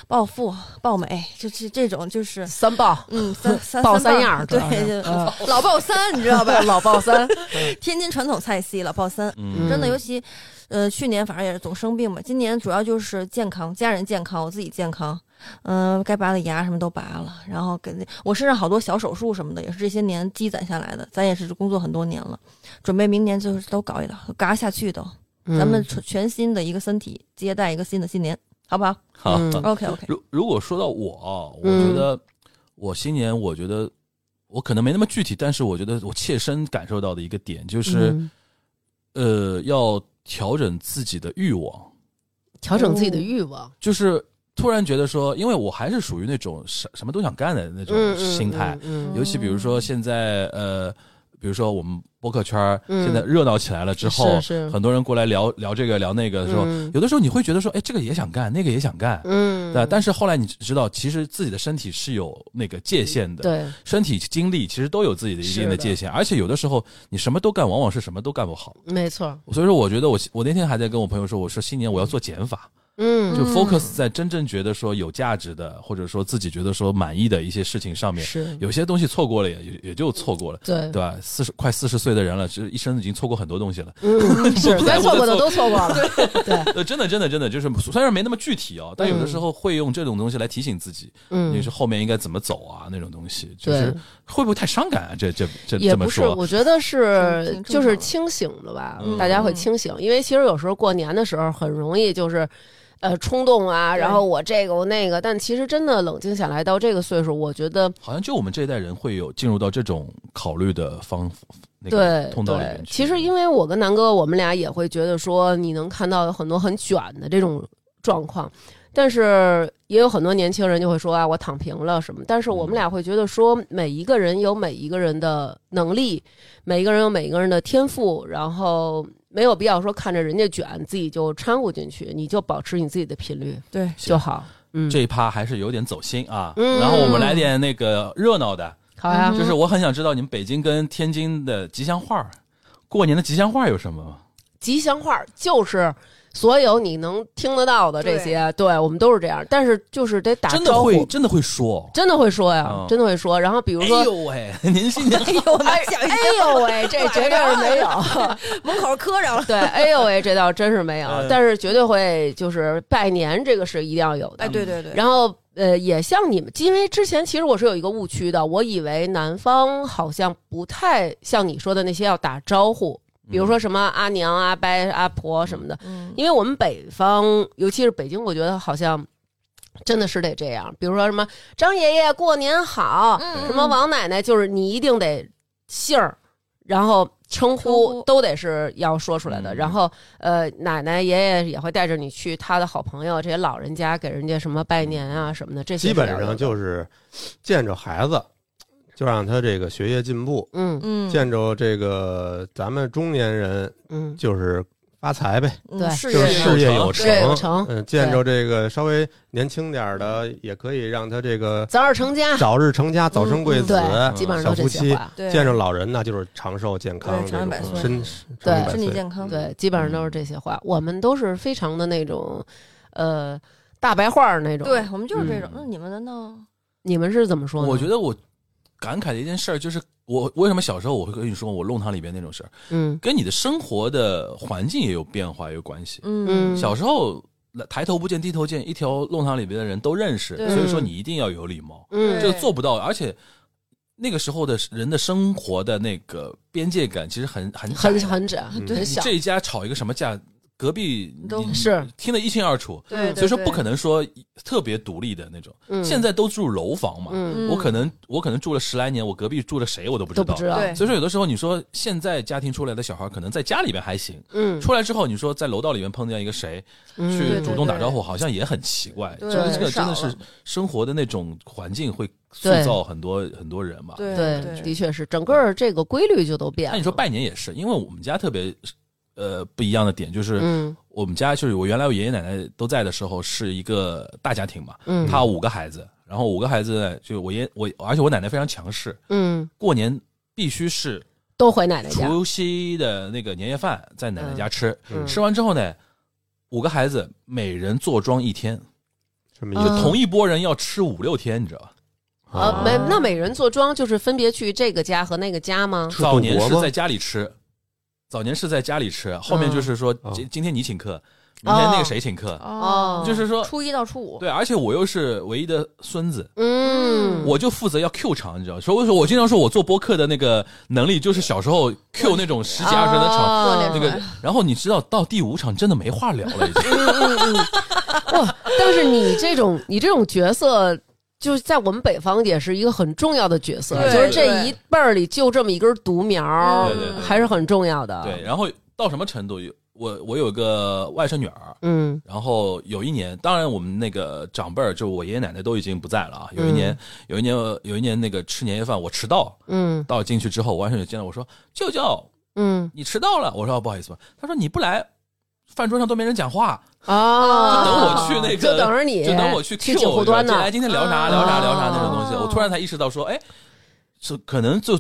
Speaker 4: 暴富、暴美，就是这种，
Speaker 3: [LAUGHS]
Speaker 4: 就是
Speaker 3: 三抱
Speaker 4: 嗯，三
Speaker 3: [LAUGHS]
Speaker 4: 三
Speaker 3: 抱
Speaker 4: 三
Speaker 3: 三
Speaker 4: 棒
Speaker 3: 样儿，主
Speaker 4: 对
Speaker 3: 要是，
Speaker 4: 就
Speaker 3: 嗯
Speaker 4: 老 [LAUGHS] 暴三，你
Speaker 3: [LAUGHS]
Speaker 4: 知道吧？
Speaker 3: 老抱三，
Speaker 4: [LAUGHS] 天津传统菜系老暴三，
Speaker 2: 嗯
Speaker 4: 真的，
Speaker 3: 嗯
Speaker 4: 尤其呃，去年反正也是总生病嘛，今年主要就是健康，家人健康，我自己健康，嗯、该拔的牙什么都拔了，然后给那我身上好多小手术什么的，也是这些年积攒下来的，咱也是工作很多年了，准备明年就是都搞一搞，嘎下去都，
Speaker 3: 嗯
Speaker 4: 咱们全全新的一个身体接待一个新的新年，好不好
Speaker 2: 好。
Speaker 3: 嗯
Speaker 4: ？OK
Speaker 3: [LAUGHS]
Speaker 4: OK，
Speaker 2: 如如果说到我，我
Speaker 3: 嗯
Speaker 2: 觉得我新年，我觉得我可能没那么具体，但是我觉得我切身感受到的一个点就是，
Speaker 3: 嗯
Speaker 2: 呃，要调整自己的欲望，
Speaker 3: 调整自己的欲望，
Speaker 2: 就是突然觉得说，因为我还是属于那种什什么都想干的那种
Speaker 3: 嗯
Speaker 2: 心态，，
Speaker 3: 嗯嗯
Speaker 2: 尤其比如说现在呃，比如说我们播客圈儿
Speaker 3: 嗯
Speaker 2: 现在热闹起来了之后，
Speaker 3: 是是
Speaker 2: 很多人过来聊聊这个聊那个的时候，
Speaker 3: 嗯
Speaker 2: 有的时候你会觉得说，哎，这个也想干，那个也想干。
Speaker 3: 嗯，
Speaker 2: 对，但是后来你知道，其实自己的身体是有那个界限的，
Speaker 3: 对
Speaker 2: 身体精力其实都有自己的一定的界限，而且有的时候你什么都干，往往是什么都干不好。
Speaker 3: 没错，
Speaker 2: 所以说，我觉得我我那天还在跟我朋友说，我说新年我要做减法，
Speaker 3: 嗯
Speaker 2: 就
Speaker 4: 嗯
Speaker 2: focus 在真正觉得说有价值的，或者说自己觉得说满意的一些事情上面。
Speaker 3: 是，
Speaker 2: 有些东西错过了也也也就错 [LAUGHS] 过了，
Speaker 3: 对
Speaker 2: 对吧？四十快四十岁的人了，其实一生已经错过很多东西了。
Speaker 3: 嗯，是
Speaker 2: 不在
Speaker 3: 该
Speaker 2: 乎
Speaker 3: 错
Speaker 2: 的
Speaker 3: 过的
Speaker 2: 错
Speaker 3: 都错过了，对，
Speaker 2: 呃，真的真的真的，就是虽然没那么具体哦，但有的时候会用这种东西来提醒自己，
Speaker 3: 嗯，
Speaker 2: 就是后面应该怎么走啊那种东西，就
Speaker 3: 对
Speaker 2: 是会不会太伤感啊？这这这
Speaker 3: 也
Speaker 2: 这么
Speaker 3: 不是，
Speaker 2: 说，
Speaker 3: 我觉得
Speaker 4: 挺
Speaker 3: 是
Speaker 4: 挺正
Speaker 3: 就是
Speaker 4: 常的
Speaker 3: 清醒的吧，
Speaker 2: 嗯
Speaker 3: 大家会清醒，因为其实有时候过年的时候很容易就是。呃，冲动啊，然后我这个我那个，但其实真的冷静下来，到这个岁数，我觉得
Speaker 2: 好像就我们这一代人会有进入到这种考虑的方那个
Speaker 3: 对
Speaker 2: 通道里面
Speaker 3: 对。
Speaker 2: 去。
Speaker 3: 其实因为我跟南哥，我们俩也会觉得说，你能看到有很多很卷的这种状况，但是也有很多年轻人就会说啊，我躺平了什么。但是我
Speaker 2: 嗯
Speaker 3: 们俩会觉得说，每一个人有每一个人的能力，每一个人有每一个人的天赋，然后没有必要说看着人家卷，自己就掺和进去，你就保持你自己的频率
Speaker 4: 对，
Speaker 2: 是
Speaker 3: 就好。嗯，
Speaker 2: 这一趴还是有点走心啊，
Speaker 3: 嗯
Speaker 2: 然后我们来点那个热闹的，
Speaker 3: 好呀
Speaker 4: 嗯，
Speaker 2: 就是我很想知道你们北京跟天津的吉祥话儿，过年的吉祥话儿有什么吗？
Speaker 3: 吉祥话就是。所有你能听得到的这些，对我们都是这样，但是就是得打
Speaker 2: 真的
Speaker 3: 招呼
Speaker 2: 会真的会说，
Speaker 3: 真的会说呀，
Speaker 2: 嗯
Speaker 3: 真的会说。然后比如说，
Speaker 2: 哎呦喂， [LAUGHS] 您新年
Speaker 4: 哎呦，我
Speaker 3: 哎
Speaker 4: 想一下
Speaker 3: 哎呦喂，这绝对是没有。 [LAUGHS]
Speaker 4: 门口磕着了。
Speaker 3: 对，哎呦喂，这倒真是没有，
Speaker 2: 嗯
Speaker 3: 但是绝对会就是拜年这个是一定要有的。
Speaker 4: 哎，对对对，
Speaker 3: 然后呃，也像你们，因为之前其实我是有一个误区的，我以为南方好像不太像你说的那些要打招呼，比
Speaker 2: 嗯
Speaker 3: 如说什么阿娘、阿伯、阿婆什么的，
Speaker 4: 嗯，
Speaker 3: 因为我们北方，尤其是北京，我觉得好像真的是得这样。比如说什么张爷爷过年好，
Speaker 4: 嗯
Speaker 3: 什么王奶奶，就是你一定得姓儿，然后称呼
Speaker 4: 称呼
Speaker 3: 都得是要说出来的。
Speaker 2: 嗯
Speaker 3: 然后呃，奶奶爷爷也会带着你去他的好朋友这些老人家给人家什么拜年啊什么的，这些
Speaker 5: 嗯基本
Speaker 3: 是要有
Speaker 5: 上
Speaker 3: 的
Speaker 5: 就是见着孩子就让他这个学业进步，
Speaker 3: 嗯
Speaker 4: 嗯，
Speaker 5: 见着这个咱们中年人
Speaker 3: 嗯
Speaker 5: 就是发财呗，
Speaker 4: 嗯
Speaker 3: 对
Speaker 4: 是
Speaker 5: 就是
Speaker 4: 这样
Speaker 5: 事业有
Speaker 3: 事业有成
Speaker 5: 嗯，见着这个稍微年轻点儿的，也可以让他这个
Speaker 3: 早日成家，
Speaker 5: 早日成家、早生贵
Speaker 3: 嗯对
Speaker 5: 子。，
Speaker 3: 基本上
Speaker 5: 小
Speaker 3: 都这
Speaker 5: 夫
Speaker 3: 些
Speaker 5: 妻
Speaker 3: 话。
Speaker 4: 对
Speaker 5: 见着老人呢，就是长寿健康，
Speaker 4: 对长命百
Speaker 5: 这种
Speaker 4: 岁
Speaker 5: 身
Speaker 3: 对
Speaker 5: 长命百
Speaker 4: 身体
Speaker 5: 岁
Speaker 4: 健康，
Speaker 3: 对，基本上都是这些话。我们都是非常的那种，呃，大白话儿那种。
Speaker 4: 对，我们就是这种
Speaker 2: 嗯。
Speaker 4: 那你们的呢？
Speaker 3: 你们是怎么说呢？
Speaker 2: 我觉，得我感慨的一件事儿就是，我为什么小时候我会跟你说我弄堂里边那种事儿，
Speaker 3: 嗯
Speaker 2: 跟你的生活的环境也有变化有关系。
Speaker 3: 嗯，
Speaker 2: 小时候抬头不见低头见，一条弄堂里边的人都认识，
Speaker 4: 对
Speaker 2: 所以说你一定要有礼貌，
Speaker 3: 嗯，
Speaker 2: 这
Speaker 4: 对
Speaker 2: 个做不到。而且那个时候的人的生活的那个边界感其实很很窄的
Speaker 3: 很很窄，
Speaker 5: 嗯
Speaker 3: 很
Speaker 2: 你
Speaker 3: 小
Speaker 2: 这，一家吵一个什么架，隔壁你
Speaker 4: 都
Speaker 3: 是
Speaker 2: 听得一清二楚。
Speaker 4: 对，
Speaker 2: 所以说不可
Speaker 4: 能。
Speaker 2: 能说特别独立的那种，
Speaker 3: 嗯
Speaker 2: 现在都住楼房嘛，
Speaker 3: 嗯
Speaker 2: 我可能我可能住了十来年，我隔壁住了谁我都不知
Speaker 3: 都
Speaker 2: 道。
Speaker 3: 不知道，
Speaker 4: 对
Speaker 2: 所以说有的时候你说现在家庭出来的小孩，可能在家里边还行，
Speaker 3: 嗯，
Speaker 2: 出来之后你说在楼道里面碰见一个谁
Speaker 3: 嗯
Speaker 2: 去
Speaker 4: 对
Speaker 2: 主动打招呼，好像也很奇怪。
Speaker 4: 对
Speaker 2: 就是这个真的
Speaker 4: 少
Speaker 2: 是
Speaker 4: 了
Speaker 2: 生活的那种环境会塑
Speaker 3: 对
Speaker 2: 造很多很多人嘛。
Speaker 4: 对
Speaker 3: 对，
Speaker 4: 对
Speaker 3: 的确是，整个这个规律就都变
Speaker 2: 那
Speaker 3: 了。
Speaker 2: 你说拜年也是，因为我们家特别呃不一样的点就是。
Speaker 3: 嗯
Speaker 2: 我们家就是我原来我爷爷奶奶都在的时候是一个大家庭嘛，
Speaker 3: 嗯
Speaker 2: 他五个孩子，然后五个孩子呢就我爷我，而且我奶奶非常强势，
Speaker 3: 嗯，
Speaker 2: 过年必须是
Speaker 3: 都回奶奶家，
Speaker 2: 除夕的那个年夜饭在奶奶家吃，
Speaker 3: 嗯
Speaker 2: 吃完之后呢，五个孩子每人坐庄一天，
Speaker 5: 这么一
Speaker 3: 嗯
Speaker 5: 个啊
Speaker 2: 同一拨人要吃五六天，你知道吧？
Speaker 3: 呃，
Speaker 2: 啊
Speaker 3: 每那每人坐庄就是分别去这个家和那个家吗？
Speaker 5: 吃
Speaker 2: 早
Speaker 5: 赌
Speaker 2: 年
Speaker 5: 博
Speaker 2: 是
Speaker 5: 吗
Speaker 2: 在？家里吃，早年是在家里吃，后面就是说
Speaker 5: 嗯
Speaker 2: 今、今天你请客，明天那个谁请客，
Speaker 3: 哦
Speaker 2: 就是说
Speaker 4: 初一到初五，
Speaker 2: 对，而且我又是唯一的孙子，
Speaker 3: 嗯，
Speaker 2: 我就负责要 Q 场，你知道？所以说我经常说我做播客的那个能力，就是小时候 Q 那种十几二十的场，
Speaker 3: 哦
Speaker 2: 那
Speaker 4: 那
Speaker 2: 个，然后你知道到第五场真的没话聊了，已经。
Speaker 3: 嗯哇！但是你这种你这种角色，就是在我们北方也是一个很重要的角色，
Speaker 4: 对
Speaker 3: 就是这一辈儿里就这么一根独苗儿
Speaker 2: 对对对，
Speaker 3: 还是很重要的。
Speaker 2: 对，，然后到什么程度？有我我有个外甥女儿，
Speaker 3: 嗯
Speaker 2: 然后有一年，当然我们那个长辈儿，就我爷爷奶奶都已经不在了啊。有一年，有一年，有一年那个吃年夜饭，我迟到，
Speaker 3: 嗯
Speaker 2: 到进去之后，我外甥女见到我说：“舅舅，
Speaker 3: 嗯
Speaker 2: 你迟到了。”我说啊：“不好意思吧。”他说：“你不来，饭桌上都没人讲话，
Speaker 3: 啊，
Speaker 2: 就等我去那个
Speaker 3: 就等着你，
Speaker 2: 就等我去 Q
Speaker 3: 去九户端
Speaker 2: 对吧
Speaker 3: 呢啊
Speaker 2: 哎，。今天聊啥聊啥聊啥
Speaker 3: 哦
Speaker 2: 那种东西。”我突然才意识到说：“哎，是可能就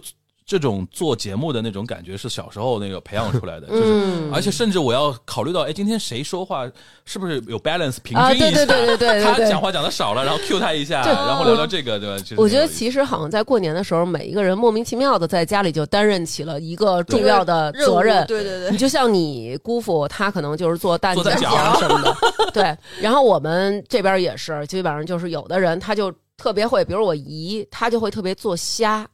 Speaker 2: 这种做节目的那种感觉是小时候那个培养出来的，就是。
Speaker 3: 嗯，
Speaker 2: 而且甚至我要考虑到，哎，今天谁说话是不是有 balance 平均一下？
Speaker 3: 啊对对对对对对
Speaker 2: [LAUGHS]
Speaker 3: 对
Speaker 2: 他讲话讲的少了，然后 Q 他一下，
Speaker 3: 对
Speaker 2: 然后聊聊这个，对吧？其实
Speaker 3: 我觉
Speaker 2: 挺
Speaker 3: 得
Speaker 2: 有意思
Speaker 3: 其实好像在过年的时候，每一个人莫名其妙的在家里就担任起了一个重要的
Speaker 4: 任务
Speaker 3: 责任。
Speaker 4: 对对对
Speaker 3: 你，就像你姑父，他可能就是做蛋
Speaker 2: 做蛋
Speaker 3: 饺
Speaker 2: 饺啊
Speaker 3: 什么的， [LAUGHS] 对。然后我们这边也是，基本上就是有的人他就特别会，比如我姨，她就会特别做虾，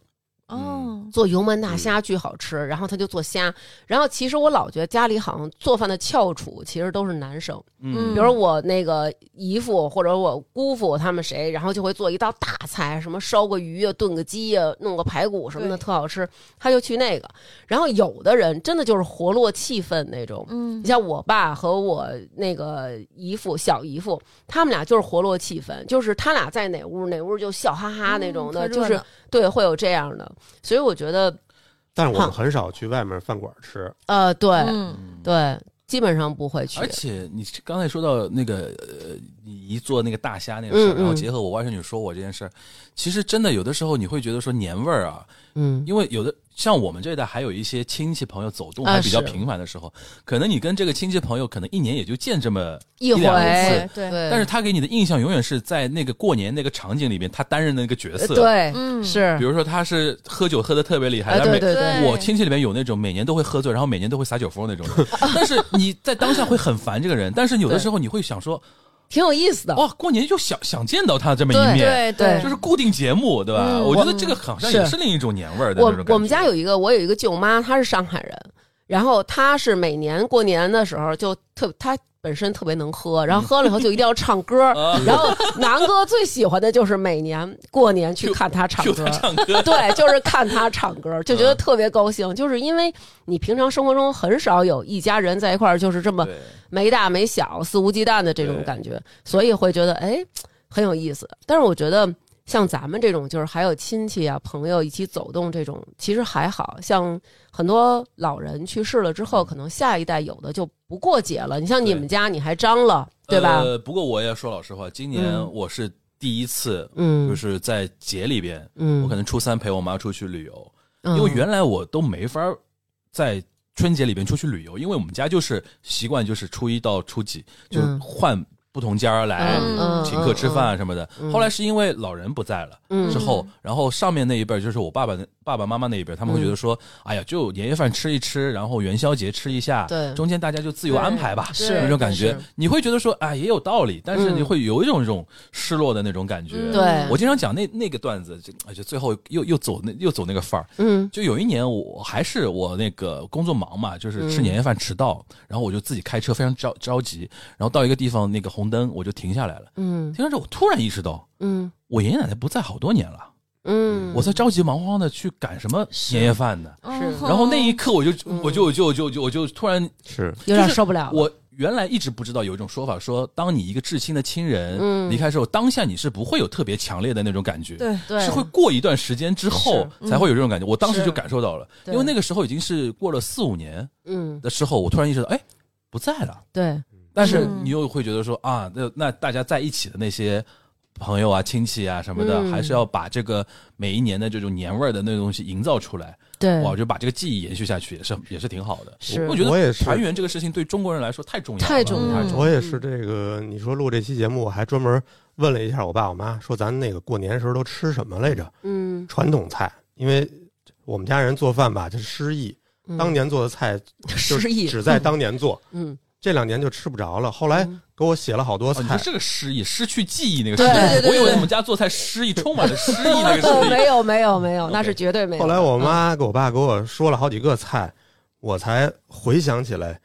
Speaker 4: 哦，
Speaker 3: 做油焖大虾巨好吃，然后他就做虾。然后其实我老觉得家里好像做饭的翘楚其实都是男生，
Speaker 2: 嗯
Speaker 3: 比如我那个姨父或者我姑父他们谁，然后就会做一道大菜，什么烧个鱼啊、炖个鸡啊、弄个排骨什么的，
Speaker 4: 对
Speaker 3: 特好吃。他就去那个。然后有的人真的就是活络气氛那种。
Speaker 4: 嗯
Speaker 3: 你像我爸和我那个姨父、小姨父，他们俩就是活络气氛，就是他俩在哪屋哪屋就笑哈哈那种的，
Speaker 4: 嗯特热
Speaker 3: 就是
Speaker 4: 闹
Speaker 3: 对会有这样的。所以我觉得，
Speaker 5: 但是我们很少去外面饭馆吃，
Speaker 3: 呃，对、
Speaker 4: 嗯
Speaker 3: 对，基本上不会去
Speaker 2: 而。且你刚才说到那个呃，你一做那个大虾那个事儿，
Speaker 3: 嗯嗯
Speaker 2: 然后结合我外甥女说我这件事儿，其实真的有的时候你会觉得说年味儿啊，
Speaker 3: 嗯，
Speaker 2: 因为有的像我们这一代还有一些亲戚朋友走动
Speaker 3: 啊
Speaker 2: 还比较
Speaker 3: 是
Speaker 2: 频繁的时候，可能你跟这个亲戚朋友可能一年也就见这么
Speaker 3: 一
Speaker 2: 一
Speaker 3: 回
Speaker 2: 两次
Speaker 3: 哎。
Speaker 4: 对对，
Speaker 3: 对，
Speaker 2: 但是他给你的印象永远是在那个过年那个场景里面，他担任的那个角
Speaker 3: 呃
Speaker 2: 色。，
Speaker 3: 对，
Speaker 4: 嗯
Speaker 3: 是
Speaker 2: 比，如说他是喝酒喝的特别厉害，
Speaker 3: 哎
Speaker 2: 他每
Speaker 3: 对对对，
Speaker 4: 对
Speaker 2: 我亲戚里面有那种每年都会喝醉，然后每年都会撒酒疯那种
Speaker 3: [LAUGHS]
Speaker 2: 人，但是你在当下会很烦这个人，但是有的时候你会想说，
Speaker 3: 挺有意思的。
Speaker 2: 哇，过年就想想见到他这么一面，
Speaker 4: 对对，
Speaker 2: 就是固定节目，对吧？
Speaker 4: 嗯
Speaker 2: 我觉得这个好像也
Speaker 3: 是
Speaker 2: 是另一种年味儿的那种
Speaker 3: 我
Speaker 2: 感觉
Speaker 3: 我们家有一个，我有一个舅妈，她是上海人，然后她是每年过年的时候就特她。本身特别能喝，然后喝了以后就一定要唱歌，
Speaker 2: [LAUGHS] 啊
Speaker 3: 然后南哥最喜欢的就是每年过年去看
Speaker 2: [LAUGHS]
Speaker 3: 他唱
Speaker 2: Q
Speaker 3: 歌
Speaker 2: 他，唱歌，啊
Speaker 3: 对，就是看他唱歌，就觉得特别高兴，就是因为你平常生活中很少有一家人在一块儿，就是这么
Speaker 2: 对
Speaker 3: 没大没小、肆无忌惮的这种
Speaker 2: 对
Speaker 3: 感觉，所以会觉得哎很有意思。但是我觉得像咱们这种，就是还有亲戚啊、朋友一起走动这种，其实还好像很多老人去世了之
Speaker 2: 嗯
Speaker 3: 后，可能下一代有的就不过节了。你像你们家，你还张了， [LAUGHS] 对吧？
Speaker 2: 呃，不过我也说老实话，今年
Speaker 3: 嗯
Speaker 2: 我是第一次，
Speaker 3: 嗯，
Speaker 2: 就是在节里边，
Speaker 3: 嗯，
Speaker 2: 我可能初三陪我妈出去旅游，
Speaker 3: 能
Speaker 2: 因为原来我都没法儿在春节里边出去旅游，因为我们家就是习惯就是初一到初几就
Speaker 3: 嗯
Speaker 2: 换不同家儿来
Speaker 4: 嗯
Speaker 2: 请客吃饭，啊什么的。
Speaker 3: 嗯
Speaker 2: 后来是因为老人不在了。
Speaker 3: 嗯
Speaker 2: 之后，然后上面那一辈儿就是我爸爸那、爸爸妈妈那一辈儿，他们会
Speaker 3: 嗯
Speaker 2: 觉得说，哎呀，就年夜饭吃一吃，然后元宵节吃一下，
Speaker 3: 对
Speaker 2: 中间大家就自由
Speaker 4: 对
Speaker 2: 安排吧，
Speaker 3: 是
Speaker 2: 那种感觉
Speaker 3: 是。
Speaker 2: 你会觉得说，哎，也有道理，但是
Speaker 3: 嗯
Speaker 2: 你会有一种这种失落的那种感觉。
Speaker 4: 嗯
Speaker 3: 对
Speaker 2: 我经常讲那那个段子，就哎就最后又又走那又走那个范儿，
Speaker 3: 嗯
Speaker 2: 就有一年，我还是我那个工作忙嘛，就是吃
Speaker 3: 嗯
Speaker 2: 年夜饭迟到，然后我就自己开车，非常着着急，然后到一个地方那个红灯，我就停下来了。
Speaker 3: 嗯
Speaker 2: 停下来之后，我突然意识到，
Speaker 3: 嗯
Speaker 2: 我爷爷奶奶不在好多年了，
Speaker 3: 嗯，
Speaker 2: 我在着急忙慌的去赶什么
Speaker 3: 是
Speaker 2: 年夜饭呢？
Speaker 3: 是啊
Speaker 2: 然后那一刻，我就
Speaker 3: 嗯
Speaker 2: 我就就就就我就突然，
Speaker 5: 是
Speaker 3: 有点受不了了，
Speaker 2: 我原来一直不知道有一种说法，说当你一个至亲的亲人
Speaker 3: 嗯
Speaker 2: 离开之后，当下你是不会有特别强烈的那种感觉，
Speaker 4: 对
Speaker 3: 对
Speaker 2: 是会过一段时间之后
Speaker 4: 是嗯
Speaker 2: 才会有这种感觉。我当时
Speaker 3: 是
Speaker 2: 就感受到了，因
Speaker 3: 对
Speaker 2: 为那个时候已经是过了四五年
Speaker 3: 嗯
Speaker 2: 的时候，我突然意识到，哎，不在了。
Speaker 3: 对
Speaker 2: 但是
Speaker 4: 嗯
Speaker 2: 你又会觉得说啊，那那大家在一起的那些朋友啊、亲戚啊什么的，
Speaker 3: 嗯
Speaker 2: 还是要把这个每一年的这种年味儿的那个东西营造出来，
Speaker 3: 对
Speaker 2: 哇，就把这个记忆延续下去，也是也是挺好的。
Speaker 3: 是
Speaker 2: 我我觉得
Speaker 5: 我也是
Speaker 2: 团圆这个事情对中国人来说太重要了，嗯
Speaker 3: 太重
Speaker 4: 要
Speaker 3: 要
Speaker 4: 了
Speaker 3: 了，
Speaker 5: 我也是这个，你说录这期节目，我还专门问了一下我爸我妈，说咱那个过年时候都吃什么来着？
Speaker 3: 嗯，
Speaker 5: 传统菜，因为我们家人做饭吧，就是失忆，
Speaker 3: 嗯
Speaker 5: 当年做的菜就
Speaker 3: 失忆
Speaker 5: 只在当年做，
Speaker 3: 嗯，
Speaker 5: 这两年就吃不着了。后来
Speaker 3: 嗯
Speaker 5: 给我写了好多
Speaker 2: 哦，你说
Speaker 5: 菜，
Speaker 2: 这个失忆、失去记忆那个失
Speaker 3: 对
Speaker 2: 忆，
Speaker 4: 对对
Speaker 2: 我以为
Speaker 4: 对
Speaker 2: 我们家做菜失忆，充满了失忆
Speaker 3: [LAUGHS]
Speaker 2: 那个
Speaker 3: 哦
Speaker 2: 失忆。
Speaker 3: 没有没有没有，
Speaker 2: OK
Speaker 3: 那是绝对没有。
Speaker 5: 后来我妈给我爸给我说了好几个菜，我才回想起来，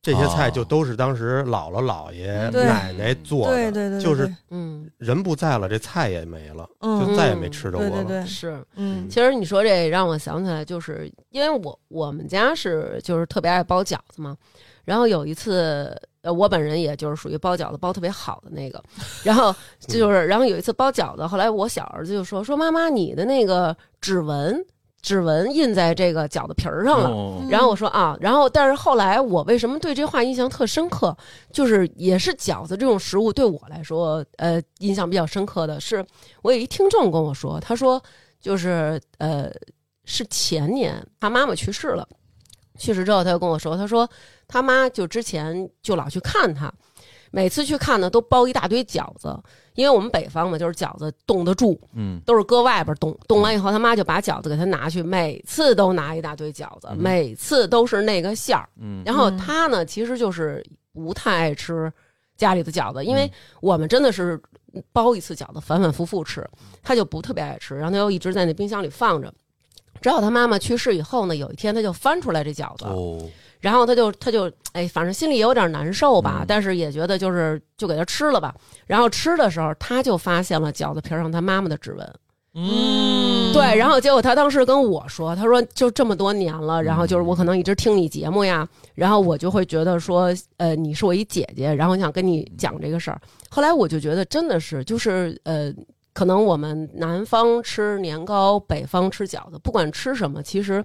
Speaker 5: 这些菜
Speaker 2: 哦
Speaker 5: 就都是当时姥姥姥爷
Speaker 4: 对
Speaker 5: 奶奶做的，
Speaker 4: 对对对，
Speaker 5: 就是
Speaker 3: 嗯
Speaker 5: 人不在了，这菜也没了，就
Speaker 4: 嗯，
Speaker 5: 再也没吃着
Speaker 4: 对
Speaker 5: 过
Speaker 4: 对
Speaker 5: 了。
Speaker 4: 对，
Speaker 3: 是，
Speaker 4: 嗯
Speaker 3: 其实你说这让我想起来，就是因为我我们家是就是特别爱包饺子嘛，然后有一次，呃，我本人也就是属于包饺子包特别好的那个，然后就是然后有一次包饺子，后来我小儿子就说说妈妈你的那个指纹指纹印在这个饺子皮儿上了，
Speaker 2: 哦
Speaker 3: 然后我说啊，然后但是后来我为什么对这话印象特深刻？就是也是饺子这种食物对我来说，呃，印象比较深刻的是，我有一听众跟我说，他说就是呃，是前年，他妈妈去世了。去世之后，他就跟我说，他说他妈就之前就老去看他，每次去看呢都包一大堆饺子，因为我们北方嘛，就是饺子冻得住，
Speaker 2: 嗯，
Speaker 3: 都是搁外边冻，冻完以后他妈就把饺子给他拿去，每次都拿一大堆饺子，
Speaker 2: 嗯
Speaker 3: 每次都是那个馅儿。
Speaker 2: 嗯
Speaker 3: 然后
Speaker 4: 嗯
Speaker 3: 他呢，其实就是不太爱吃家里的饺子，因为
Speaker 2: 嗯
Speaker 3: 我们真的是包一次饺子反反复复吃，他就不特别爱吃，然后他又一直在那冰箱里放着。直到他妈妈去世以后呢，有一天他就翻出来这饺
Speaker 5: 啊
Speaker 3: 子，
Speaker 2: 哦，
Speaker 3: 然后他就他就哎，反正心里也有点难受吧，
Speaker 2: 嗯
Speaker 3: 但是也觉得就是就给他吃了吧。然后吃的时候，他就发现了饺子皮儿上他妈妈的指纹。
Speaker 2: 嗯，
Speaker 3: 对，然后结果他当时跟我说，他说就这么多年了，然后就是
Speaker 2: 嗯
Speaker 3: 我可能一直听你节目呀，然后我就会觉得说，呃，你是我一姐姐，然后我想跟你讲这个事儿。后来我就觉得真的是，就是呃，可能我们南方吃年糕，北方吃饺子，不管吃什么，其实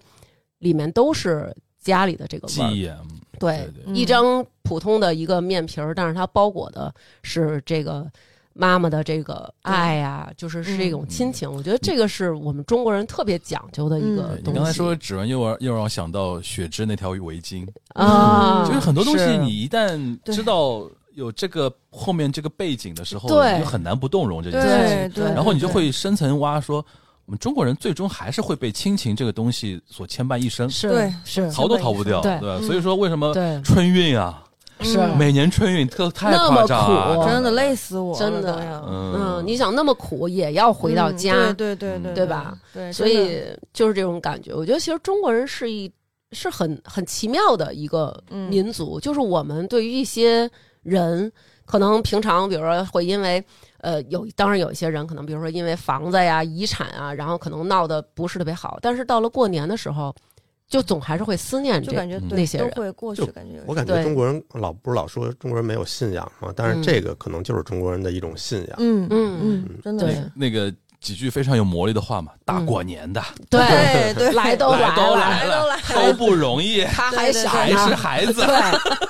Speaker 3: 里面都是家里的这个
Speaker 2: 记
Speaker 3: 味儿。
Speaker 2: 忆啊，
Speaker 3: 对，
Speaker 2: 对
Speaker 4: 嗯
Speaker 3: 一张普通的一个面皮儿，但是它包裹的是这个妈妈的这个爱呀、就是是一种
Speaker 4: 嗯
Speaker 3: 亲情。我觉得这个是我们中国人特别讲究的一个
Speaker 4: 嗯
Speaker 2: 对
Speaker 3: 呃东西。
Speaker 2: 你刚才说指纹又让又让我想到雪芝那条围巾，
Speaker 3: 啊，
Speaker 2: 就是很多东西
Speaker 3: 是
Speaker 2: 你一旦
Speaker 4: 对
Speaker 2: 知道有这个后面这个背景的时候，
Speaker 3: 对
Speaker 2: 你就很难不动容这件事情，
Speaker 4: 对对，
Speaker 2: 然后你就会深层挖说，我们中国人最终还是会被亲情这个东西所牵绊一生，
Speaker 3: 是
Speaker 4: 对
Speaker 3: 是
Speaker 2: 逃都逃不掉，
Speaker 3: 对
Speaker 2: 对吧？
Speaker 4: 嗯
Speaker 2: 所以说为什么
Speaker 3: 对
Speaker 2: 春运啊，
Speaker 3: 是
Speaker 4: 嗯
Speaker 2: 每年春运特太夸张
Speaker 3: 那么苦
Speaker 2: 了，
Speaker 4: 啊真的累死我了，
Speaker 3: 真的
Speaker 4: 都要
Speaker 2: 嗯
Speaker 3: 嗯，你想那么苦也要回到家，
Speaker 4: 嗯对对对
Speaker 2: 嗯
Speaker 4: 对，
Speaker 3: 对吧？
Speaker 4: 对，
Speaker 3: 所
Speaker 4: 真的
Speaker 3: 以就是这种感觉。我觉得其实中国人是一是很很奇妙的一个
Speaker 4: 嗯
Speaker 3: 民族，就是我们对于一些人，可能平常比如说会因为。呃，有当然有一些人可能，比如说因为房子呀、遗产啊，然后可能闹得不是特别好，但是到了过年的时候，就总还是会思念
Speaker 4: 就
Speaker 3: 这
Speaker 4: 感觉
Speaker 2: 嗯
Speaker 4: 对
Speaker 3: 那些人
Speaker 4: 都会过去
Speaker 5: 就，
Speaker 4: 感觉有
Speaker 5: 我感觉
Speaker 3: 对
Speaker 5: 中国人老不是老说中国人没有信仰嘛，但
Speaker 3: 嗯
Speaker 5: 是这个可能就是中国人的一种信仰。
Speaker 4: 嗯
Speaker 3: 嗯
Speaker 4: 嗯，真的
Speaker 3: 对
Speaker 4: 是
Speaker 2: 那个几句非常有魔力的话嘛，大过年的
Speaker 3: 对，
Speaker 4: 对对，
Speaker 3: [LAUGHS] 来都
Speaker 2: 来都来
Speaker 3: 来了，
Speaker 2: 了，都不容易，
Speaker 3: 他还小
Speaker 2: 还是
Speaker 3: 呢，
Speaker 2: 孩子，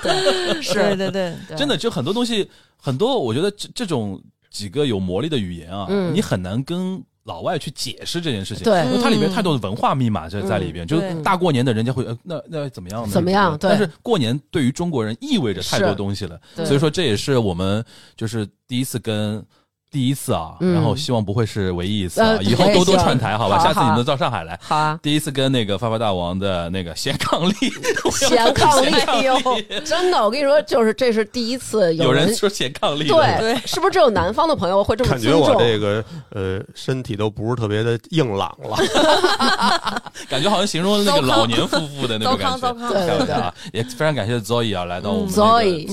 Speaker 3: 对，
Speaker 4: 对
Speaker 3: 是
Speaker 4: 对对，
Speaker 3: [LAUGHS] 对
Speaker 2: 真的就很多东西，很多我觉得这这种几个有魔力的语言啊，
Speaker 3: 嗯
Speaker 2: 你很难跟老外去解释这件事情。
Speaker 3: 对嗯
Speaker 2: 因为它里面太多的文化密码在在里边，就是
Speaker 4: 对
Speaker 2: 大过年的人家会，呃，那那怎么样呢？
Speaker 3: 怎么样对
Speaker 2: 但是过年对于中国人意味着太多东西了，
Speaker 3: 对
Speaker 2: 所以说这也是我们就是第一次跟。第一次啊，
Speaker 3: 嗯
Speaker 2: 然后希望不会是唯一一次啊，
Speaker 3: 呃
Speaker 2: 以后
Speaker 3: 我也
Speaker 2: 多多
Speaker 3: 希望
Speaker 2: 串台，好吧？
Speaker 3: 好啊
Speaker 2: 下次你
Speaker 3: 好啊
Speaker 2: 能到上海来。
Speaker 3: 好
Speaker 2: [LAUGHS]
Speaker 3: 啊，
Speaker 2: 第一次跟那个发发大王的那个 [LAUGHS] 咸伉 [LAUGHS] 俪，
Speaker 3: 显抗力
Speaker 2: 哎
Speaker 3: 哟， [LAUGHS] 真的，我跟你说，就是这是第一次
Speaker 2: 有
Speaker 3: 人
Speaker 2: 人说显伉俪，
Speaker 3: 对，是不是只有南方的朋友会这么
Speaker 5: 感
Speaker 3: 尊
Speaker 5: 觉
Speaker 3: 重？
Speaker 5: 我这个呃身体都不是特别的硬朗了，
Speaker 2: 感觉好像形容那个老年夫妇的那种
Speaker 4: 糟
Speaker 2: 感
Speaker 4: 糠糟
Speaker 2: 觉。
Speaker 4: 糠，
Speaker 3: 对
Speaker 2: 开玩笑啊，也非常感谢 Zoe 啊，来到我们
Speaker 4: 嗯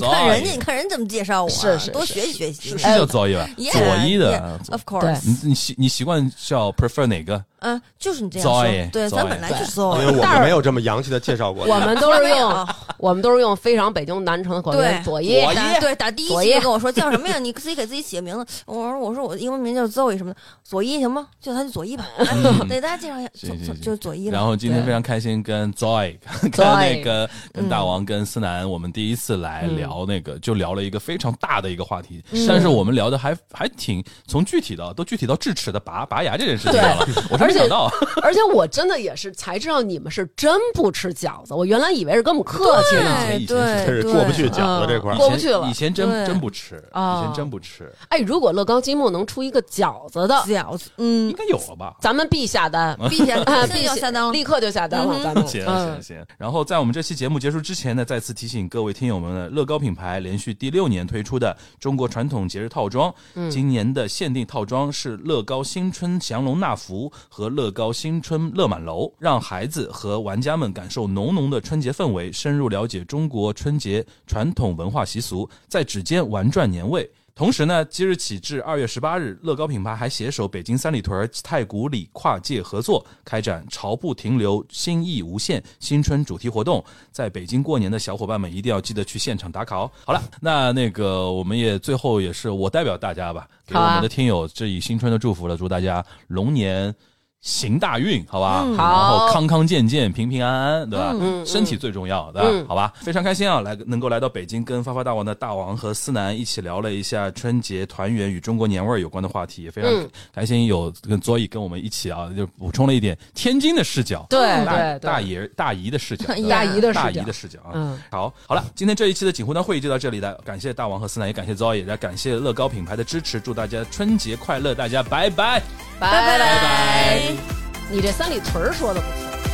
Speaker 2: 那个
Speaker 3: Zoe，你
Speaker 4: 看人家，你
Speaker 2: Zoe
Speaker 4: 看人怎么介绍我啊，
Speaker 3: 是是
Speaker 4: 多
Speaker 3: 是
Speaker 4: 学习学习。
Speaker 2: 啊是
Speaker 4: 哎
Speaker 2: 叫 Zoe 吧？
Speaker 4: Yeah，
Speaker 2: 左一的，啊
Speaker 4: ，Of
Speaker 3: 对
Speaker 4: course，
Speaker 2: 你你习你习惯叫 prefer 哪个？
Speaker 4: 嗯，就是你这样说
Speaker 2: Zoe，，
Speaker 4: 对，咱本来就是 z o
Speaker 2: 哎
Speaker 5: 因为我
Speaker 3: 但是
Speaker 5: 们没有这么洋气的介绍过。
Speaker 3: 哦我们都是用
Speaker 4: 啊，
Speaker 3: 我们都是用非常北京南城的口音
Speaker 4: 对
Speaker 3: 左一，
Speaker 4: 打对打第一
Speaker 3: 左
Speaker 4: 期
Speaker 3: 一
Speaker 4: 就跟我说叫什么呀？你自己给自己起个名字。我说我说我英文名叫 Zoe 什么的，左一行吗？就他就左一吧。来
Speaker 2: 嗯
Speaker 4: 给大家介绍一下，
Speaker 2: 行行
Speaker 4: 就
Speaker 2: 行
Speaker 4: 就左一
Speaker 2: 然
Speaker 4: 了。嗯
Speaker 2: 后今天
Speaker 3: 对
Speaker 2: 非常开心跟 Zoe 跟那个跟大王跟思南，我们第一次来聊那
Speaker 4: 嗯
Speaker 2: 个，就聊了一个非常大的一个话题，但是我们聊的还还挺从具体的都具体到智齿的拔拔牙这件事情上了，我是没想到，
Speaker 3: 而且我真的也是才知道你们是真不吃饺子，我原来以为是跟我们客
Speaker 2: [LAUGHS]
Speaker 3: 气呢。
Speaker 4: 对
Speaker 2: 以前以前
Speaker 5: 这
Speaker 4: 对，
Speaker 5: 是过不去
Speaker 3: 对
Speaker 5: 饺子这
Speaker 3: 嗯
Speaker 5: 块儿，
Speaker 3: 过不去了
Speaker 2: 以前以前真
Speaker 4: 对
Speaker 2: 真不吃，以
Speaker 3: 哦
Speaker 2: 前真不吃，
Speaker 3: 哎，如果乐高积木能出一个饺子的，
Speaker 4: 饺子，
Speaker 2: 应 [LAUGHS]
Speaker 4: 嗯，
Speaker 2: 该有了吧？
Speaker 3: 咱们必下单，
Speaker 4: 并且
Speaker 3: 啊，
Speaker 4: 现在
Speaker 3: 必
Speaker 4: 要下单了
Speaker 3: 立。刻就下单了，
Speaker 4: 嗯哼
Speaker 3: 咱们
Speaker 2: 行行
Speaker 3: 嗯
Speaker 2: 行。然后在我们这期节目结束之前呢，再次提醒各位听友们呢，乐高品牌连续第六年推出的中国传统节日套装，
Speaker 3: 嗯
Speaker 2: 今年的限定套装是乐高新春降龙纳福和乐高新春乐满楼，让孩子和玩家们感受浓浓的春节氛围，深入了解中国春节传统文化习俗，在指尖玩转年味。同时呢，即日起至二月十八日，乐高品牌还携手北京三里屯、太古里跨界合作，开展“潮不停留，心意无限”新春主题活动。在北京过年的小伙伴们，一定要记得去现场打卡哦。好了，那那个我们也最后也是我代表大家吧，给我
Speaker 3: 好啊
Speaker 2: 们的听友致以新春的祝福了，祝大家龙年行大运，好吧？
Speaker 4: 嗯
Speaker 2: 然后
Speaker 3: 好
Speaker 2: 康康健健、平平安安，对吧？
Speaker 3: 嗯嗯
Speaker 2: 身体最重要，对吧？
Speaker 3: 嗯
Speaker 2: 好吧，非常开心啊，来能够来到北京，跟发发大王的大王和思南一起聊了一下春节团圆与中国年味儿有关的话题，也非常
Speaker 3: 嗯
Speaker 2: 开心有跟佐伊跟我们一起啊，就补充了一点天津的视角，
Speaker 3: 对
Speaker 2: 大
Speaker 3: 对
Speaker 2: 大
Speaker 3: 对，
Speaker 2: 爷大姨的视
Speaker 3: [LAUGHS]
Speaker 2: 角，对吧
Speaker 3: 大姨的
Speaker 2: 大
Speaker 3: 视
Speaker 2: 姨
Speaker 3: 角
Speaker 2: 的，视角啊。
Speaker 3: 嗯，
Speaker 2: 好，好了，今天这一期的锦湖端会议就到这里了，感谢大王和思南，也感谢 Zoe，来感谢乐高品牌的支持，祝大家春节快乐，大家拜拜。
Speaker 3: 哎拜拜。你这三里屯儿说的不错。